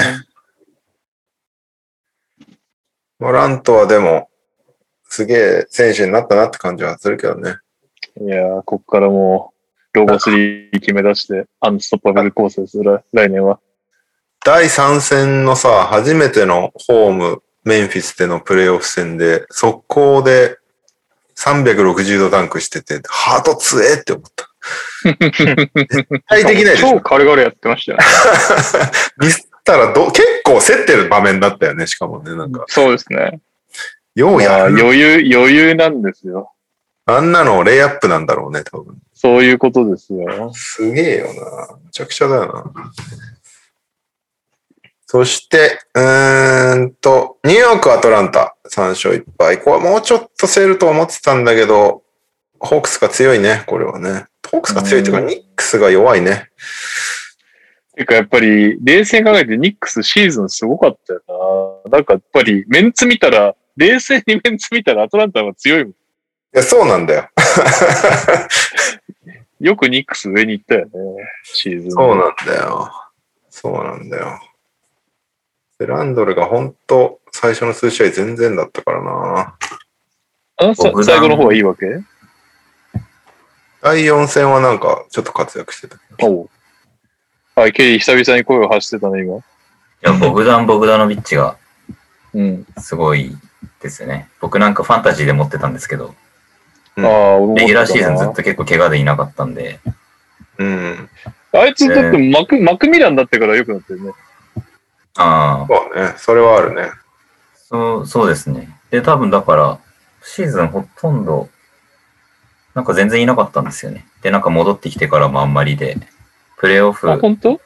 [SPEAKER 1] モラントはでも、すげえ選手になったなって感じはするけどね。
[SPEAKER 2] いやー、こっからもう、ロボ3決め出して、アンストッパブル構成する、来年は。
[SPEAKER 1] 第3戦のさ、初めてのホーム、メンフィスでのプレーオフ戦で、速攻で360度ダンクしてて、ハート強えって思った。絶対でき ないでし
[SPEAKER 6] 超
[SPEAKER 1] ょ。
[SPEAKER 6] 軽々やってましたよね。
[SPEAKER 1] ミスったらど、結構競ってる場面だったよね、しかもね、なんか。
[SPEAKER 6] そうですね。
[SPEAKER 1] よう
[SPEAKER 2] いや
[SPEAKER 1] や
[SPEAKER 2] ー
[SPEAKER 1] る。
[SPEAKER 2] 余裕、余裕なんですよ。
[SPEAKER 1] あんなのレイアップなんだろうね、多分。
[SPEAKER 2] そういうことですよ。
[SPEAKER 1] すげえよな。めちゃくちゃだよな。そして、うーんと、ニューヨーク、アトランタ、3勝1敗。これもうちょっとセールと思ってたんだけど、ホークスが強いね、これはね。ホークスが強いっていうか、ニックスが弱いね。
[SPEAKER 2] てか、やっぱり、冷静に考えてニックスシーズンすごかったよな。なんか、やっぱり、メンツ見たら、冷静にメンツ見たらアトランタが強いもん。
[SPEAKER 1] いや、そうなんだよ。
[SPEAKER 2] よくニックス上に行ったよね、シーズン。
[SPEAKER 1] そうなんだよ。そうなんだよ。でランドルが本当最初の数試合全然だったからな。
[SPEAKER 2] あさ最後の方はいいわけ
[SPEAKER 1] 第4戦はなんか、ちょっと活躍してた。
[SPEAKER 2] おうはい、ケリー、久々に声を発してたね、今。
[SPEAKER 5] いや、ボグダン・ボグダノビッチが
[SPEAKER 2] うん。
[SPEAKER 5] すごいですね。僕なんかファンタジーで持ってたんですけど、
[SPEAKER 1] うん
[SPEAKER 2] ああ、俺も思ってたな
[SPEAKER 5] レギュラーシーズンずっと結構怪我でいなかったんで、
[SPEAKER 1] うん。
[SPEAKER 2] あいつだってマク、マクミランだってから良くなったよね。
[SPEAKER 5] ああ、
[SPEAKER 1] そうね。それはあるね。
[SPEAKER 5] そう、そうですね。で、多分だから、シーズンほとんど、なんか全然いなかったんですよね。で、なんか戻ってきてからもあんまりで、プレーオフ、
[SPEAKER 2] あ、本当？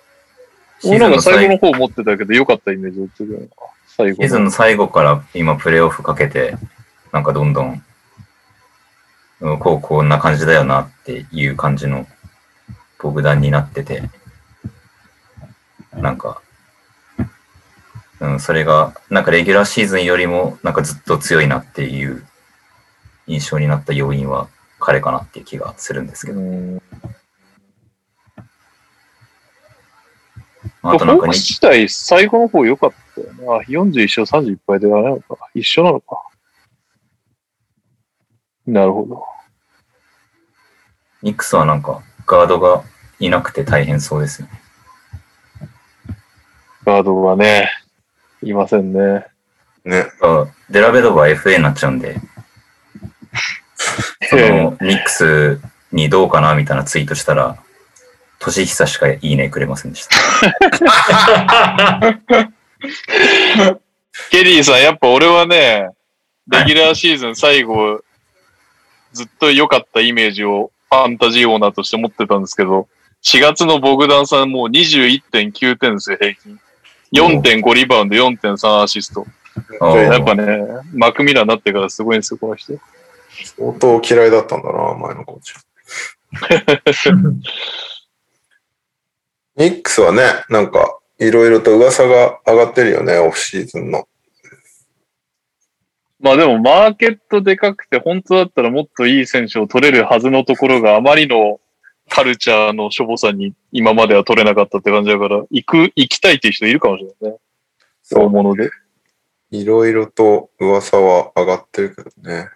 [SPEAKER 5] シ
[SPEAKER 2] 俺
[SPEAKER 5] ーズ
[SPEAKER 2] な
[SPEAKER 5] ン
[SPEAKER 2] ん
[SPEAKER 5] の
[SPEAKER 2] か最
[SPEAKER 5] 最
[SPEAKER 2] 後
[SPEAKER 5] 後
[SPEAKER 2] の方持ってたけど、良かったイメージだったけどな最
[SPEAKER 5] シーズン
[SPEAKER 2] 後
[SPEAKER 5] の最後から今プレーオフかけて、なんかどんどん、うんこう、こんな感じだよなっていう感じのボグダンになってて、なんか、うん、それが、なんかレギュラーシーズンよりも、なんかずっと強いなっていう印象になった要因は彼かなっていう気がするんですけど。
[SPEAKER 2] の。
[SPEAKER 5] あ
[SPEAKER 2] あ
[SPEAKER 5] と
[SPEAKER 2] と
[SPEAKER 5] な
[SPEAKER 2] なんん
[SPEAKER 5] か
[SPEAKER 2] か
[SPEAKER 5] に、
[SPEAKER 2] 自体最後の方良かったよね。あ、41勝31敗であれなのか。一緒なのか。なるほど。
[SPEAKER 5] ニックスはなんかガードがいなくて大変そうですよね。
[SPEAKER 2] ガードがね、いませんね。
[SPEAKER 1] ね。
[SPEAKER 5] あデラベドバ FA になっちゃう んで、そのニックスにどうかなみたいなツイートしたら、年久しかいいねくれません でした。
[SPEAKER 2] ケリーさん、やっぱ俺はね、レギュラーシーズン最後、ずっと良かったイメージをファンタジーオーナーとして持ってたんですけど、4月のボグダンさんもう21.9点ですよ、平均。4.5リバウンド、4.3アシスト。
[SPEAKER 5] あー
[SPEAKER 2] やっぱね、マクミラーになってからすごいんですよ、この人。
[SPEAKER 1] 相当嫌いだったんだな、前のコーチ。ニックスはね、なんか、いろいろと噂が上がってるよね、オフシーズンの。
[SPEAKER 2] まあでもマーケットでかくて本当だったらもっといい選手を取れるはずのところがあまりのカルチャーのしょぼさに今までは取れなかったって感じだから、行く、行きたいっていう人いるかもしれないね。そう思うので。
[SPEAKER 1] いろいろと噂は上がってるけどね。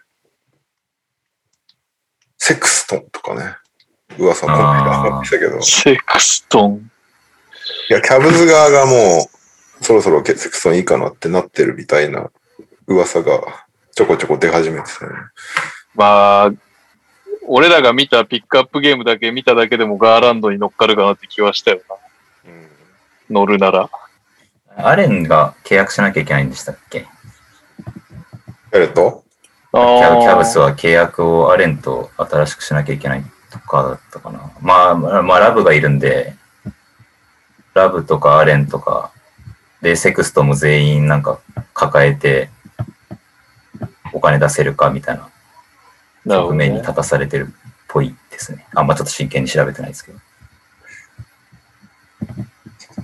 [SPEAKER 1] セクストンとかね。噂も上がってきたけど。
[SPEAKER 2] セクストン。
[SPEAKER 1] いや、キャブズ側がもう、そろそろセクストンいいかなってなってるみたいな噂がちょこちょこ出始めてたね。
[SPEAKER 2] まあ、俺らが見たピックアップゲームだけ見ただけでもガーランドに乗っかるかなって気はしたよな。乗るなら。
[SPEAKER 5] アレンが契約しなきゃいけないんでしたっけ
[SPEAKER 1] 誰と
[SPEAKER 2] キ
[SPEAKER 5] キャキャブスは契約をアレンと新しくしなきゃいけないとかだったかな。まあ、まあまあ、ラブがいるんで、ラブとかアレンとか、で、セクストも全員なんか抱えて、お金出せるかみたいな
[SPEAKER 2] なるほど
[SPEAKER 5] 局面
[SPEAKER 2] ね
[SPEAKER 5] に立たされてるっぽいですね。あんまちょっと真剣に調べてないですけど。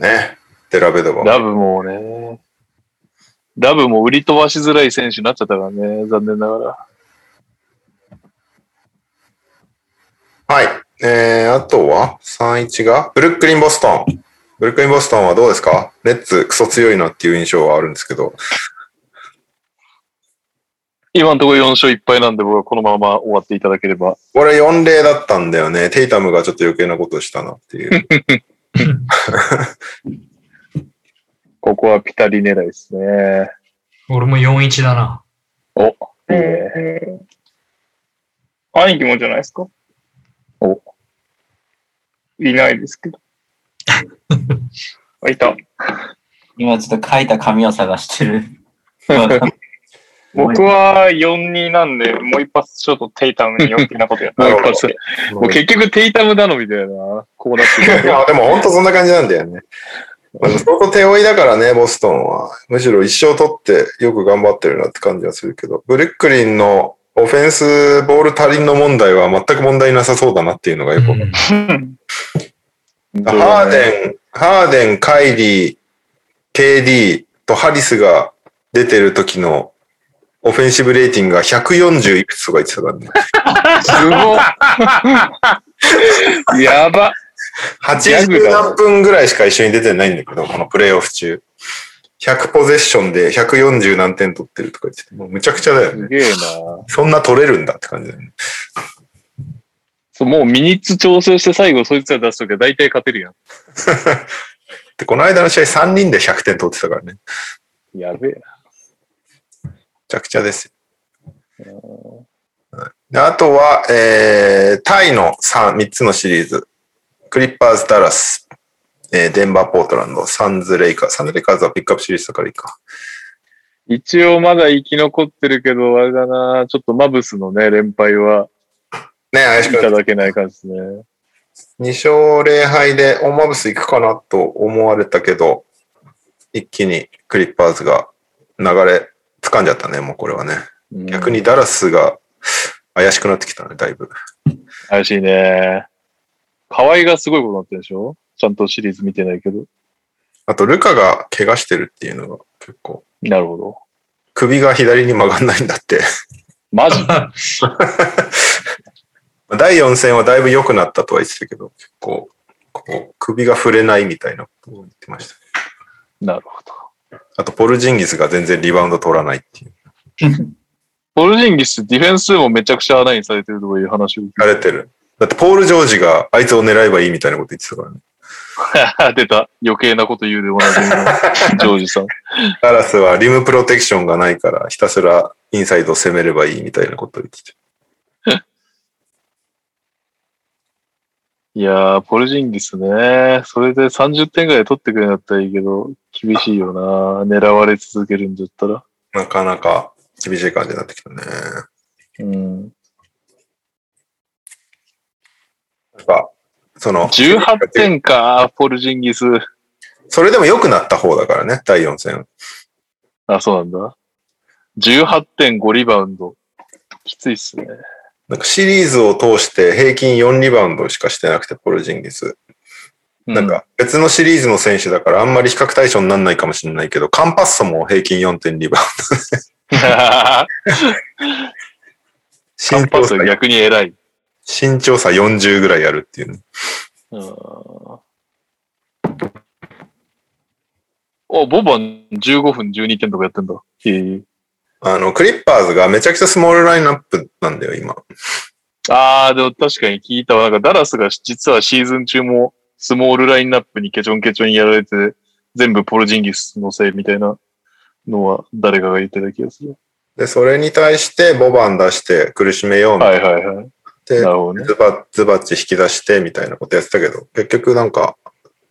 [SPEAKER 1] ね。デラベドバ。
[SPEAKER 2] ラブもね、ラブも売り飛ばしづらい選手になっちゃったからね、残念ながら。
[SPEAKER 1] はい。えー、あとは、3-1が、ブルックリン・ボストン。ブルックリン・ボストンはどうですかネッツ、クソ強いなっていう印象はあるんですけど。
[SPEAKER 2] 今のところ4勝1敗なんで、僕はこのまま終わっていただければ。
[SPEAKER 1] これ4例だったんだよね。テイタムがちょっと余計なことをしたなっていう。
[SPEAKER 2] ここはピタリ狙いですね。
[SPEAKER 3] 俺も4-1だな。
[SPEAKER 2] お、いいね
[SPEAKER 6] えー兄貴もじゃないですか
[SPEAKER 2] お
[SPEAKER 6] いないです けど。あいた。
[SPEAKER 4] 今ちょっと書いた紙を探してる。
[SPEAKER 6] 僕は4-2なんで、もう一発ちょっとテイタムに余計なことやった。
[SPEAKER 2] もう一発。もう結局テイタム頼みだよな。こうなってくる
[SPEAKER 1] いや、でも本当そんな感じなんだよね。あの相当手負いだからね、ボストンは。むしろ一生取ってよく頑張ってるなって感じはするけど、ブルックリンのオフェンスボール足りんの問題は全く問題なさそうだなっていうのがよくわかる。
[SPEAKER 3] うん
[SPEAKER 1] ハーデン、ハーデン、カイリー、KD とハリスが出てる時のオフェンシブレーティングが140いくつとか言ってたからね。
[SPEAKER 2] すごいやば。
[SPEAKER 1] 80何分ぐらいしか一緒に出てないんだけど、このプレイオフ中。100ポゼッションで140何点取ってるとか言ってて、もうむちゃくちゃだよ
[SPEAKER 2] す
[SPEAKER 1] ね。
[SPEAKER 2] げえな。
[SPEAKER 1] そんな取れるんだって感じだよね。
[SPEAKER 2] そうもうミニッツ調整して最後そいつら出すときは大体勝てるや
[SPEAKER 1] で、この間の試合3人で100点取ってたからね。む
[SPEAKER 2] ん。やべえな。
[SPEAKER 1] ちゃくちゃですよ。であとは、えー、タイの3、3つのシリーズ。クリッパーズ・ダラス、えー、デンバー・ポートランド、サンズ・レイカーズ、サンズ・レイカーズはピックアップシリーズだからいいか。
[SPEAKER 2] 一応まだ生き残ってるけど、あれだな。ちょっとマブスのね、連敗は
[SPEAKER 1] ね、
[SPEAKER 2] い
[SPEAKER 1] 林君
[SPEAKER 2] た、だけない感じですね。
[SPEAKER 1] 2勝0敗でオンマブス行くかなと思われたけど、一気にクリッパーズが流れ掴んじゃったね、もうこれはね。
[SPEAKER 2] うん
[SPEAKER 1] 逆にダラスが怪しくなってきたね、だいぶ。
[SPEAKER 2] 怪しいね。河合がすごいことになってるでしょちゃんとシリーズ見てないけど。
[SPEAKER 1] あと、ルカが怪我してるっていうのが結構、
[SPEAKER 2] なるほど。
[SPEAKER 1] 首が左に曲がんないんだって。
[SPEAKER 2] マジ
[SPEAKER 1] 第4戦はだいぶ良くなったとは言ってたけど、結構、こう首が触れないみたいなことを言ってましたね。
[SPEAKER 2] なるほど。
[SPEAKER 1] あと、ポルジンギスが全然リバウンド取らないっていう。
[SPEAKER 2] ポルジンギス、ディフェンスでもめちゃくちゃ穴にされてるとかいう話を聞い
[SPEAKER 1] 言われてる。だって、ポール・ジョージがあいつを狙えばいいみたいなこと言ってたからね。
[SPEAKER 2] 出た。余計なこと言うでおなじみのジョージさん。
[SPEAKER 1] カラスはリムプロテクションがないから、ひたすらインサイドを攻めればいいみたいなこと言ってて。
[SPEAKER 2] いやー、ポルジンギスね。それで30点ぐらい取ってくれなったらいいけど、厳しいよな。狙われ続けるんだったら。
[SPEAKER 1] なかなか厳しい感じになってきたね。
[SPEAKER 2] うん。
[SPEAKER 1] なんか、その、
[SPEAKER 2] 18点か、ポルジンギス。
[SPEAKER 1] それでも良くなった方だからね、第4戦。
[SPEAKER 2] あ、そうなんだ。18.5リバウンド。きついっすね。
[SPEAKER 1] なんかシリーズを通して平均4リバウンドしかしてなくて、ポルジンギス。
[SPEAKER 2] う
[SPEAKER 1] なんか別のシリーズの選手だからあんまり比較対象にならないかもしれないけど、カンパッソも平均4点リバウン ド。
[SPEAKER 2] カン
[SPEAKER 1] 身
[SPEAKER 2] パ
[SPEAKER 1] 長
[SPEAKER 2] ス
[SPEAKER 1] 差
[SPEAKER 2] 逆に偉い。
[SPEAKER 1] 身長差40ぐらいあるっていうね。
[SPEAKER 2] うんお、ボバン15分12点とかやってんだ。へえ
[SPEAKER 1] あの、クリッパーズがめちゃくちゃスモールラインナップなんだよ、今。
[SPEAKER 2] あー、でも確かに聞いたわ。なんかダラスが実はシーズン中もスモールラインナップにケチョンケチョンやられて、全部ポルジンギスのせいみたいなのは誰かが言ってた気がする。
[SPEAKER 1] で、それに対してボバン出して苦しめようみたい
[SPEAKER 2] はいはいはい。な
[SPEAKER 1] な。
[SPEAKER 2] るほどね。
[SPEAKER 1] ズバズバッチ引き出してみたいなことやってたけど、結局なんか、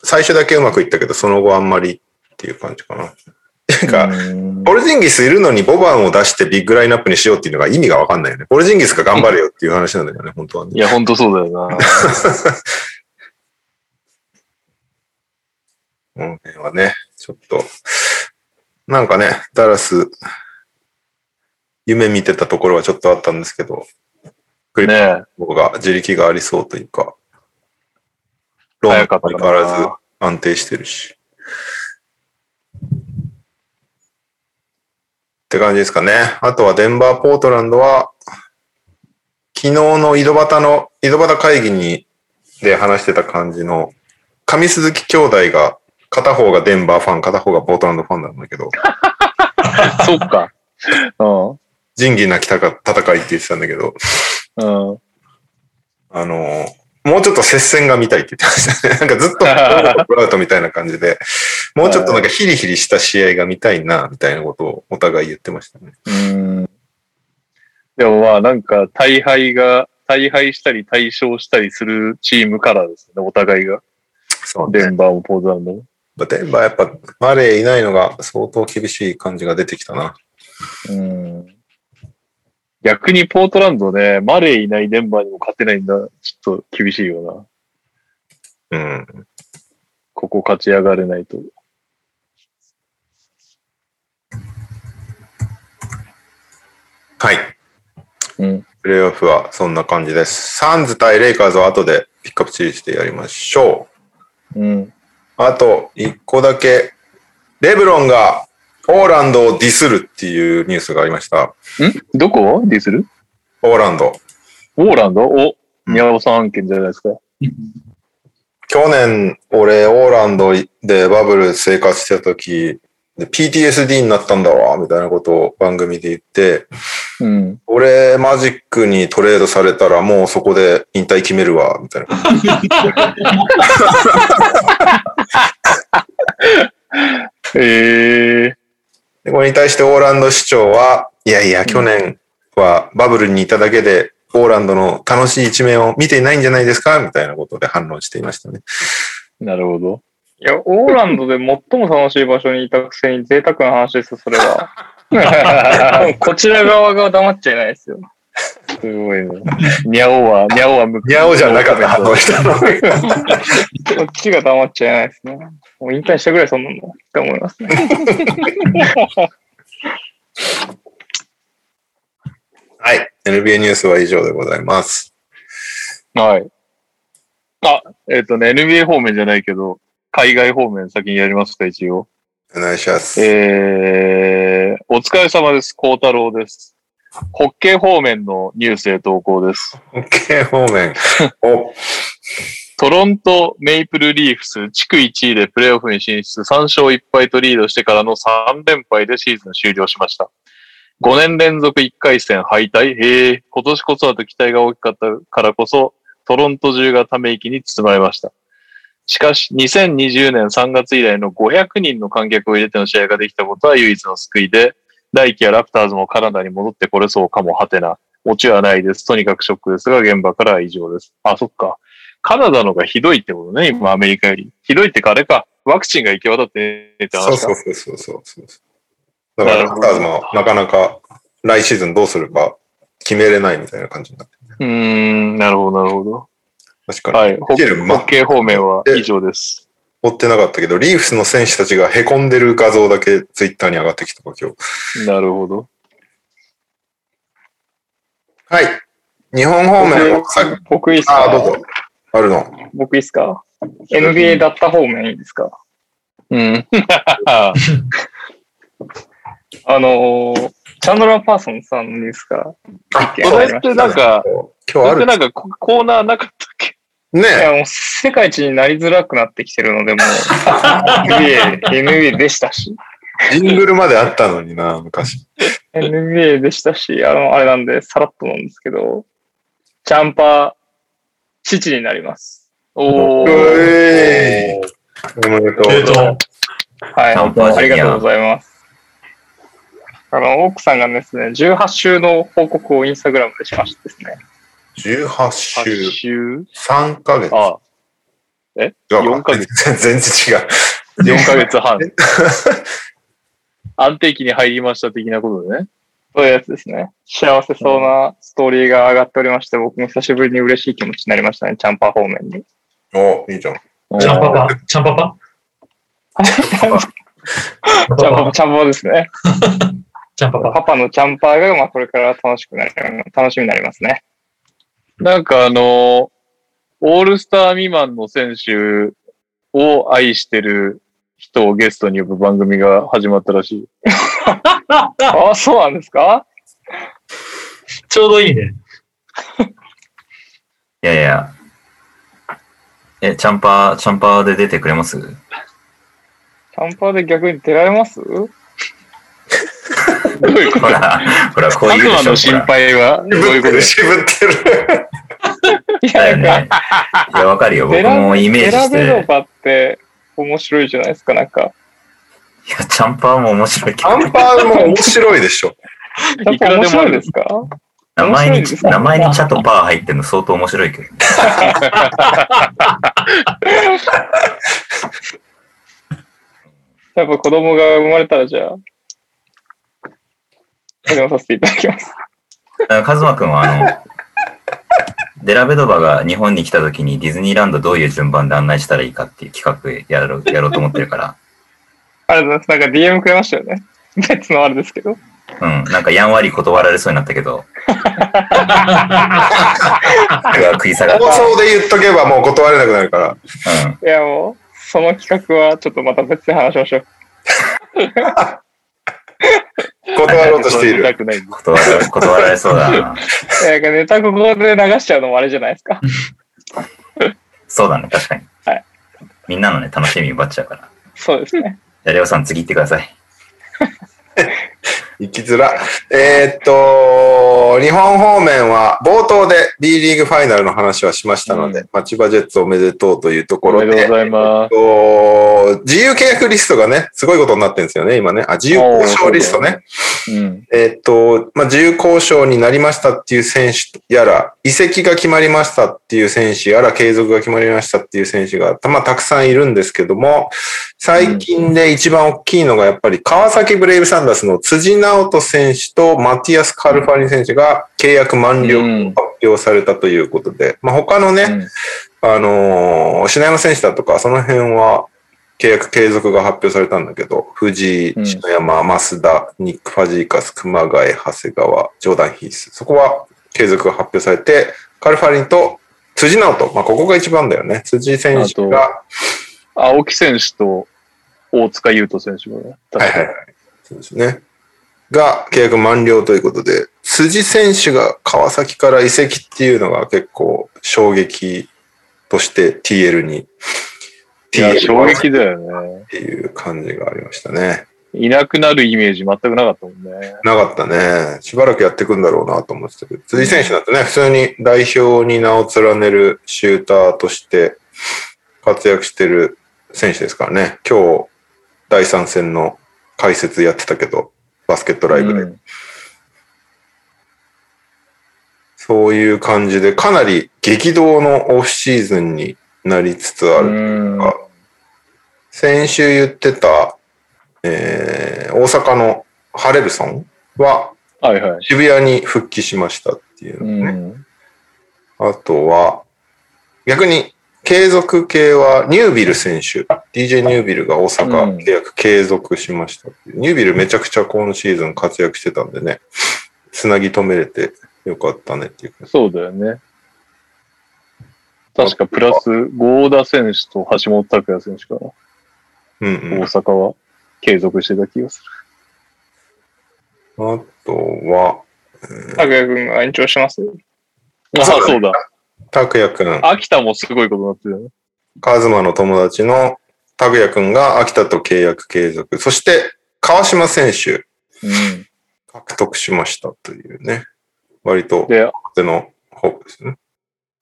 [SPEAKER 1] 最初だけうまくいったけど、その後あんまりっていう感じかな。 なんか、
[SPEAKER 2] うん
[SPEAKER 1] ボルジンギスいるのにボバンを出してビッグラインナップにしようっていうのが意味がわかんないよね。ボルジンギスが頑張れよっていう話なんだよね、本当はね
[SPEAKER 2] い。や、ほんとそうだよな。
[SPEAKER 1] この辺はね、ちょっと、なんかね、ダラス、夢見てたところはちょっとあったんですけど、クリッ
[SPEAKER 2] ね
[SPEAKER 1] プの方が自力がありそうというか、ローン
[SPEAKER 2] 早か
[SPEAKER 1] も
[SPEAKER 2] った
[SPEAKER 1] 相
[SPEAKER 2] な
[SPEAKER 1] 変わらず安定してるし。って感じですかね。あとはデンバー・ポートランドは、昨日の井戸端の、井戸端会議に、で話してた感じの、上鈴木兄弟が、片方がデンバーファン、片方がポートランドファンなんだけど、
[SPEAKER 2] え。 そっか。う
[SPEAKER 1] 仁義なき戦いって言ってたんだけど、
[SPEAKER 2] ん。うん。
[SPEAKER 1] あの、もうちょっと接戦が見たいって言ってましたね。なん かずっとブラウトみたいな感じで、もうちょっとなんかヒリヒリした試合が見たいな、みたいなことをお互い言ってましたね。
[SPEAKER 2] うんでもまあなんか大敗が、大敗したり大勝したりするチームからですね、お互いが。
[SPEAKER 1] そう
[SPEAKER 2] デンバーもポーズランドも。
[SPEAKER 1] デンバーやっぱ、マレーいないのが相当厳しい感じが出てきたな。
[SPEAKER 2] うん逆にポートランドね、マレーいないデンバーにも勝てないんだ。ちょっと厳しいよな。
[SPEAKER 1] うん。
[SPEAKER 2] ここ勝ち上がれないと。
[SPEAKER 1] はい。
[SPEAKER 2] うん
[SPEAKER 1] プレイオフはそんな感じです。サンズ対レイカーズは後でピックアップチリしてやりましょう。
[SPEAKER 2] うん。
[SPEAKER 1] あと、一個だけ、レブロンがオーランドをディスるっていうニュースがありました。
[SPEAKER 2] どこディスル
[SPEAKER 1] オーランド。
[SPEAKER 2] ウォーランドお、宮尾さん案件じゃないですか。
[SPEAKER 1] 去年、俺、オーランドでバブル生活してた時、で PTSD になったんだわ、みたいなことを番組で言って、
[SPEAKER 2] うん。
[SPEAKER 1] 俺、マジックにトレードされたらもうそこで引退決めるわ、みたいなこと。
[SPEAKER 2] ええ
[SPEAKER 1] で、これに対してオーランド市長は、いやいや、去年はバブルにいただけで、オーランドの楽しい一面を見ていないんじゃないですかみたいなことで反論していましたね。
[SPEAKER 2] なるほど。
[SPEAKER 6] いや、オーランドで最も楽しい場所にいたくせに贅沢な話ですよ、それ は。こちら側が黙っちゃいないですよ。
[SPEAKER 2] すごい ね。にゃおは、にゃおは向く
[SPEAKER 1] にゃおじゃなかった反論したの。
[SPEAKER 6] こっちが黙っちゃいないですね。もう引退したぐらいそんなのって思いますね。
[SPEAKER 1] はい。NBA ニュースは以上でございます。
[SPEAKER 2] はい。あ、えっ、とね、NBA 方面じゃないけど、海外方面先にやりますか、一応。
[SPEAKER 1] お願いします。
[SPEAKER 2] えー、お疲れ様です。孝太郎です。ホッケー方面のニュースへ投稿です。
[SPEAKER 1] OK 方 面。お
[SPEAKER 2] トロントメイプルリーフス地区1位でプレイオフに進出、3勝1敗とリードしてからの3連敗でシーズン終了しました。5年連続1回戦敗退。へえ、今年こそはと期待が大きかったからこそ、トロント中がため息に包まれました。しかし、2020年3月以来の500人の観客を入れての試合ができたことは唯一の救いで、来季はラプターズもカナダに戻ってこれそうかもはてな。オチはないです。とにかくショックですが、現場からは以上です。あ、そっか。カナダのがひどいってことね、今アメリカより。ひどいってかあれか。ワクチンが行き渡ってねって話
[SPEAKER 1] そ
[SPEAKER 2] か。
[SPEAKER 1] うそうそうそうそうそう。だから、ラプターズもなかなか来シーズンどうするか決めれないみたいな感じになってる。
[SPEAKER 2] うーん、なるほど、なるほど。
[SPEAKER 1] 確かに。
[SPEAKER 2] はい。ホ
[SPEAKER 1] 見てるま
[SPEAKER 2] ッケー方面は以上です。
[SPEAKER 1] 追ってなかったけど、リーフスの選手たちが凹んでる画像だけツイッターに上がってきたわ今日。
[SPEAKER 2] なるほど。
[SPEAKER 1] はい。日本方面は、さ
[SPEAKER 6] 僕いいっす
[SPEAKER 1] ああ、どう
[SPEAKER 6] か
[SPEAKER 1] ぞ。あるの。
[SPEAKER 6] 僕いいっすか ?NBA だった方面いいですか
[SPEAKER 2] うん。
[SPEAKER 6] あのー、チャンドラー・パーソンさんのニュースから。
[SPEAKER 1] あ、
[SPEAKER 2] それってなんか、
[SPEAKER 1] 今
[SPEAKER 2] それ
[SPEAKER 1] 日あ
[SPEAKER 2] って
[SPEAKER 1] る。
[SPEAKER 2] なんかココーナーなかったっけ
[SPEAKER 6] い
[SPEAKER 1] ね
[SPEAKER 6] や、もう世界一になりづらくなってきてるの で、もう、NBA、NBA でしたし、
[SPEAKER 1] ジングルまであったのにな、昔。
[SPEAKER 6] NBA でしたし、あの、あれなんで、さらっとなんですけど、チャンパー、父になります。
[SPEAKER 2] お
[SPEAKER 1] う
[SPEAKER 2] ー。
[SPEAKER 1] えいおめでと
[SPEAKER 3] おめでと
[SPEAKER 1] う。
[SPEAKER 3] う。
[SPEAKER 6] はい。
[SPEAKER 5] チャンパージ
[SPEAKER 6] あ
[SPEAKER 5] ュ
[SPEAKER 6] り
[SPEAKER 5] ニア
[SPEAKER 6] がとうございます。あの、奥さんがですね、18週の報告をインスタグラムでしましてですね。
[SPEAKER 1] 18
[SPEAKER 2] 8
[SPEAKER 1] 週、
[SPEAKER 2] 週
[SPEAKER 1] 3ヶ月。
[SPEAKER 2] あ、
[SPEAKER 1] 違うか
[SPEAKER 2] 4ヶ月。
[SPEAKER 1] 全然違う。
[SPEAKER 2] 4ヶ月 半。安定期に入りました的なことでね。
[SPEAKER 6] そういうやつですね。幸せそうなストーリーが上がっておりまして、僕も久しぶりに嬉しい気持ちになりましたね、チャンパー方面に。
[SPEAKER 1] お、いいじゃん。
[SPEAKER 3] チャンパパ、チャンパパ
[SPEAKER 6] チャンパ、チャンパですね。
[SPEAKER 3] チャンパパ。
[SPEAKER 6] パパのチャンパーが、まあ、これから楽しくなり、楽しみになりますね。
[SPEAKER 2] なんかあの、オールスター未満の選手を愛してる人をゲストに呼ぶ番組が始まったらしい。
[SPEAKER 6] ああ、そうなんですか
[SPEAKER 3] ちょうどいいね。
[SPEAKER 5] いやいや。え、チャンパー、チャンパーで出てくれます
[SPEAKER 6] チャンパーで逆に出られます
[SPEAKER 2] どういうこ
[SPEAKER 5] ほ
[SPEAKER 2] と
[SPEAKER 5] ら、ほら、こういう
[SPEAKER 2] 悪魔の
[SPEAKER 5] でしょ。
[SPEAKER 2] 心
[SPEAKER 5] ほら
[SPEAKER 2] 配はどういうことです
[SPEAKER 1] しぶってる。
[SPEAKER 6] い
[SPEAKER 5] だ
[SPEAKER 6] や、
[SPEAKER 5] よ
[SPEAKER 6] なん
[SPEAKER 5] ね
[SPEAKER 6] か、。
[SPEAKER 5] いや、わかるよ。僕
[SPEAKER 6] 選べ
[SPEAKER 5] もイメージし
[SPEAKER 6] 選
[SPEAKER 5] て。
[SPEAKER 6] べ
[SPEAKER 5] い
[SPEAKER 6] の場って面白いじゃないですか、なんか。
[SPEAKER 5] や、チャンパーも面白いけ
[SPEAKER 1] ア
[SPEAKER 5] ど。
[SPEAKER 1] ンパーも面白いでしょ。
[SPEAKER 6] チャンパー面白いですか
[SPEAKER 5] 名前
[SPEAKER 6] 面白いで
[SPEAKER 5] に、
[SPEAKER 6] すね
[SPEAKER 5] 名前にチャとパー入ってんの相当面白いけど。
[SPEAKER 6] やっぱ子供が生まれたら、じゃあ、始めさせていただきます。
[SPEAKER 5] あカズマくんは、あの、デラベドバが日本に来た時にディズニーランドどういう順番で案内したらいいかっていう企画やろう、やろうと思ってるから。
[SPEAKER 6] ありがとうございます。なんか DM くれましたよね。別のあれですけど。
[SPEAKER 5] うん、なんかやんわり断られそうになったけど。僕が食い下がっ
[SPEAKER 1] 放
[SPEAKER 5] た。
[SPEAKER 1] 送で言っとけばもう断れなくなるから。
[SPEAKER 5] うん。
[SPEAKER 6] いや、もう、その企画はちょっとまた別で話しましょう。
[SPEAKER 1] 断ろうとしてい
[SPEAKER 2] 見た
[SPEAKER 1] る。
[SPEAKER 2] くないんで
[SPEAKER 5] 断ら断られそうだな。
[SPEAKER 6] いやなんかネタここで流しちゃうのもあれじゃないですか。
[SPEAKER 5] そうだね、確かに。
[SPEAKER 6] はい
[SPEAKER 5] みんなのね、楽しみ奪っちゃうから。じ
[SPEAKER 6] そうですね。
[SPEAKER 5] ゃあ、レオさん次行ってください。
[SPEAKER 1] 行きづら。えーっと、日本方面は冒頭で B リーグファイナルの話はしましたので、マチバジェッツおめでとうというとこ
[SPEAKER 2] お
[SPEAKER 1] ろ
[SPEAKER 2] め
[SPEAKER 1] で、
[SPEAKER 2] でとうございます。
[SPEAKER 1] えっと自由契約リストがね、すごいことになってるんですよね、今ね。あ、自由交渉リストね。
[SPEAKER 2] うん。
[SPEAKER 1] えっと、まあ、自由交渉になりましたっていう選手やら、移籍が決まりましたっていう選手やら、継続が決まりましたっていう選手が、たまあ、たくさんいるんですけども、最近で一番大きいのがやっぱり川崎ブレイブサンダースの辻直人選手とマティアス・カルファリ選手が契約満了を
[SPEAKER 2] うん
[SPEAKER 1] 発表されたということで、まあ、他のね、あのー、篠山選手だとか、その辺は契約継続が発表されたんだけど、藤井、
[SPEAKER 2] うん
[SPEAKER 1] 篠山、増田、ニック・ファジーカス、熊谷、長谷川、ジョーダン・ヒース。そこは継続が発表されて、カルファリンと辻直人。まあ、ここが一番だよね。辻選手が、
[SPEAKER 2] 青木選手と大塚優斗選手もね。
[SPEAKER 1] はいはいはい。そうですね。が契約満了ということで、辻選手が川崎から移籍っていうのが結構衝撃として TL に。
[SPEAKER 2] いや
[SPEAKER 1] TL
[SPEAKER 2] 衝撃だよ
[SPEAKER 1] っていう感じがありましたね。
[SPEAKER 2] ね。いなくなるイメージ全くなかったもんね。
[SPEAKER 1] なかったね。しばらくやっていくんだろうなと思ってたけど、辻選手だとね、普通に代表に名を連ねるシューターとして活躍してる選手ですからね。今日、第3戦の解説やってたけど、バスケットライブで。
[SPEAKER 5] うん
[SPEAKER 1] そういう感じで、かなり激動のオフシーズンになりつつある。
[SPEAKER 5] うん
[SPEAKER 1] か先週言ってた、えー大阪のハレルソンは
[SPEAKER 2] はいはい。
[SPEAKER 1] 渋谷に復帰しましたっていう
[SPEAKER 5] う
[SPEAKER 1] のね。
[SPEAKER 5] ん
[SPEAKER 1] あとは、逆に継続系はニュービル選手、DJ ニュービルが大阪契約継続しましたっていう、ニュービルめちゃくちゃ今シーズン活躍してたんでね、つなぎ止めれてよかったねっていう感じ。
[SPEAKER 2] そうだよね。確かプラス、合田選手と橋本拓也選手かな。
[SPEAKER 1] うんうん
[SPEAKER 2] 大阪は継続してた気がす
[SPEAKER 1] あとは、
[SPEAKER 6] 拓也君が延長します
[SPEAKER 2] る。ああ、そうだ。
[SPEAKER 1] 拓也くん、
[SPEAKER 2] 秋田もすごいことになってるよね。
[SPEAKER 1] カズマの友達の拓也くんが秋田と契約継続、そして川島選手
[SPEAKER 5] うん
[SPEAKER 1] 獲得しましたというね、割と
[SPEAKER 2] で、
[SPEAKER 1] 手のホープですね。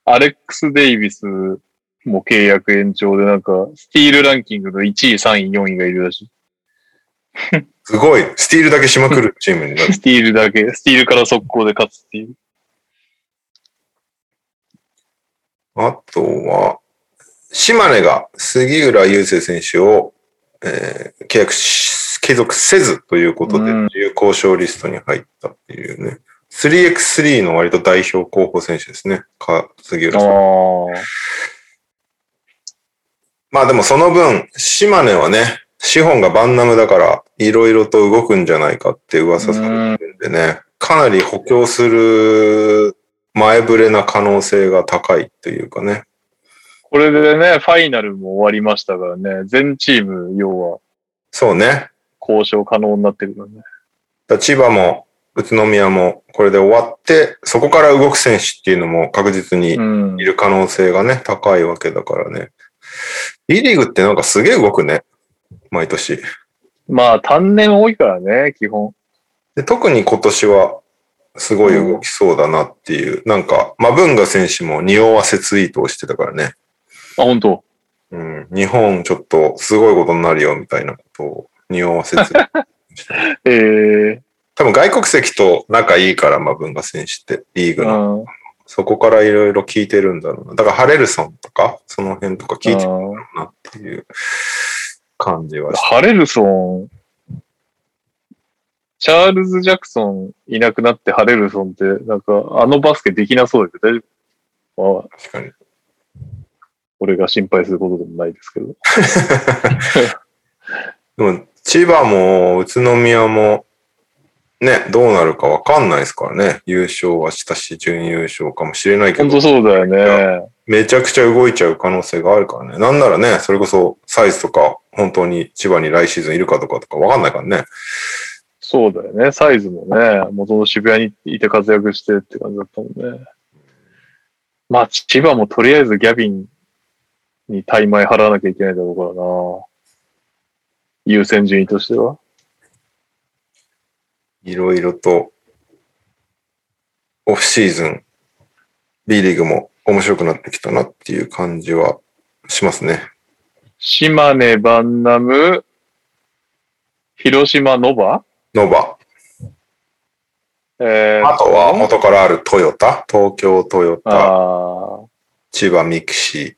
[SPEAKER 2] アレックス・デイビスも契約延長で、なんか、スティールランキングの1位、3位、4位がいるらしい。
[SPEAKER 1] すごい。スティールだけしまくるチームに なる。
[SPEAKER 2] スティールだけ、スティールから速攻で勝つっていう。
[SPEAKER 1] あとは、島根が杉浦雄星選手を、えー契約し、継続せずということで、
[SPEAKER 5] うん
[SPEAKER 1] 自由交渉リストに入ったっていうね。3x3 の割と代表候補選手ですね。か杉浦
[SPEAKER 2] あ
[SPEAKER 1] さん。
[SPEAKER 2] あ。
[SPEAKER 1] まあでもその分、島根はね、資本がバンナムだから、いろいろと動くんじゃないかって噂されてるんでね、かなり補強する前触れな可能性が高いというかね。
[SPEAKER 2] これでね、ファイナルも終わりましたからね、全チーム、要は、
[SPEAKER 1] そうね。
[SPEAKER 2] 交渉可能になってるからね。
[SPEAKER 1] だ千葉も宇都宮もこれで終わって、そこから動く選手っていうのも確実に
[SPEAKER 5] うん
[SPEAKER 1] いる可能性がね、高いわけだからね。B リーグってなんかすげえ動くね。毎年。
[SPEAKER 2] まあ、単年多いからね、基本。
[SPEAKER 1] で特に今年はすごい動きそうだなっていう。なんか、マブンガ選手も匂わせツイートをしてたからね。
[SPEAKER 2] あ、本当。
[SPEAKER 1] うん。日本ちょっとすごいことになるよみたいなことを匂わせツイ ート。
[SPEAKER 2] ええ
[SPEAKER 1] 多分外国籍と仲いいから、マブンガ選手って、リーグの。
[SPEAKER 2] うんうん
[SPEAKER 1] そこからいろいろ聞いてるんだろうな。だから、ハレルソンとか、その辺とか聞いてるなっていう感じはし
[SPEAKER 2] ハレルソン、チャールズ・ジャクソンいなくなってハレルソンって、なんか、あのバスケできなそうだけど、大丈夫まあ、
[SPEAKER 1] 確かに。
[SPEAKER 2] 俺が心配することでもないですけど。
[SPEAKER 1] でも、千葉も宇都宮も、ね、どうなるかわかんないですからね。優勝はしたし、準優勝かもしれないけ
[SPEAKER 2] 本
[SPEAKER 1] ど
[SPEAKER 2] 当、そうだよね。
[SPEAKER 1] めちゃくちゃ動いちゃう可能性があるからね。なんならね、それこそサイズとか、本当に千葉に来シーズンいるかとかとかわかんないからね。
[SPEAKER 2] そうだよね。サイズもね、元々渋谷にいて活躍してって感じだったもんね。まあ、千葉もとりあえずギャビンに大枚払わなきゃいけないだろうからな。優先順位としては。
[SPEAKER 1] いろいろと、オフシーズン、B リーグも面白くなってきたなっていう感じはしますね。
[SPEAKER 2] 島根、バンナム、広島、ノバ
[SPEAKER 1] ノバ。
[SPEAKER 2] えー、
[SPEAKER 1] あとは元からあるトヨタ、東京トヨタ、
[SPEAKER 2] あー
[SPEAKER 1] 千葉ミクシ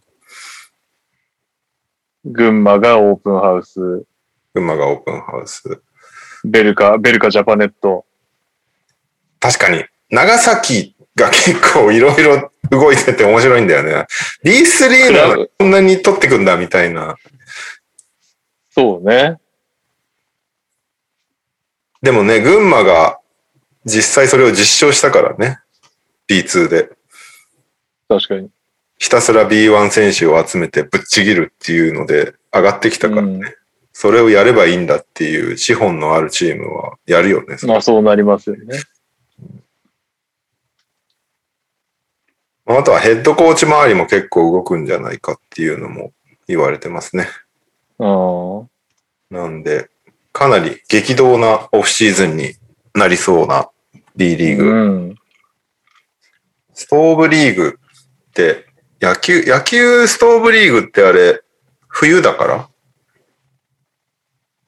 [SPEAKER 2] 群馬がオープンハウス、
[SPEAKER 1] ー、群馬がオープンハウス。
[SPEAKER 2] ベルカ、ベルカジャパネット。
[SPEAKER 1] 確かに、長崎が結構いろいろ動いてて面白いんだよね。B3 なのこんなに取ってくんだみたいな。
[SPEAKER 2] そうね。
[SPEAKER 1] でもね、群馬が実際それを実証したからね。B2 で。
[SPEAKER 2] 確かに。
[SPEAKER 1] ひたすら B1 選手を集めてぶっちぎるっていうので上がってきたから、
[SPEAKER 2] うん
[SPEAKER 1] それをやればいいんだっていう資本のあるチームはやるよね。
[SPEAKER 2] まあ、そうなりますよね。
[SPEAKER 1] あとはヘッドコーチ周りも結構動くんじゃないかっていうのも言われてますね。
[SPEAKER 2] うん。
[SPEAKER 1] なんで、かなり激動なオフシーズンになりそうな B リーグ。
[SPEAKER 5] うん
[SPEAKER 1] ストーブリーグって野球、野球ストーブリーグってあれ、冬だから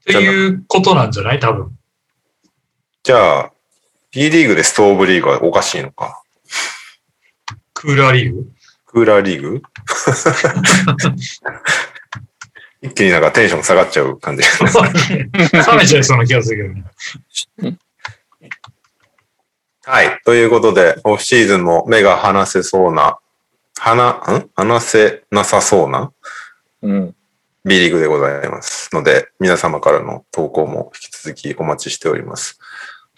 [SPEAKER 3] ていうことなんじゃない多分。
[SPEAKER 1] じゃあ、B リーグでストーブリーグはおかしいのか。
[SPEAKER 3] クーラーリ ーグ
[SPEAKER 1] クーラーリーグ 一気になんかテンション下がっちゃう感じ。
[SPEAKER 3] そうね冷めちゃいそうな気がするけどね。
[SPEAKER 1] はい。ということで、オフシーズンも目が離せそうな、離、ん離せなさそうな
[SPEAKER 7] うん。
[SPEAKER 1] B リーグでございますので、皆様からの投稿も引き続きお待ちしております。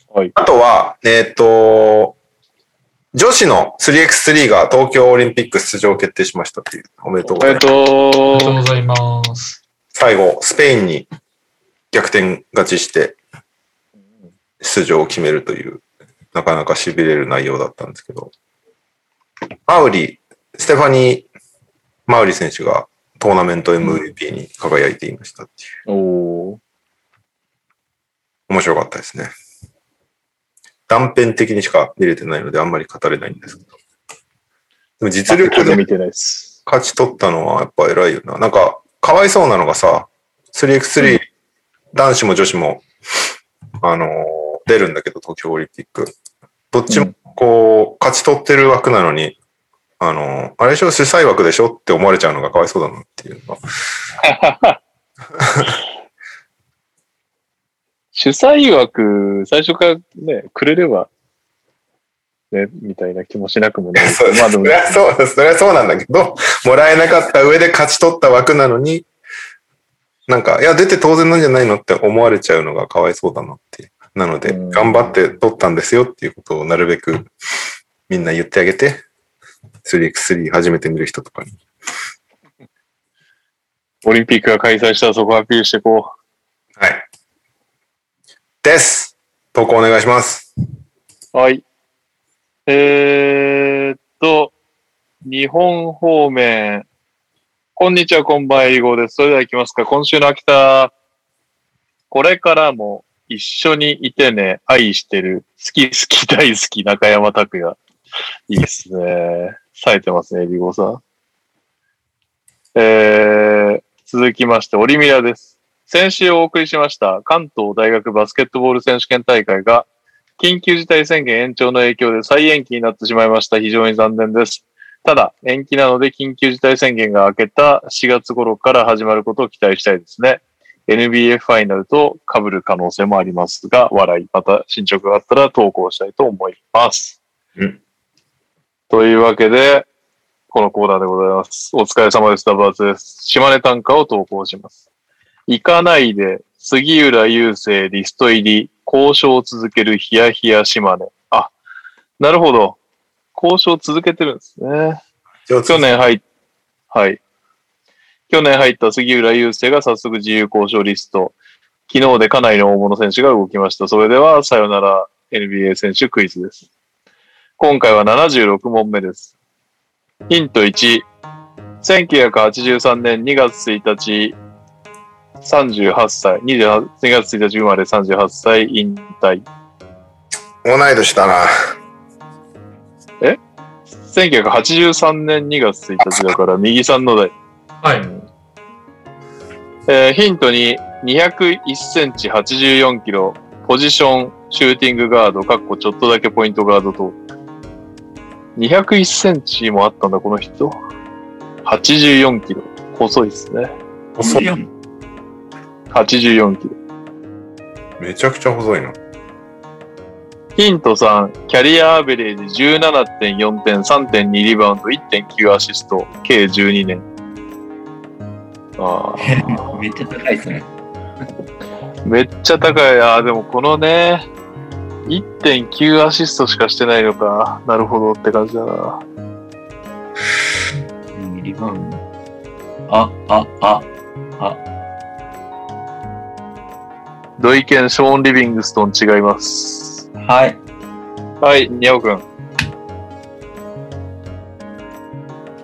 [SPEAKER 2] はい
[SPEAKER 1] あとは、えっ、と、女子の 3x3 が東京オリンピック出場決定しましたっていう、おめでとう
[SPEAKER 2] お
[SPEAKER 1] ござい
[SPEAKER 2] めで
[SPEAKER 1] ま。
[SPEAKER 2] す
[SPEAKER 3] ありがとう
[SPEAKER 2] と
[SPEAKER 3] ございます。
[SPEAKER 1] 最後、スペインに逆転勝ちして、出場を決めるという、なかなか痺れる内容だったんですけど、マウリ、ステファニー・マウリ選手がトーナメント MVP に輝いていましたっていう。
[SPEAKER 7] おー
[SPEAKER 1] 面白かったですね。断片的にしか見れてないので、あんまり語れないんですけど。でも実力
[SPEAKER 2] う。
[SPEAKER 1] で
[SPEAKER 2] 見てないです。
[SPEAKER 1] 勝ち取ったのはやっぱ偉いよな。なんか、かわいそうなのがさ、3x3、男子も女子も、あのー出るんだけど、東京オリンピック。どっちもこう、勝ち取ってる枠なのに、あのーあれでしょ、主催枠でしょって思われちゃうのがかわいそうだなっていうのが。
[SPEAKER 2] 主催枠、最初からね、くれれば、ね、みたいな気もしなくもない。
[SPEAKER 1] そう
[SPEAKER 2] まあで
[SPEAKER 1] そ
[SPEAKER 2] も
[SPEAKER 1] り、ゃそう、そりゃそうなんだけど、もらえなかった上で勝ち取った枠なのに、なんか、いや、出て当然なんじゃないのって思われちゃうのがかわいそうだなって。なので、
[SPEAKER 7] うん
[SPEAKER 1] 頑張って取ったんですよっていうことをなるべくみんな言ってあげて、3x3 初めて見る人とかに。
[SPEAKER 2] オリンピックが開催したらそこアピールしていこ
[SPEAKER 1] はい。です投稿お願いします。
[SPEAKER 2] う。はい。えーっと、日本方面。こんにちは、こんばんは、英語です。それでは行きますか。今週の秋田。これからも一緒にいてね、愛してる、好き好き大好き中山拓也。いいですね。冴えてますね、エビゴさん。えー、続きまして、オリミラです。先週お送りしました関東大学バスケットボール選手権大会が緊急事態宣言延長の影響で再延期になってしまいました。非常に残念です。ただ、延期なので緊急事態宣言が明けた4月頃から始まることを期待したいですね。NBA ファイナルと被る可能性もありますが、笑い。また進捗があったら投稿したいと思います。
[SPEAKER 1] うん
[SPEAKER 2] というわけで、このコーナーでございます。お疲れ様です。ダブアツです。島根短歌を投稿します。行かないで、杉浦雄星リスト入り、交渉を続けるヒヤヒヤ島根。あ、なるほど。交渉を続けてるんですね。
[SPEAKER 1] 去
[SPEAKER 2] 去年入っ、はい。去年入った杉浦雄星が早速自由交渉リスト。昨日でかなりの大物選手が動きました。それでは、さよなら NBA 選手クイズです。今回は76問目です。ヒント1。1983年2月1日、38歳、28 2月1日生まれ38歳、引退。
[SPEAKER 1] 同い年だな。
[SPEAKER 2] 1983年2月1日だから右さんの代。
[SPEAKER 3] はい。
[SPEAKER 2] えーヒント2、201センチ84キロ、ポジション、シューティングガード、かっこちょっとだけポイントガードと。201センチもあったんだ、この人。84キロ。細いですね。
[SPEAKER 1] 細い。
[SPEAKER 2] 84キロ。
[SPEAKER 1] めちゃくちゃ細いな。
[SPEAKER 2] ヒント3、キャリアアベレージ17.4点、3.2リバウンド、1.9アシスト、計12年。あ
[SPEAKER 4] めっちゃ高いですね。
[SPEAKER 2] ーめっちゃ高い。あーでもこのね、1.9アシストしかしてないのか。なるほどって感じだな。
[SPEAKER 4] うんリバウンド。あ、あ、あ、
[SPEAKER 2] 土井健、ショーン・リビングストン違います。
[SPEAKER 4] はい。
[SPEAKER 2] はい、にゃおくん。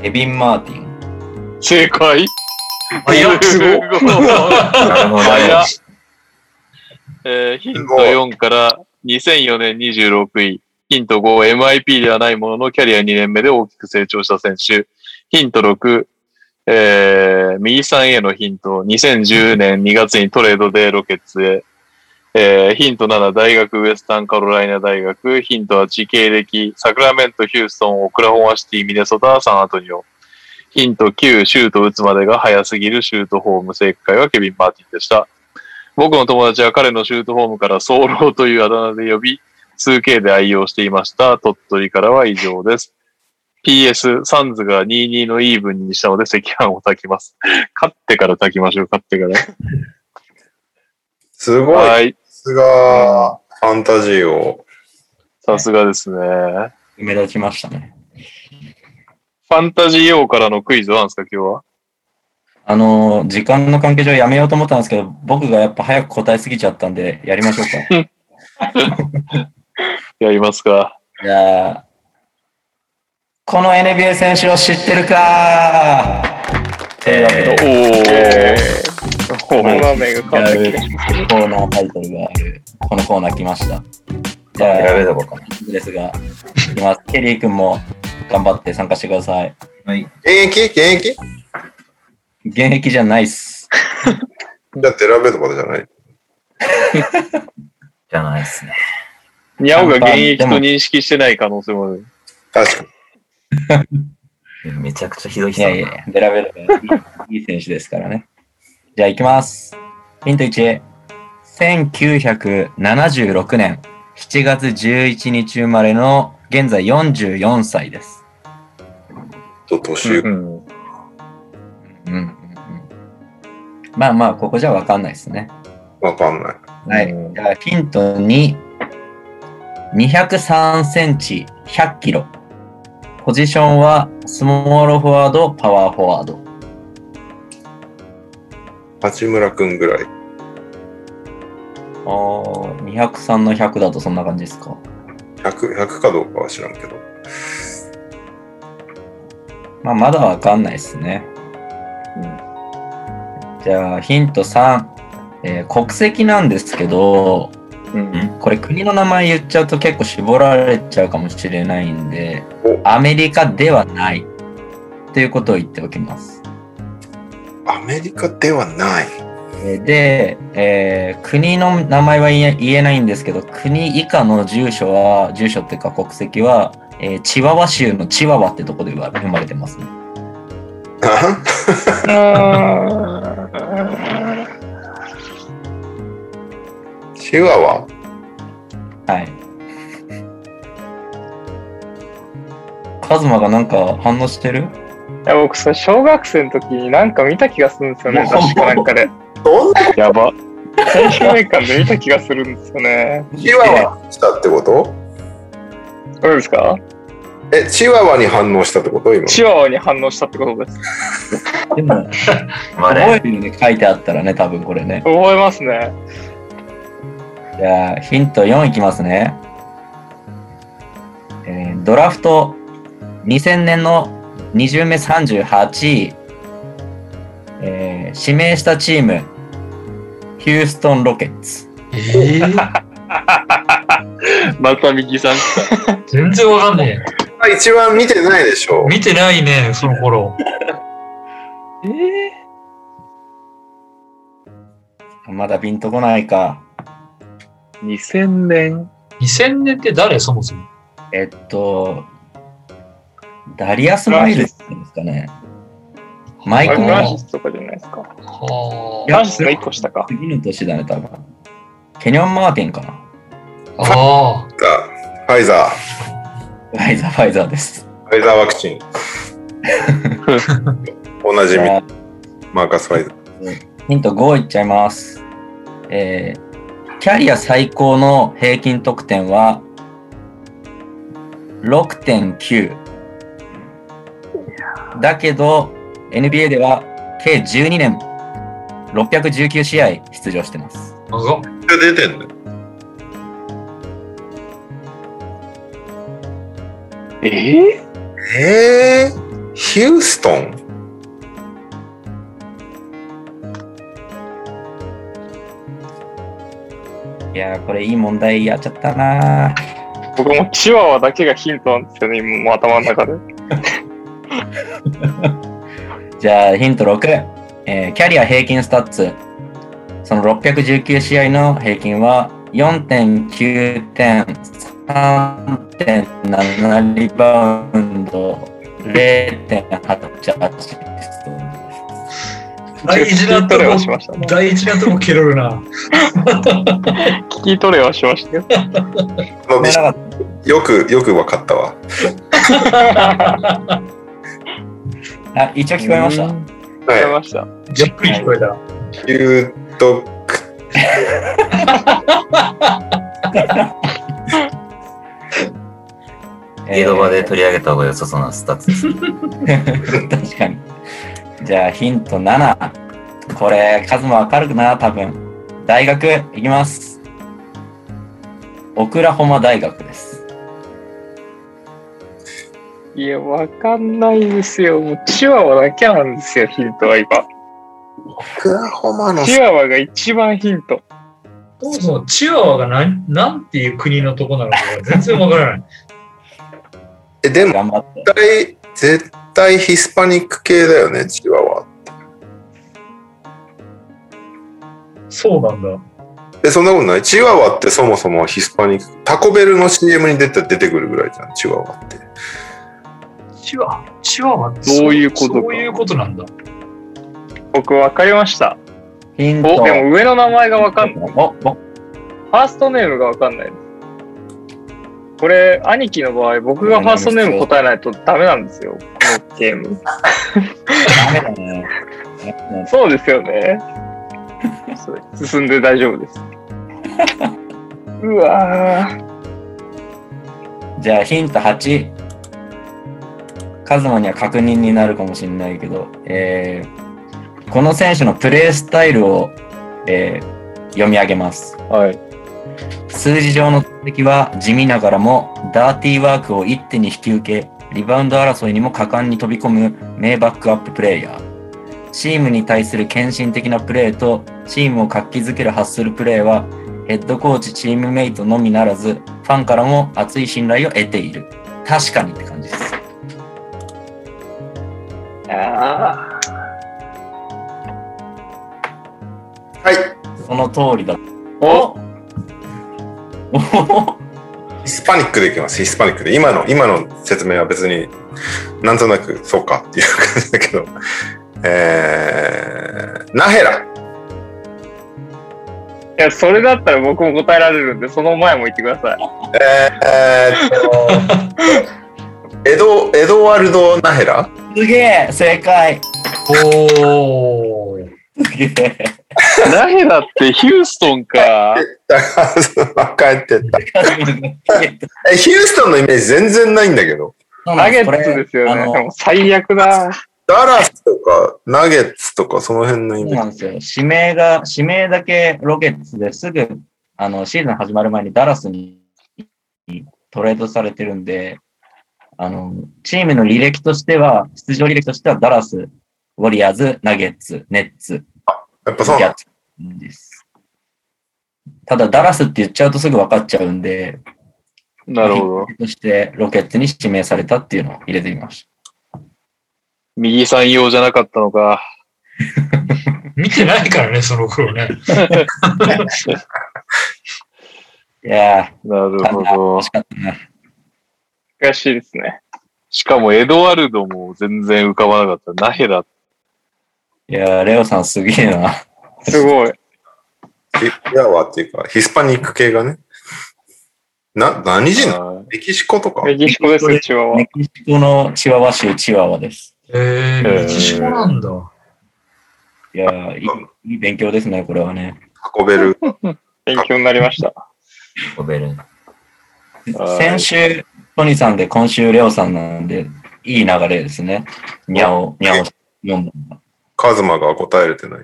[SPEAKER 4] ケビン・マーティン。
[SPEAKER 2] 正解
[SPEAKER 3] 早っ すごい
[SPEAKER 5] なるほど。
[SPEAKER 2] 早っ。えーヒント4から2004年26位。ヒント5、MIP ではないもののキャリア2年目で大きく成長した選手。ヒント6、えー、右さんへのヒント、2010年2月にトレードでロケッツへ、えー、ヒント7、大学ウエスタンカロライナ大学、ヒント8、経歴、サクラメント、ヒューストン、オクラホマシティ、ミネソタ、サンアントニオ。ヒント9、シュート打つまでが早すぎるシュートフォーム、正解はケビン・マーティンでした。僕の友達は彼のシュートフォームからソーローというあだ名で呼び、2K で愛用していました。鳥取からは以上です。PS、サンズが22のイーブンにしたので赤飯を炊きます。勝ってから炊きましょう、勝ってから。
[SPEAKER 1] すごい。さ
[SPEAKER 2] はい。
[SPEAKER 1] すが、ファンタジーを。
[SPEAKER 2] さすがですね。フ
[SPEAKER 4] 目立ちましたね。
[SPEAKER 2] ァンタジー王からのクイズはなんですか、今日は。
[SPEAKER 4] あのー、時間の関係上やめようと思ったんですけど、僕がやっぱ早く答えすぎちゃったんで、やりましょうか。
[SPEAKER 2] やりますか。
[SPEAKER 4] じゃあ、この NBA 選手を知ってるかというわけ
[SPEAKER 5] え
[SPEAKER 4] で
[SPEAKER 2] おー。お
[SPEAKER 6] コ
[SPEAKER 2] ー
[SPEAKER 6] ラメが変わってき
[SPEAKER 4] コーナータイトルがある、このコーナー来ました。じゃ
[SPEAKER 5] ー、
[SPEAKER 4] あ、
[SPEAKER 5] 選べたことか
[SPEAKER 4] ですが、いきます。ケリー君も頑張って参加してください。
[SPEAKER 5] な。はい。
[SPEAKER 1] 現役現役
[SPEAKER 4] 現役じゃないっす。
[SPEAKER 1] だって選べるまでじゃない。
[SPEAKER 5] じゃないですね。
[SPEAKER 2] ニャオが現役と認識してない可能性もある。
[SPEAKER 1] 確かに。
[SPEAKER 5] めちゃくちゃひどい
[SPEAKER 4] い
[SPEAKER 5] 人だ
[SPEAKER 4] や
[SPEAKER 5] ない
[SPEAKER 4] や、デラベルがいいいい選手ですからね。じゃあ、いきます。ヒント1。1976年7月11日生まれの現在44歳です。
[SPEAKER 1] と年
[SPEAKER 7] う
[SPEAKER 1] 上。
[SPEAKER 7] ん。
[SPEAKER 4] うんうんうん。まあまあ、ここじゃわかんないですね。
[SPEAKER 1] わかんない。
[SPEAKER 4] はい。
[SPEAKER 7] うん
[SPEAKER 4] じゃあヒント2、203センチ、100キロ。ポジションはスモールフォワード、パワーフォワード。
[SPEAKER 1] 八村くんぐらい。
[SPEAKER 4] ああ、203の100だとそんな感じですか。
[SPEAKER 1] 100、100かどうかは知らんけど。
[SPEAKER 4] まあ、まだわかんないですね。じゃあヒント3、えー国籍なんですけど、
[SPEAKER 7] うん。
[SPEAKER 4] これ国の名前言っちゃうと結構絞られちゃうかもしれないんで
[SPEAKER 1] お、
[SPEAKER 4] アメリカではない。ということを言っておきます。
[SPEAKER 1] アメリカではない。
[SPEAKER 4] えーで、えー国の名前は言え言えないんですけど、国以下の住所は、住所っていうか国籍は、えーチワワ州のチワワってとこで生まれてますね。
[SPEAKER 1] あ
[SPEAKER 6] た。
[SPEAKER 1] チワワ
[SPEAKER 4] はい。カズマがなんか反応してる
[SPEAKER 6] いや僕、それ小学生の時になんか見た気がするんですよね。確かなんかで。
[SPEAKER 1] どんな
[SPEAKER 2] や ば。
[SPEAKER 6] 選手名鑑で見た気がするんですよね。
[SPEAKER 1] チワワ来たってこと
[SPEAKER 6] どうですか
[SPEAKER 1] え、チワワに反応したってこと今。
[SPEAKER 6] チワワに反応したってことです。
[SPEAKER 4] でも、
[SPEAKER 5] まだ、
[SPEAKER 4] 覚えるよね、書いてあったらね、多分これね。
[SPEAKER 6] 覚えますね。
[SPEAKER 4] じゃあ、ヒント4いきますね。えードラフト2000年の2巡目38位、えー指名したチーム、ヒューストン・ロケッツ。
[SPEAKER 3] ええ
[SPEAKER 2] また右さん。
[SPEAKER 3] 全然わかんね
[SPEAKER 1] あ一番見てないでしょ
[SPEAKER 3] え。見てないね、その頃。
[SPEAKER 4] まだピンとこないか。
[SPEAKER 2] 2000年。
[SPEAKER 3] 2000年って誰そもそも。
[SPEAKER 4] えっと、ダリアス・マイルズって言うんですかね。マイ
[SPEAKER 6] あれ
[SPEAKER 4] ク
[SPEAKER 6] フラン
[SPEAKER 4] の
[SPEAKER 6] シスとかじゃないですか。
[SPEAKER 3] は
[SPEAKER 6] フランシスの1個下か。
[SPEAKER 4] 次の年だね、多分。ケニョン・マーティンかな。
[SPEAKER 3] あ。ああ。
[SPEAKER 1] うか。ファイザ
[SPEAKER 4] ファイザー、ファイザーです。
[SPEAKER 1] ー。ファイザーワクチ ン。おなじみ
[SPEAKER 4] じゃ。あ
[SPEAKER 1] マーカス・ファイザー。
[SPEAKER 4] ヒント5いっちゃいます。えー、キャリア最高の平均得点は6.9。だけど、NBA では計12年、619試合出場してます。
[SPEAKER 3] 長っ
[SPEAKER 1] 出てんの
[SPEAKER 2] ええ
[SPEAKER 1] えー、ヒューストン
[SPEAKER 4] いやー、これいい問題やっちゃったなー
[SPEAKER 6] 僕もチワワだけがヒントなんですよね、今もう頭の中で。
[SPEAKER 4] じゃあヒント6。えーキャリア平均スタッツ。その619試合の平均は4.9点、3.7リバウンド、0.8アシスト。
[SPEAKER 3] 大事な
[SPEAKER 6] 聞き
[SPEAKER 3] と
[SPEAKER 6] 取れ
[SPEAKER 3] こ
[SPEAKER 6] はしましたね。
[SPEAKER 3] 大事なとこ蹴ろるな。
[SPEAKER 6] 聞き取れはしましたよ。
[SPEAKER 1] のねよく、よく分かったわ。
[SPEAKER 4] あ、一応聞こえました。
[SPEAKER 1] はい
[SPEAKER 6] 聞ました。
[SPEAKER 3] じっくり聞こえた。。
[SPEAKER 1] 言うと、
[SPEAKER 5] 江戸場で取り上げた方が良さそうなスタッツですね。
[SPEAKER 4] 確かに。じゃあヒント7。これ、数もわかるな、多分。大学、いきます。オクラホマ大学です。
[SPEAKER 6] いや、わかんないんですよ。もうチワワだけなんですよ、ヒントは今。
[SPEAKER 1] クラホマの
[SPEAKER 6] チワワが一番ヒント。
[SPEAKER 3] そもそもチワワが何なんていう国のとこなのか全然わからない。
[SPEAKER 1] え、でも
[SPEAKER 4] 頑張って。
[SPEAKER 1] 絶対、絶対ヒスパニック系だよね、チワワ。
[SPEAKER 3] そうなんだ。
[SPEAKER 1] え、そんなことないチワワってそもそもヒスパニック、タコベルの CM に出て出てくるぐらいじゃん、チワワって。
[SPEAKER 3] チワワチワワって
[SPEAKER 2] そういうことか
[SPEAKER 3] そういうことなんだ。
[SPEAKER 6] 僕わかりました。
[SPEAKER 4] ヒント。
[SPEAKER 6] お、でも上の名前がわかんない。
[SPEAKER 4] おお
[SPEAKER 6] ファーストネームがわかんないです。これ、兄貴の場合、僕がファーストネーム答えないとダメなんですよ。このゲーム。
[SPEAKER 4] ダメだね。
[SPEAKER 6] そうですよね。そうです進んで大丈夫です。うわぁ。
[SPEAKER 4] じゃあヒント8。カズマには確認になるかもしれないけど、えーこの選手のプレースタイルを、えー読み上げます。
[SPEAKER 7] はい。
[SPEAKER 4] 数字上の敵は地味ながらもダーティーワークを一手に引き受け、リバウンド争いにも果敢に飛び込む名バックアッププレイヤー。チームに対する献身的なプレーとチームを活気づけるハッスルプレーはヘッドコーチ、チームメイトのみならずファンからも熱い信頼を得ている。確かにって感じです。
[SPEAKER 6] あ
[SPEAKER 1] はい。
[SPEAKER 4] その通りだ。
[SPEAKER 6] お
[SPEAKER 4] おお
[SPEAKER 1] ヒスパニックでいきます、ヒスパニックで。今の、今の説明は別に、なんとなく、そうかっていう感じだけど。えー、ナヘラ。
[SPEAKER 6] いや、それだったら僕も答えられるんで、その前も言ってください。
[SPEAKER 1] えー、えーっ と、エド、エドワルド・ナヘラ
[SPEAKER 4] すげえ正解
[SPEAKER 3] おー。
[SPEAKER 4] すげえ
[SPEAKER 2] ナヘラってヒューストンか。
[SPEAKER 1] 帰ってった。
[SPEAKER 4] カズマが消えた
[SPEAKER 1] え、ヒューストンのイメージ全然ないんだけど。
[SPEAKER 4] そうな
[SPEAKER 6] ナ
[SPEAKER 4] ん
[SPEAKER 6] ゲ
[SPEAKER 4] ですこれ
[SPEAKER 6] ッツですよね。
[SPEAKER 4] あの
[SPEAKER 6] もう最悪だ。
[SPEAKER 1] ダラスとか、ナゲッツとか、その辺のイ
[SPEAKER 4] そう
[SPEAKER 1] メー
[SPEAKER 4] な
[SPEAKER 1] ジ。
[SPEAKER 4] んですよ。指名が、指名だけロケッツですぐ、あの、シーズン始まる前にダラスにトレードされてるんで、あの、チームの履歴としては、出場履歴としてはダラス、ウォリアーズ、ナゲッツ、ネッツ、
[SPEAKER 1] やっぱ
[SPEAKER 4] ギ
[SPEAKER 1] そうな
[SPEAKER 4] ャッ
[SPEAKER 1] の
[SPEAKER 4] ツです。ただ、ダラスって言っちゃうとすぐ分かっちゃうんで、
[SPEAKER 2] なるほど。
[SPEAKER 4] そしてロケッツに指名されたっていうのを入れてみまし
[SPEAKER 2] 右さん用じゃなかったのか。
[SPEAKER 3] 見てないからね、その頃ね。
[SPEAKER 4] た。いや
[SPEAKER 2] なる
[SPEAKER 4] ー、ただ
[SPEAKER 2] ほど
[SPEAKER 4] 惜し。かったな。
[SPEAKER 6] おかしいですね。
[SPEAKER 2] しかもエドワルドも全然浮かばなかった。ナヘラ。
[SPEAKER 4] いやー、レオさんすげえな。
[SPEAKER 6] すごい。
[SPEAKER 1] ヒヒアワっていうか、ヒスパニック系がね。な、何人なのメキシコとか。
[SPEAKER 6] メキシコですよ、チワワ
[SPEAKER 4] メ。キシコのチワワ州チワワです。
[SPEAKER 3] えー、メキシコなんだ。
[SPEAKER 4] いやーいい、いい勉強ですね、これはね。
[SPEAKER 1] 運べる。
[SPEAKER 6] 勉強になりました。
[SPEAKER 5] オベル。
[SPEAKER 2] はい
[SPEAKER 4] 先週、トニーさんで、今週、レオさんなんで、いい流れですね。にゃお、にゃお、読んだ。
[SPEAKER 1] カズマが答えれてない。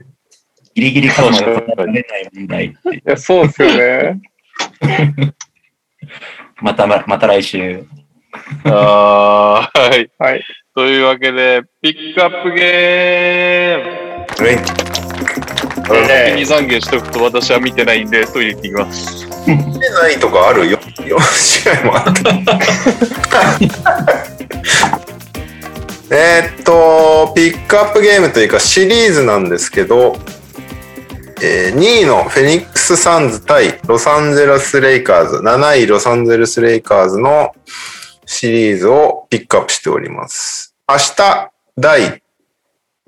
[SPEAKER 4] ギリギリカズマが答えられない問題っていう
[SPEAKER 6] いや、そうですよね。
[SPEAKER 4] また、また来週。
[SPEAKER 2] あーはい。
[SPEAKER 6] はい。
[SPEAKER 2] というわけで、ピックアップゲーム
[SPEAKER 1] はい。
[SPEAKER 2] 先に懺悔しとくと私は見てないんで、トイレ行ってきます。
[SPEAKER 1] 見てないとかあるよ。4試 合もあった。えーっと、のピックアップゲームというかシリーズなんですけど、えー2位のフェニックス・サンズ対ロサンゼルス・レイカーズ、7位ロサンゼルス・レイカーズのシリーズをピックアップしております。明日、第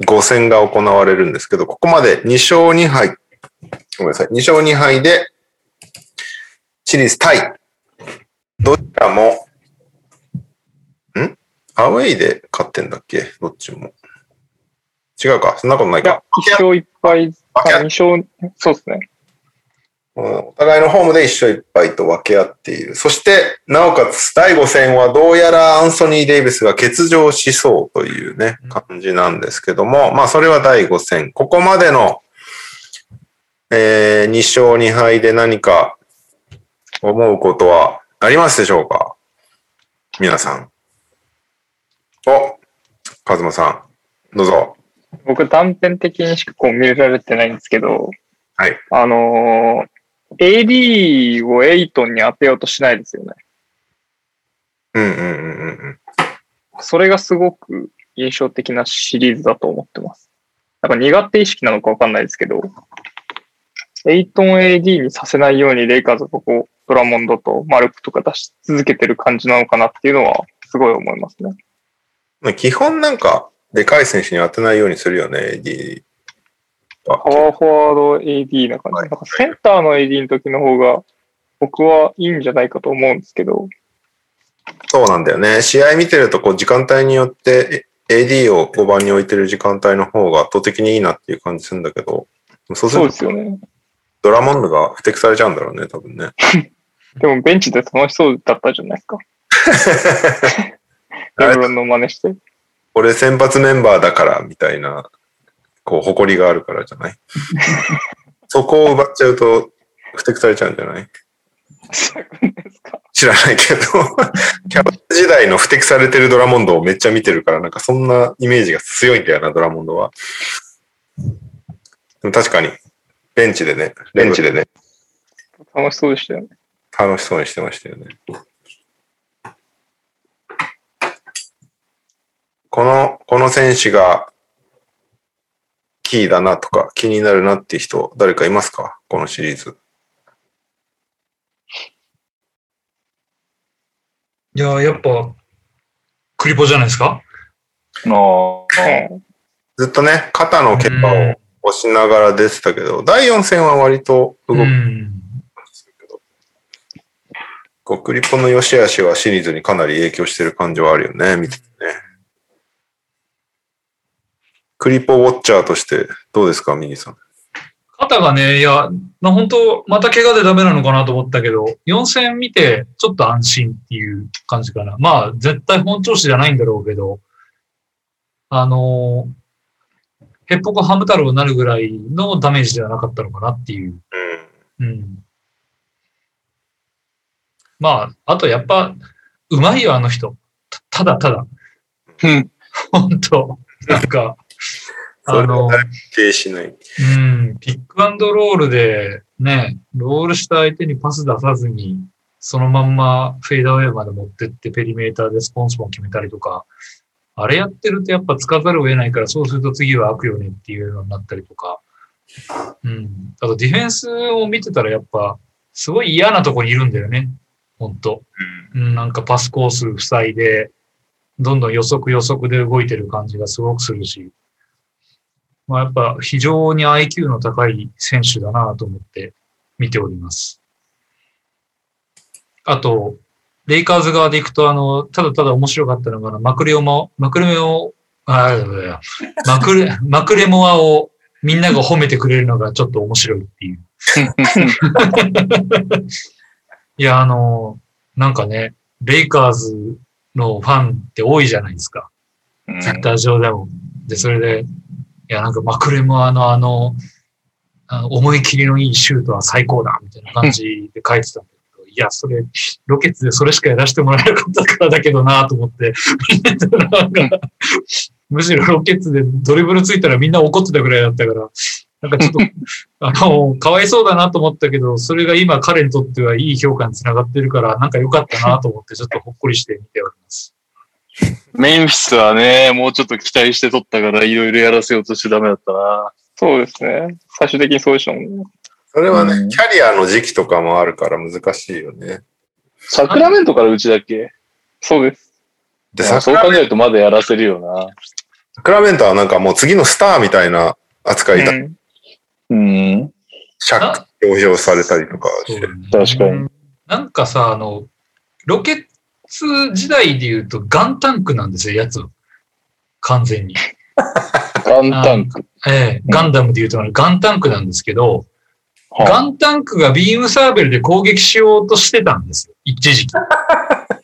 [SPEAKER 1] 5戦が行われるんですけど、ここまで2勝2敗、ごめんなさい、2勝2敗で、シリーズタイ。どちらも、んアウェイで勝ってんだっけどっちも。違うかそんなことない
[SPEAKER 6] いや
[SPEAKER 1] か。、
[SPEAKER 6] 1勝1敗、あ2勝、そうですね。
[SPEAKER 1] うんお互いのホームで一勝一敗と分け合っている。そして、なおかつ第5戦はどうやらアンソニー・デイビスが欠場しそうというね、感じなんですけども、まあそれは第5戦。ここまでの、えー、2勝2敗で何か思うことはありますでしょうか皆さん。お、カズマさん、どうぞ。
[SPEAKER 6] 僕断片的にしかこう見られてないんですけど、
[SPEAKER 1] はい。
[SPEAKER 6] あのー、AD をエイトンに当てようとしないですよね。
[SPEAKER 1] うんうんうんうんうん。
[SPEAKER 6] それがすごく印象的なシリーズだと思ってます。なんか苦手意識なのかわかんないですけど、エイトン AD にさせないようにレイカーズとこう、ドラモンドとマルクとか出し続けてる感じなのかなっていうのはすごい思いますね。
[SPEAKER 1] まあ基本なんか、でかい選手に当てないようにするよね、AD。
[SPEAKER 6] パワーフォワード AD な感じ。
[SPEAKER 1] は
[SPEAKER 6] ないんかセンターの AD の時の方が僕はいいんじゃないかと思うんですけど、
[SPEAKER 1] そうなんだよね。試合見てると、こう、時間帯によって、え AD を5番に置いてる時間帯の方が圧倒的にいいなっていう感じするんだけど、そうす
[SPEAKER 6] そう
[SPEAKER 1] る
[SPEAKER 6] です
[SPEAKER 1] と
[SPEAKER 6] よね。
[SPEAKER 1] ドラモンドが不適されちゃうんだろうね、多分 ね。
[SPEAKER 6] でもベンチで楽しそうだったじゃないですか。
[SPEAKER 1] あ
[SPEAKER 6] レ
[SPEAKER 1] れ
[SPEAKER 6] ブロンの真似して。
[SPEAKER 1] 俺先発メンバーだから、みたいな、こう、誇りがあるからじゃ ないそこを奪っちゃうと、不適されちゃうんじゃない
[SPEAKER 6] ですか
[SPEAKER 1] 知らないけど、 キャバ時代の不適されてるドラモンドをめっちゃ見てるから、なんかそんなイメージが強いんだよな、ドラモンドは。でも確かに、ベンチでね、ベンチでね、
[SPEAKER 6] 楽しそうでしたよね。
[SPEAKER 1] 楽しそうにしてましたよね。この、この選手がキーだなとか気になるなっていう人、誰かいますかこのシリーズ。
[SPEAKER 3] いやー、やっぱ、クリポじゃないですか
[SPEAKER 2] あ
[SPEAKER 6] うん
[SPEAKER 1] ずっとね、肩のケパ
[SPEAKER 3] うん
[SPEAKER 1] を押しながら出てたけど、第4戦は割と動く
[SPEAKER 3] うん。
[SPEAKER 1] こうクリポの良し悪しはシリーズにかなり影響してる感じはあるよね、見ててね。クリポウォッチャーとしてどうですか、ミニさん。
[SPEAKER 3] 肩がね、いや、まあ、本当また怪我でダメなのかなと思ったけど、4戦見て、ちょっと安心っていう感じかな。まあ、絶対本調子じゃないんだろうけど、あのー、ヘッポコハム太郎になるぐらいのダメージではなかったのかなっていう。うん。まあ、あとやっぱ、うまいよ、あの人。たただただ。
[SPEAKER 2] うん。
[SPEAKER 3] 本当なんか、あのー、
[SPEAKER 1] 否定しない。
[SPEAKER 3] うん、ピックアンドロールで、ね、ロールした相手にパス出さずに、そのまんまフェードアウェイまで持ってって、ペリメーターでスポンスポン決めたりとか、あれやってるとやっぱつかざるを得ないから、そうすると次は開くよねっていうようになったりとか、うん。あとディフェンスを見てたらやっぱ、すごい嫌なとこにいるんだよね。ほんと。うん、なんかパスコース塞いで、どんどん予測予測で動いてる感じがすごくするし、まあ、やっぱ非常に IQ の高い選手だなと思って見ております。あと、レイカーズ側で行くと、あの、ただただ面白かったのが、あのマクレオマ、マクレメオ、あいやいやいやマ クレ、マクレモアをみんなが褒めてくれるのがちょっと面白いっ ていう。いや、あの、なんかね、レイカーズのファンって多いじゃないです
[SPEAKER 2] う
[SPEAKER 3] か。
[SPEAKER 2] ん
[SPEAKER 3] ツイッター上でも。で、それで、いや、なんかマクレモアのあの、あの思い切りのいいシュートは最高だみたいな感じで書いてたんだけど、いや、それ、ロケッツでそれしかやらせてもらえなかったからだけどなと思って、 見てたらなんか、むしろロケッツでドリブルついたらみんな怒ってたぐらいだったから、なんかちょっと、 あの、かわいそうだなと思ったけど、それが今彼にとってはいい評価につながってるから、なんか良かったなと思って、ちょっとほっこりして見ております。
[SPEAKER 2] メンフィスはね、もうちょっと期待して取ったから、いろいろやらせようとしてダメだったな。
[SPEAKER 6] そうですね。最終的にそうでしたもんね。
[SPEAKER 1] それはね、
[SPEAKER 8] うん
[SPEAKER 1] キャリアの時期とかもあるから難しいよね。
[SPEAKER 2] サクラメントからうちだっけ
[SPEAKER 6] そうです。
[SPEAKER 1] で、
[SPEAKER 2] まあ
[SPEAKER 1] サク
[SPEAKER 2] そう
[SPEAKER 1] ラ
[SPEAKER 2] 考
[SPEAKER 1] メン
[SPEAKER 2] えるとまだやらせるよな。
[SPEAKER 1] サクラメントはなんかもう次のスターみたいな扱いだ。
[SPEAKER 6] うん
[SPEAKER 8] うん。
[SPEAKER 1] 釈表彰されたりとかし
[SPEAKER 2] 確
[SPEAKER 1] て。
[SPEAKER 2] かに。
[SPEAKER 3] なんかさ、あの、ロケッツ時代で言うと、ガンタンクなんですよ、やつは。完全に。
[SPEAKER 2] ガンタンク。
[SPEAKER 3] ええ、ガンダムで言うと、ガンタンクなんですけど、
[SPEAKER 2] はあ
[SPEAKER 3] ガンタンクがビームサーベルで攻撃しようとしてたんですよ、一時期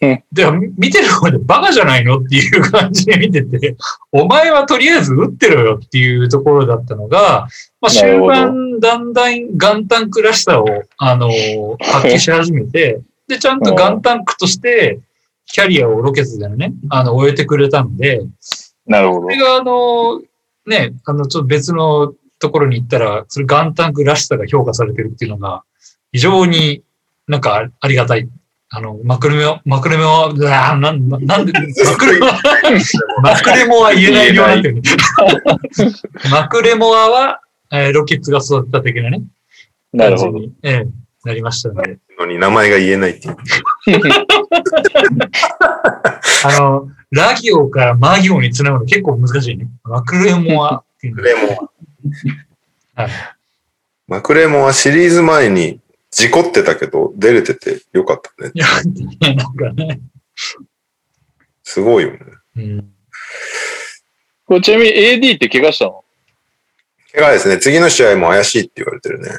[SPEAKER 2] うん。
[SPEAKER 3] でも、見てる方でバカじゃないのっていう感じで見てて、お前はとりあえず撃ってろよっていうところだったのが、まあ、
[SPEAKER 2] なるほ
[SPEAKER 3] 終
[SPEAKER 2] ど
[SPEAKER 3] 盤、だんだんガンタンクらしさを、あの発揮し始めて、で、ちゃんとガンタンクとして、キャリアをロケツでね、あの、終えてくれたんで、
[SPEAKER 2] なるほど
[SPEAKER 3] そ。れがあの、ね、あの、ちょっと別のところに行ったら、それガンタンクらしさが評価されてるっていうのが、非常になんかありがたい。あの、マクレメオ、マクレメオは、うわーなん、ななんで、マクレモア、マクレモアは言えないようになってるね。マクレモアは、えーロケッツが育てた的なね。
[SPEAKER 2] なるほど。
[SPEAKER 3] 感じに。ええなりましたので。
[SPEAKER 1] のに名前が言えないっていう。
[SPEAKER 3] あの、ラ行からマ行につなぐの結構難しいね。マクレモアっていうの
[SPEAKER 1] マクレモ
[SPEAKER 3] は
[SPEAKER 1] はいマクレモはシリーズ前に事故ってたけど、出れててよかったね。
[SPEAKER 3] いや、なんかね。
[SPEAKER 1] すごいよね。
[SPEAKER 3] うん
[SPEAKER 2] これちなみに AD って怪我したの
[SPEAKER 1] 怪我ですね。次の試合も怪しいって言われてるね。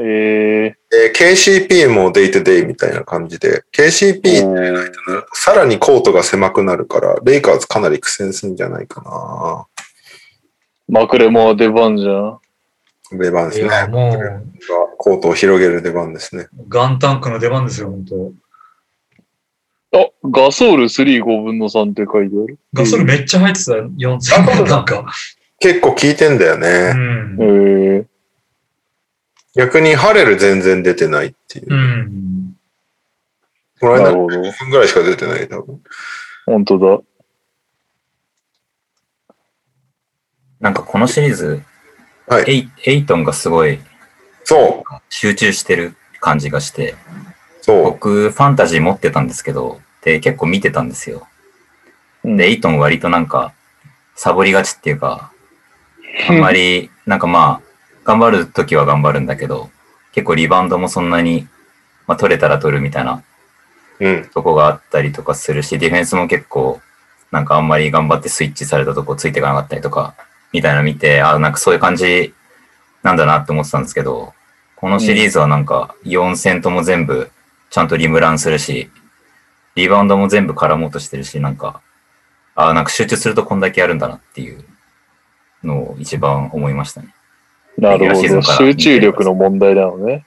[SPEAKER 2] え
[SPEAKER 1] で KCP もデイトデイみたいな感じ
[SPEAKER 2] え
[SPEAKER 1] で、KCP さらにコートが狭くなるから、レイカーズかなり苦戦するんじゃないかな。
[SPEAKER 2] マクレモア出番じゃん。
[SPEAKER 1] 出番で
[SPEAKER 3] い
[SPEAKER 1] すね。
[SPEAKER 3] や、も
[SPEAKER 1] コートを広げる出番ですね。
[SPEAKER 3] う、ガンタンクの出番ですよ、本当
[SPEAKER 2] あ、ガソール3、5分の3って書いてある。
[SPEAKER 3] ガソルめっちゃ入ってた、4000
[SPEAKER 1] あそう
[SPEAKER 3] な
[SPEAKER 1] なん
[SPEAKER 3] か。
[SPEAKER 1] 結構効いてんだよ
[SPEAKER 3] う
[SPEAKER 1] ね。
[SPEAKER 3] ん。
[SPEAKER 2] ええ
[SPEAKER 1] 逆にハレル全然出てないっていう。
[SPEAKER 3] うん。
[SPEAKER 1] この
[SPEAKER 2] な
[SPEAKER 1] 間
[SPEAKER 2] る
[SPEAKER 1] 5
[SPEAKER 2] ほど。
[SPEAKER 1] 分ぐらいしか出てない、多分。
[SPEAKER 2] 本当だ。
[SPEAKER 5] なんかこのシリーズ、
[SPEAKER 1] はい
[SPEAKER 5] エイエイトンがすごい
[SPEAKER 1] そう、
[SPEAKER 5] 集中してる感じがして、
[SPEAKER 1] そう。
[SPEAKER 5] 僕、ファンタジー持ってたんですけど、で、結構見てたんですよ。で、エイトン割となんか、サボりがちっていうか、あんまり、なんかまあ、頑張るときは頑張るんだけど、結構リバウンドもそんなに、まあ、取れたら取るみたいな
[SPEAKER 1] うん。
[SPEAKER 5] とこがあったりとかするし、ディフェンスも結構、なんかあんまり頑張ってスイッチされたとこついていかなかったりとか、みたいなの見て、あ、なんかそういう感じなんだなって思ってたんですけど、このシリーズはなんか4戦とも全部ちゃんとリムランするし、リバウンドも全部絡もうとしてるし、なんか、あ、なんか集中するとこんだけやるんだなっていうのを一番思いましたね。
[SPEAKER 2] なるほ
[SPEAKER 5] レギュ
[SPEAKER 2] ど。
[SPEAKER 5] ラーシーズンから
[SPEAKER 2] 集中力の問題なのね。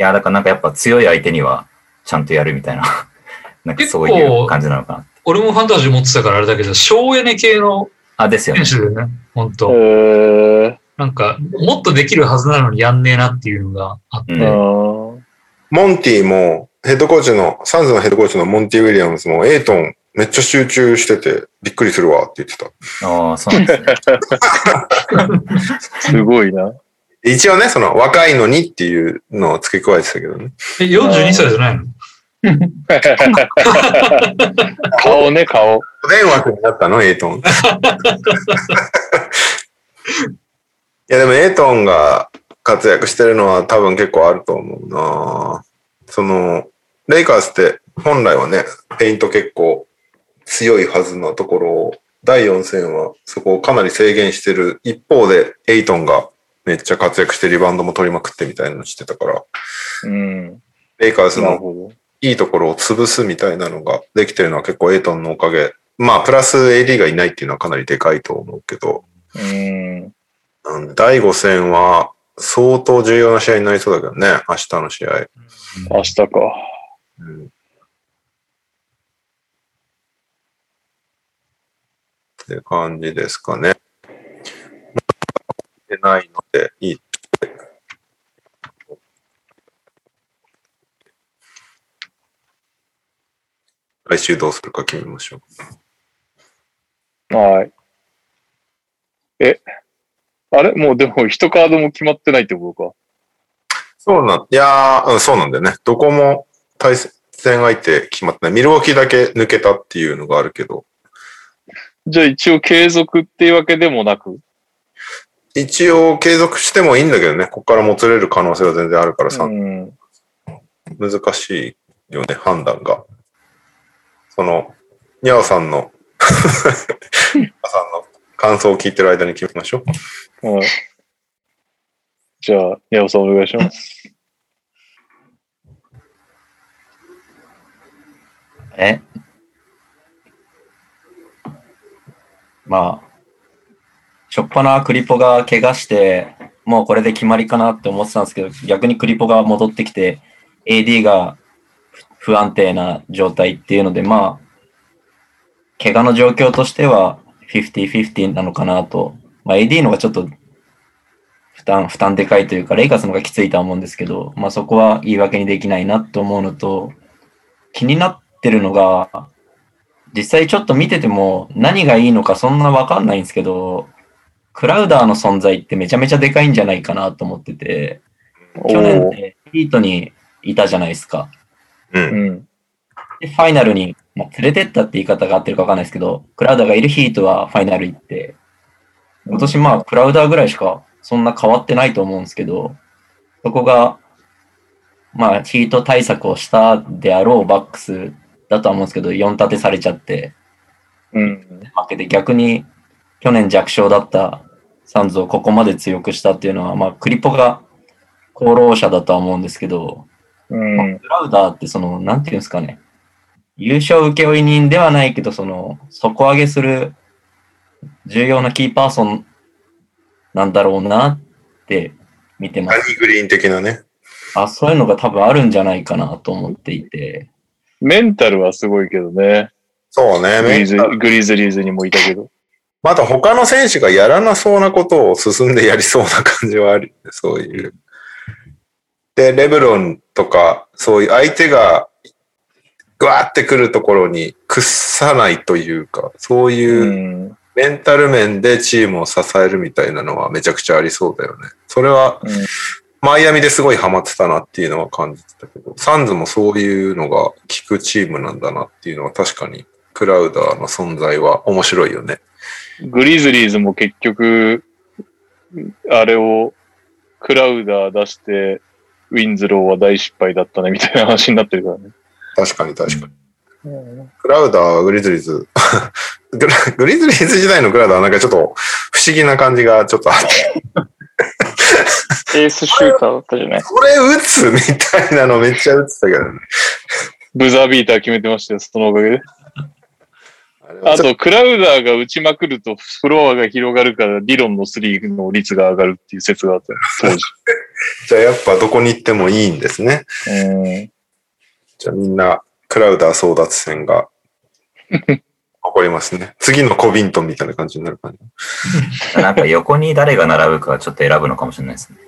[SPEAKER 5] いや、だからなんかやっぱ強い相手にはちゃんとやるみたいな、 なんかそういう感じなのかな。
[SPEAKER 3] 俺もファンタジー持ってたからあれだけど、省エネ系の
[SPEAKER 5] あ、ですよね
[SPEAKER 3] 選。手だよね、本
[SPEAKER 2] え
[SPEAKER 3] 当
[SPEAKER 2] え
[SPEAKER 3] なんか、もっとできるはずなのにやんねえなっていうのがあって。
[SPEAKER 5] うん
[SPEAKER 2] あ
[SPEAKER 1] モンティも、ヘッドコーチの、サンズのヘッドコーチのモンティ・ウィリアムズも、エイトンめっちゃ集中してて、びっくりするわって言ってた。
[SPEAKER 5] ああ、そうなんですね。
[SPEAKER 2] ーすごいな。
[SPEAKER 1] 一応ね、その若いのにっていうのを付け加えてたけどね。
[SPEAKER 3] え、42歳じゃないの
[SPEAKER 2] 顔ね、顔。
[SPEAKER 1] お電話になったの、エイトン。い や、でもエイトンが活躍してるのは多分結構あると思うなその、レイカーズって本来はね、ペイント結構強いはずのところを、第4戦はそこをかなり制限してる一方で、エイトンがめっちゃ活躍してリバウンドも取りまくってみたいなのしてたから、
[SPEAKER 2] うん。
[SPEAKER 1] レイカーズ
[SPEAKER 2] なる
[SPEAKER 1] の
[SPEAKER 2] ほ
[SPEAKER 1] いいところを潰すみたいなのができてるのは結構エイトンのおかげ。まあ、プラス AD がいないっていうのはかなりでかいと思うけど、
[SPEAKER 2] ど。うん。
[SPEAKER 1] うん第5戦は相当重要な試合になりそうだけどね、明日の試合。
[SPEAKER 2] 明日か。
[SPEAKER 1] うんって感じですかね。出ないので、いいって。来週どうするか決めましょう。
[SPEAKER 6] はい。え、あれもうでも一カードも決まってないってこと
[SPEAKER 1] そうなん、いやー、うん、そうなんだよね。どこも対戦相手決まってない。ミルウォーキーだけ抜けたっていうのがあるけど、
[SPEAKER 6] か。じゃあ一応継続っていうわけでもなく。
[SPEAKER 1] 一応継続してもいいんだけどね、ここからもつれる可能性は全然あるからさ、
[SPEAKER 2] うん。
[SPEAKER 1] 難しいよね、判断が。その、ニャオさんの、ニャオさんの感想を聞いてる間に決めましょう。
[SPEAKER 6] はい。じゃあ、矢尾さんお願いします。
[SPEAKER 4] えまあ、しょっぱなクリポが怪我して、もうこれで決まりかなって思ってたんですけど、逆にクリポが戻ってきて、AD が不安定な状態っていうので、まあ、怪我の状況としては50-50なのかなと。まあ、AD の方がちょっと負担、負担でかいというか、レイカーズの方がきついとは思うんですけど、まあそこは言い訳にできないなと思うのと、気になってるのが、実際ちょっと見てても何がいいのかそんなわかんないんですけど、クラウダーの存在ってめちゃめちゃでかいんじゃないかなと思ってて、去年ってヒートにいたじゃないですか。
[SPEAKER 2] うん。
[SPEAKER 4] で、ファイナルに、まあ、連れてったって言い方が合ってるかわかんないですけど、クラウダーがいるヒートはファイナル行って、今年まあ、クラウダーぐらいしかそんな変わってないと思うんですけど、そこが、まあ、ヒート対策をしたであろうバックスだとは思うんですけど、4立てされちゃって、
[SPEAKER 2] うん。
[SPEAKER 4] 負けて逆に去年弱小だったサンズをここまで強くしたっていうのは、まあ、クリポが功労者だとは思うんですけど、
[SPEAKER 2] う
[SPEAKER 4] まあ
[SPEAKER 2] ん。
[SPEAKER 4] クラウダーってその、なんていうんですかね、優勝請負人ではないけど、その、底上げする重要なキーパーソンなんだろうなって見てま
[SPEAKER 1] ダニ
[SPEAKER 4] す。
[SPEAKER 1] ーグリーン的なね。
[SPEAKER 4] あ、そういうのが多分あるんじゃないかなと思っていて、
[SPEAKER 6] メンタルはすごいけどね。
[SPEAKER 1] そうね、
[SPEAKER 6] グ
[SPEAKER 1] メ
[SPEAKER 6] リ
[SPEAKER 1] ン
[SPEAKER 6] ズ
[SPEAKER 1] タル
[SPEAKER 6] グリズリーズにもいたけど。
[SPEAKER 1] また他の選手がやらなそうなことを進んでやりそうな感じはある。そういう。で、レブロンとか、そういう相手が、ぐわーってくるところに屈さないというか、そういう
[SPEAKER 2] うん。
[SPEAKER 1] メンタル面でチームを支えるみたいなのはめちゃくちゃありそうだよね。それは、
[SPEAKER 2] うん
[SPEAKER 1] マイアミですごいハマってたなっていうのは感じてたけど、サンズもそういうのが効くチームなんだなっていうのは確かに、クラウダーの存在は面白いよね。
[SPEAKER 6] グリズリーズも結局、あれを、クラウダー出して、ウィンズローは大失敗だったねみたいな話になってるからね。
[SPEAKER 1] 確かに確かに。クラウダーはグリズリーズ、 グラグリズリーズ時代のクラウダーはなんかちょっと不思議な感じがちょっとあ って、
[SPEAKER 9] エースシューターだったじゃない。
[SPEAKER 1] これ打つみたいなのめっちゃ打ってたけどね。
[SPEAKER 6] ブザービーター決めてましたよ、そのおかげで。
[SPEAKER 1] あれ
[SPEAKER 6] あ
[SPEAKER 1] はちょっ
[SPEAKER 6] と、クラウダーが打ちまくるとフロアが広がるから、理論のスリーの率が上がるっていう説があったよ当時。
[SPEAKER 1] とやっぱどこに行ってもいいんですね。
[SPEAKER 2] うん。
[SPEAKER 1] じゃあみんな、クラウダー争奪戦が起こりますね。次のコビントンみたいな感じになる感じ。
[SPEAKER 5] なんか横に誰が並ぶかちょっと選ぶのかもしれないですね。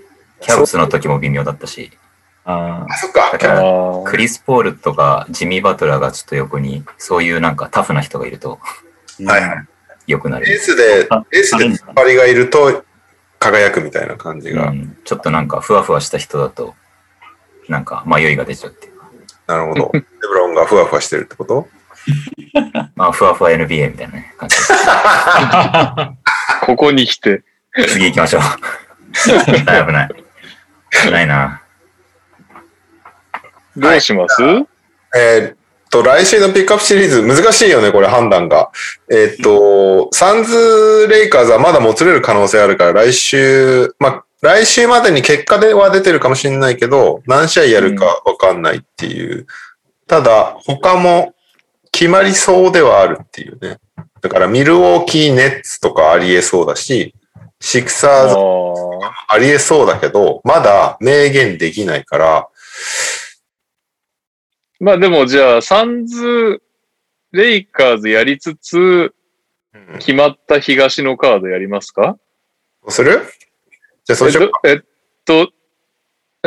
[SPEAKER 5] キャブスの時も微妙だったし、
[SPEAKER 4] あー
[SPEAKER 1] そっか
[SPEAKER 5] だから
[SPEAKER 6] あ
[SPEAKER 5] クリス・ポールとかジミー・バトラーがちょっと横に、そういうなんかタフな人がいると
[SPEAKER 1] はいはい。
[SPEAKER 5] 良くな
[SPEAKER 1] エー
[SPEAKER 5] る。
[SPEAKER 1] スで、エースで突っ張りがいると輝くみたいな感じ
[SPEAKER 5] う
[SPEAKER 1] が。
[SPEAKER 5] ん、ちょっとなんかふわふわした人だと、なんか迷いが出ちゃうっていうか。
[SPEAKER 1] なるほど。レブロンがふわふわしてるってこと
[SPEAKER 5] まあ、ふわふわ NBA みたいなね感じ
[SPEAKER 6] あ、ここに来て。
[SPEAKER 5] で。次行きましょう。 危ない危ない。危ないな。
[SPEAKER 6] どうします、
[SPEAKER 1] えーっと、来週のピックアップシリーズ、難しいよね、これ判断が。えーっと、サンズ・レイカーズはまだもつれる可能性あるから、来週、まあ、来週までに結果では出てるかもしれないけど、何試合やるかわかんないっていう。ただ、他も決まりそうではあるっていうね。だから、ミルウォーキー・ネッツとかありえそうだし、シクサーズありえそうだけど、まだ明言できないから、
[SPEAKER 6] まあでもじゃあ、サンズ、レイカーズやりつつ、決まった東のカードやりますか
[SPEAKER 1] どうするじゃあ、それしよう
[SPEAKER 6] えっと、えっ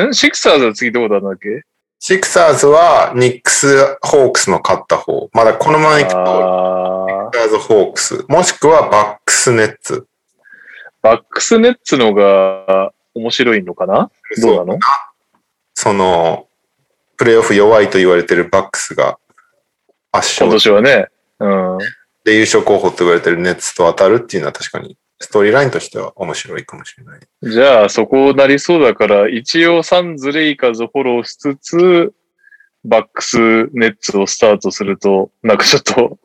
[SPEAKER 6] とんシクサーズは次どうだったんだっけ
[SPEAKER 1] シクサーズはニックス・ホークスの勝った方。まだこのままいくと、
[SPEAKER 2] あー
[SPEAKER 1] シクサーズ・ホークス。もしくはバックス・ネッツ。
[SPEAKER 2] バックスネッツのが面白いのかなどうなの
[SPEAKER 1] その、プレイオフ弱いと言われてるバックスが圧
[SPEAKER 2] 今
[SPEAKER 1] 勝
[SPEAKER 2] 年はね。うん。
[SPEAKER 1] で優勝候補と言われてるネッツと当たるっていうのは確かにストーリーラインとしては面白いかもしれない。
[SPEAKER 2] じゃあ、そこなりそうだから、一応サンズ、レイカーズフォローしつつ、バックス、ネッツをスタートすると、なんかちょっと、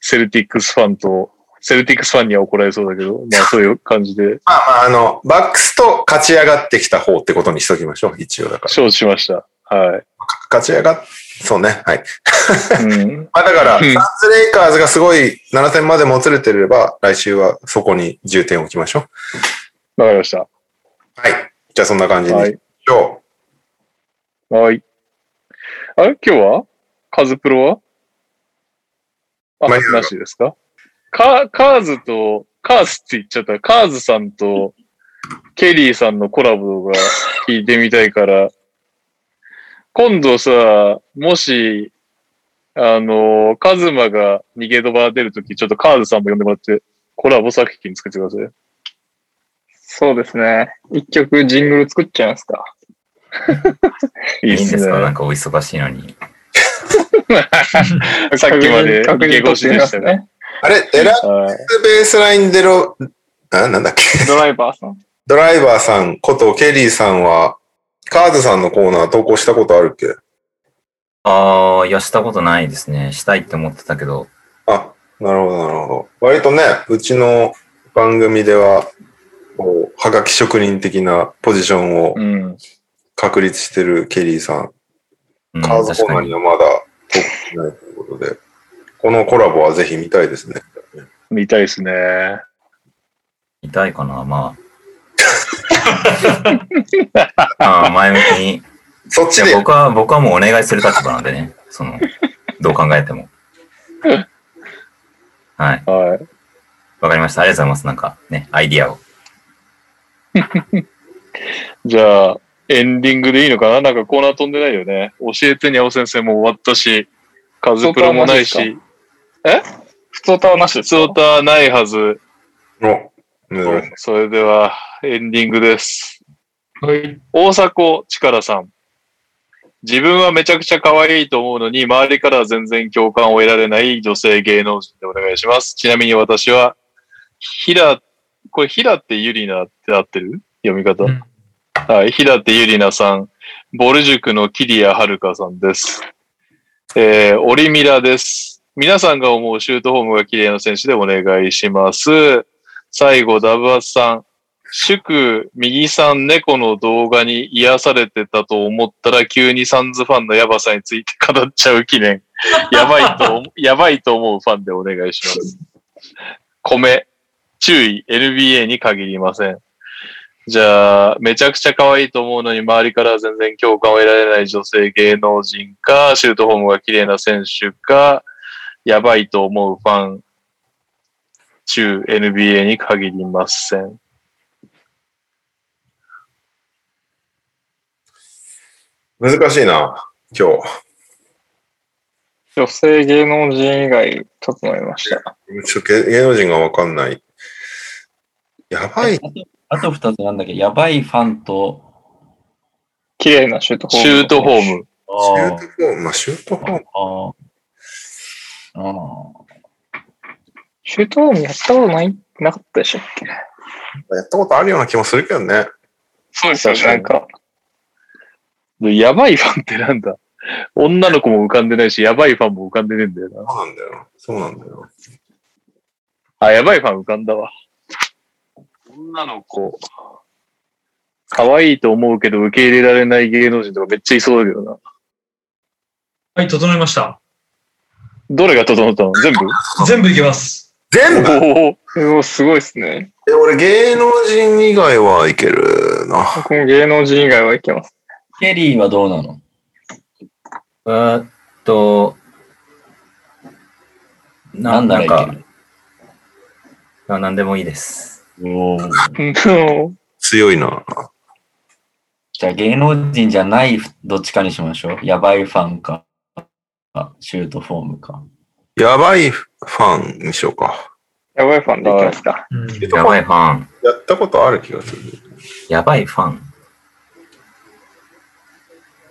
[SPEAKER 2] セルティックスファンと、セルティックスファンには怒られそうだけど、まあそういう感じで、
[SPEAKER 1] まあまあ、あの、バックスと勝ち上がってきた方ってことにしときましょう。一応だから。
[SPEAKER 2] 承知しました。はい。
[SPEAKER 1] 勝ち上がっ、そうね。 はい。
[SPEAKER 2] うん、
[SPEAKER 1] まあだから、
[SPEAKER 2] うん
[SPEAKER 1] サンズレイカーズがすごい7点までもつれてれば、来週はそこに重点を置きましょう。
[SPEAKER 2] わかりました。
[SPEAKER 1] はい。じゃあそんな感じにしま
[SPEAKER 2] は
[SPEAKER 1] し
[SPEAKER 2] い。
[SPEAKER 1] ょう。
[SPEAKER 2] はい。あれ今日はカズプロはあ、
[SPEAKER 1] 間に合う
[SPEAKER 2] なしですかカカーズと、カーズって言っちゃった。カーズさんとケリーさんのコラボが聞いてみたいから、今度さ、もし、あの、カズマが逃げドバ出るとき、ちょっとカーズさんも呼んでもらって、コラボ作品作ってください。
[SPEAKER 6] そうですね。一曲ジングル作っちゃいますか。
[SPEAKER 2] いい
[SPEAKER 5] い
[SPEAKER 2] っ
[SPEAKER 5] いん
[SPEAKER 2] す
[SPEAKER 5] ですかな
[SPEAKER 2] ね
[SPEAKER 5] ん。かお忙しいのに。
[SPEAKER 2] さっきまで逃
[SPEAKER 6] 確
[SPEAKER 2] げ
[SPEAKER 6] 認
[SPEAKER 2] 腰でした
[SPEAKER 6] 取ってみます
[SPEAKER 2] ね。
[SPEAKER 6] ね。
[SPEAKER 1] あれ、デラック
[SPEAKER 2] はい
[SPEAKER 1] スベースラインデロ、あ、なんだっけ。
[SPEAKER 6] ドライバーさん。
[SPEAKER 1] ドライバーさんことケリーさんは、カーズさんのコーナー投稿したことあるっけ
[SPEAKER 5] ああ、いや、したことないですね。したいって思ってたけど。
[SPEAKER 1] あ、なるほど、なるほど。割とね、うちの番組では、こう、はがき職人的なポジションを
[SPEAKER 10] うん。
[SPEAKER 1] 確立してるケリーさん、
[SPEAKER 5] うん、
[SPEAKER 1] カーズ
[SPEAKER 5] 確
[SPEAKER 1] コーナ
[SPEAKER 5] か
[SPEAKER 1] ーに
[SPEAKER 5] に。
[SPEAKER 1] はまだ投稿してないということで、このコラボはぜひ見たいですね。
[SPEAKER 2] 見たいですね。
[SPEAKER 5] 痛いかな、まあ。 ああ、前向きに。
[SPEAKER 1] そっち
[SPEAKER 5] い
[SPEAKER 1] で
[SPEAKER 5] や、僕は、僕はもうお願いする立場なんでね。その、どう考えても。はい。
[SPEAKER 2] はい。
[SPEAKER 5] わかりました。ありがとうございます。なんかね、アイディアを。
[SPEAKER 2] じゃあ、エンディングでいいのかななんかコーナー飛んでないよね。教えてにゃお先生も終わったし、カズプロもないし、
[SPEAKER 6] 普通歌はなしです
[SPEAKER 2] ツ
[SPEAKER 6] か。
[SPEAKER 2] オーターないはず。
[SPEAKER 1] お珍しい
[SPEAKER 2] それでは、エンディングです。
[SPEAKER 3] はい。
[SPEAKER 2] 大迫力さん。自分はめちゃくちゃ可愛いと思うのに、周りからは全然共感を得られない女性芸能人でお願いします。ちなみに私は、ひら、これひらってゆりなって合ってる読み方。
[SPEAKER 3] うん
[SPEAKER 2] はい、平手ゆりなさん、ボル塾の桐谷遥さんです。えー、オリミラです。皆さんが思うシュートフォームが綺麗な選手でお願いします。最後、ダブアツさん、祝、右さん猫の動画に癒されてたと思ったら、急にサンズファンのヤバさについて語っちゃう記念。やばいと、やばいと思うファンでお願いします。米、注意、NBA に限りません。じゃあ、めちゃくちゃ可愛いと思うのに、周りからは全然共感を得られない女性芸能人か、シュートフォームが綺麗な選手か、やばいと思うファン、中 NBA に限りません。
[SPEAKER 1] 難しいな、今日。
[SPEAKER 6] 女性芸能人以外整いました。
[SPEAKER 1] ちょっと芸芸能人がわかんない。やばい。
[SPEAKER 4] あと二つなんだっけど、やばいファンと、
[SPEAKER 6] 綺麗なシュートフォー
[SPEAKER 2] シ
[SPEAKER 6] ム。
[SPEAKER 2] ュートフォーム。
[SPEAKER 4] あ
[SPEAKER 1] シュートフォーム、まあ、シュートフォーム。
[SPEAKER 4] あああ
[SPEAKER 6] シュートフォームやったことない、なかったでしたっけ
[SPEAKER 1] やったことあるような気もするけどね。
[SPEAKER 6] そうです
[SPEAKER 2] よね
[SPEAKER 6] なんか、
[SPEAKER 2] やばいファンってなんだ女の子も浮かんでないし、やばいファンも浮かんでねえんだよな。
[SPEAKER 1] そうなんだよ。そうなんだよ。
[SPEAKER 2] あ、やばいファン浮かんだわ。女の子。可愛いと思うけど受け入れられない芸能人とかめっちゃいそうだけどな。
[SPEAKER 3] はい、整いました。
[SPEAKER 2] どれが整ったの全部
[SPEAKER 3] 全部いけます。
[SPEAKER 1] 全部
[SPEAKER 2] おお
[SPEAKER 6] うおすごいですね。
[SPEAKER 1] え俺芸能人以外はいけるな。
[SPEAKER 6] 僕も芸能人以外はいけ ます。
[SPEAKER 4] ケリーはどうなの
[SPEAKER 5] えーっと、
[SPEAKER 4] なんならい
[SPEAKER 5] なん
[SPEAKER 4] け
[SPEAKER 5] か
[SPEAKER 4] る
[SPEAKER 5] あなんでもいいです。
[SPEAKER 4] おー
[SPEAKER 6] うん
[SPEAKER 1] 強いな。
[SPEAKER 4] じゃあ芸能人じゃないどっちかにしましょう。やばいファンか、あシュートフォームか。
[SPEAKER 1] やばいファンにしようか。
[SPEAKER 6] やばいファンでいきますか。
[SPEAKER 3] うん。
[SPEAKER 5] やばいファン。
[SPEAKER 1] やったことある気がする。
[SPEAKER 5] やばいファン。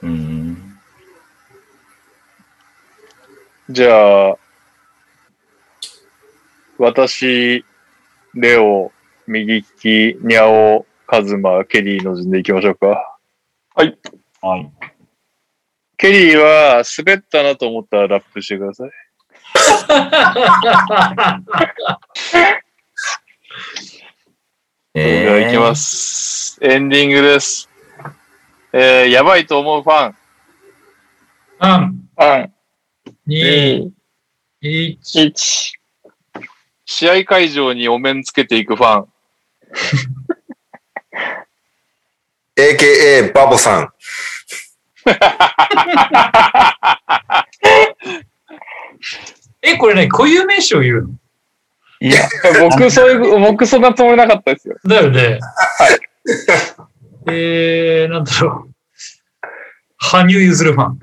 [SPEAKER 5] うーん。
[SPEAKER 2] じゃあ、私、レオ、右利き、ニャオ、カズマ、ケリーの順でいきましょうか。
[SPEAKER 4] はい。
[SPEAKER 2] ケリーは滑ったなと思ったらラップしてください。
[SPEAKER 5] え
[SPEAKER 2] では行きます。エンディングです。えー、やばいと思うファン。
[SPEAKER 3] 3、
[SPEAKER 6] 3、
[SPEAKER 3] 2、1、
[SPEAKER 6] 2、1。
[SPEAKER 2] 試合会場にお面つけていくファン。
[SPEAKER 1] AKA バボさん。
[SPEAKER 3] え、これね、固有名詞を言うの
[SPEAKER 4] いや、
[SPEAKER 6] 僕、そういう、僕、そんなつもりなかったですよ。
[SPEAKER 3] だよね。えー、なんだろう。羽生結弦ファン。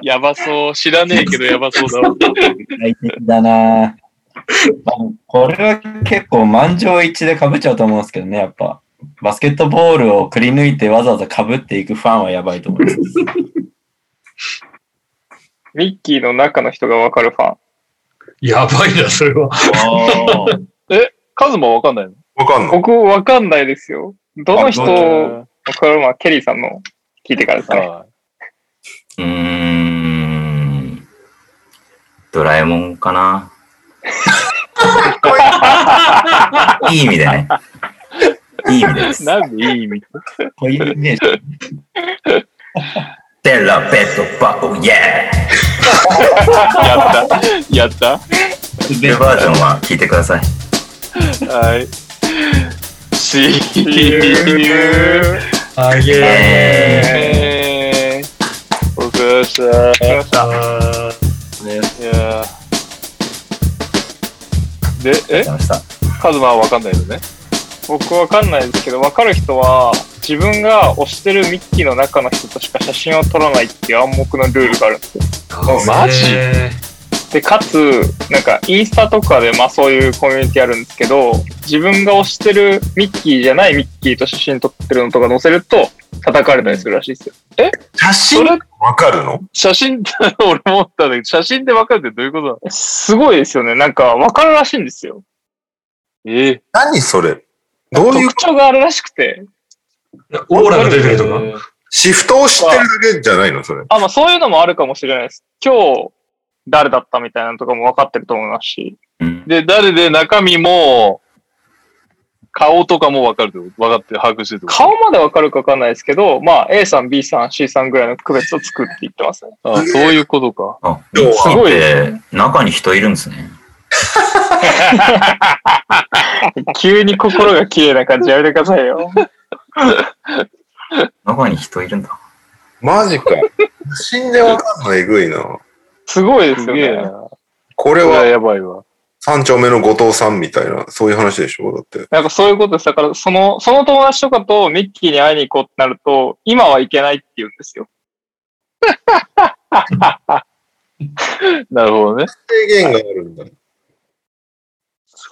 [SPEAKER 2] やばそう。知らねえけどやばそう だわ。
[SPEAKER 4] 大敵だな、まあこれは結構満場一致で被っちゃうと思うんですけどね、やっぱ。バスケットボールをくり抜いてわざわざ被っていくファンはやばいと思います。
[SPEAKER 6] ミッキーの中の人がわかるファン。
[SPEAKER 3] やばいな、それは。
[SPEAKER 2] カズマわかんないの
[SPEAKER 1] わかんない。
[SPEAKER 6] 僕、わかんないですよ。どの人、これはまあケリーさんの聞いてからですかね。
[SPEAKER 2] は
[SPEAKER 5] うーん。ドラえもんかな。いい意味でね。いい意味でで
[SPEAKER 2] い
[SPEAKER 5] す。
[SPEAKER 2] なんでいい意味
[SPEAKER 4] こういうイメージ。
[SPEAKER 5] テラベッドバオイエ
[SPEAKER 2] やった。やった。
[SPEAKER 5] ーイバージョンは聞いてください。
[SPEAKER 2] はい。See you.
[SPEAKER 3] あげ
[SPEAKER 2] え
[SPEAKER 3] ー。
[SPEAKER 5] え
[SPEAKER 2] ー、お疲れ様でした。いやーで、え
[SPEAKER 5] ありがとうございました。
[SPEAKER 2] カズマはわかんないのね。
[SPEAKER 6] 僕、わかんないですけど、わかる人は、自分が推してるミッキーの中の人としか写真を撮らないっていう暗黙のルールがあるんですよ。
[SPEAKER 2] マジ
[SPEAKER 6] で、かつ、なんか、インスタとかで、まあそういうコミュニティあるんですけど、自分が推してるミッキーじゃないミッキーと写真撮ってるのとか載せると、叩かれたりするらしいですよ。
[SPEAKER 1] 写
[SPEAKER 2] そ
[SPEAKER 1] 真
[SPEAKER 2] れ、
[SPEAKER 1] わかるの
[SPEAKER 2] 写真って俺も思ったんだけど、写真でわかるってどういうことなの
[SPEAKER 6] すごいですよね。なんか、わかるらしいんですよ。
[SPEAKER 2] ええ
[SPEAKER 1] 何それどういう
[SPEAKER 6] 特徴があるらしくて。
[SPEAKER 3] オーラが出てるとか。
[SPEAKER 1] シフトを知ってるだけじゃないのそれ。
[SPEAKER 6] あ、まあそういうのもあるかもしれないです。今日、誰だったみたいなのとかも分かってると思いますし。
[SPEAKER 5] うん
[SPEAKER 2] で、誰で中身も、顔とかもわかるってこと分かって、把握してるってこと
[SPEAKER 6] 顔まで分かるか分かんないですけど、まあ A さん、B さん、C さんぐらいの区別をつくって言ってます ね。
[SPEAKER 2] あそういうことか。
[SPEAKER 5] あ、
[SPEAKER 1] 今日
[SPEAKER 5] す
[SPEAKER 1] は
[SPEAKER 5] ごいね。中に人いるんですね。
[SPEAKER 6] 急に心が綺麗な感じやめてくださいよ。
[SPEAKER 5] 中に人いるんだ。
[SPEAKER 1] マジか。写真でわかんのえぐいな。
[SPEAKER 6] すごいです
[SPEAKER 2] す
[SPEAKER 6] よ
[SPEAKER 2] げえ
[SPEAKER 6] ね。
[SPEAKER 2] な。
[SPEAKER 1] これ
[SPEAKER 2] これは
[SPEAKER 1] は
[SPEAKER 2] やばいわ。
[SPEAKER 1] 三丁目の後藤さんみたいな、そういう話でしょだって。
[SPEAKER 6] なんかそういうことです。だから、その、その友達とかとミッキーに会いに行こうってなると、今はいけないって言うんですよ。
[SPEAKER 2] なるほどね。
[SPEAKER 1] 制限があるんだ。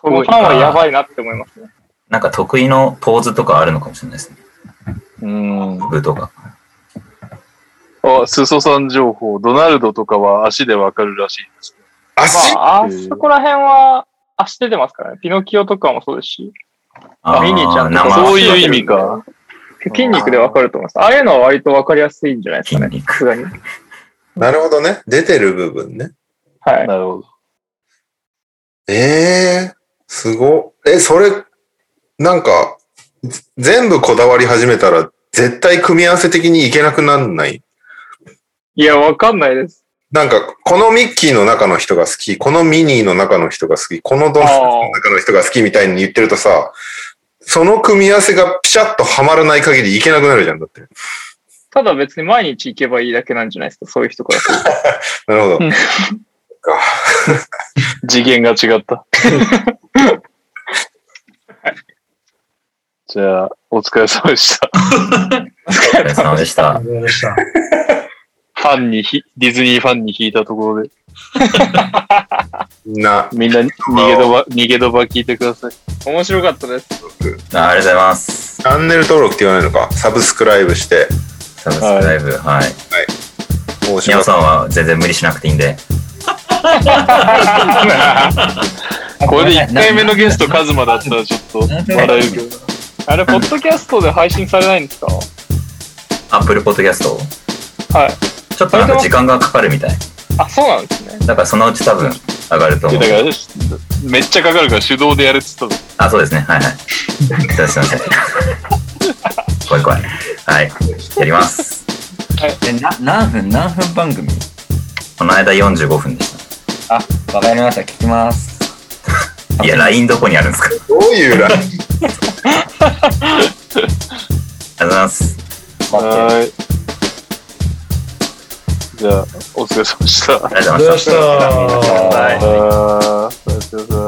[SPEAKER 6] このファンはやばいなって思いますね。
[SPEAKER 5] なんか得意のポーズとかあるのかもしれないですね。
[SPEAKER 2] うん。
[SPEAKER 5] 服とか。
[SPEAKER 2] あ、すそさん情報。ドナルドとかは足でわかるらしいです。
[SPEAKER 1] 足
[SPEAKER 6] まあ、あそこら辺は、足出てますからね。ピノキオとかもそうですし。
[SPEAKER 5] あー
[SPEAKER 6] ミニちゃんと
[SPEAKER 5] 生
[SPEAKER 6] か
[SPEAKER 2] そういう意味か。
[SPEAKER 6] 筋肉でわかると思います。ああいうのは割とわかりやすいんじゃないですか
[SPEAKER 5] 筋
[SPEAKER 6] ね。
[SPEAKER 5] 肉
[SPEAKER 6] さ。すがに。
[SPEAKER 1] なるほどね。出てる部分ね。
[SPEAKER 6] はい。
[SPEAKER 2] なるほど。
[SPEAKER 1] ええー、すごっ。え、それ、なんか、ぜ全部こだわり始めたら、絶対組み合わせ的にいけなくなんない。
[SPEAKER 6] いや、わかんないです。
[SPEAKER 1] なんか、このミッキーの中の人が好き、このミニーの中の人が好き、このドナルドの中の人が好きみたいに言ってるとさ、その組み合わせがピシャッとはまらない限りいけなくなるじゃん、だって。
[SPEAKER 6] ただ別に毎日行けばいいだけなんじゃないですか、そういう人からすると。
[SPEAKER 1] なるほど。
[SPEAKER 2] 次元が違った。じゃあ、お疲れ様でした。
[SPEAKER 5] お疲れ様でした
[SPEAKER 3] あ。りがとうございました。
[SPEAKER 2] ファンにひ、ディズニーファンに引いたところで、
[SPEAKER 11] みんな、
[SPEAKER 2] みんな逃げ飛ば、逃げ飛ば聞いてください。
[SPEAKER 6] 面白かったです。
[SPEAKER 5] あありがとうございます。
[SPEAKER 11] チャンネル登録って言わないのか、サブスクライブして、
[SPEAKER 5] サブスクライブ、はい。
[SPEAKER 11] もうし
[SPEAKER 5] 皆
[SPEAKER 11] ます
[SPEAKER 5] さんは全然無理しなくていいんで。
[SPEAKER 2] これで1回目のゲストカズマだったらちょっと笑えるけど。
[SPEAKER 6] あれ、ポッドキャストで配信されないんですか
[SPEAKER 5] アップルポッドキャスト
[SPEAKER 6] はい。
[SPEAKER 5] ちょっとなんか時間がかかるみたい。
[SPEAKER 6] あ、そうなんですね。
[SPEAKER 5] だからそのうち多分上がると思う
[SPEAKER 2] だ。から、めっちゃかかるから手動でやるっつったの。
[SPEAKER 5] あ、そうですね。はいはい。じゃあすいま せん。怖い怖い。はい。やります。
[SPEAKER 4] えな何分何分番組
[SPEAKER 5] この間45分でし
[SPEAKER 4] あ、わかりました。聞きます。
[SPEAKER 5] た。いや、LINE どこにあるんですかあり
[SPEAKER 11] どういうライン
[SPEAKER 5] がとうございます。
[SPEAKER 4] 待って。
[SPEAKER 2] い。じゃあ、お疲れ様でした。
[SPEAKER 5] ありがとうございました。
[SPEAKER 3] ありがとうございました
[SPEAKER 5] はい
[SPEAKER 2] あーお疲れ様でした。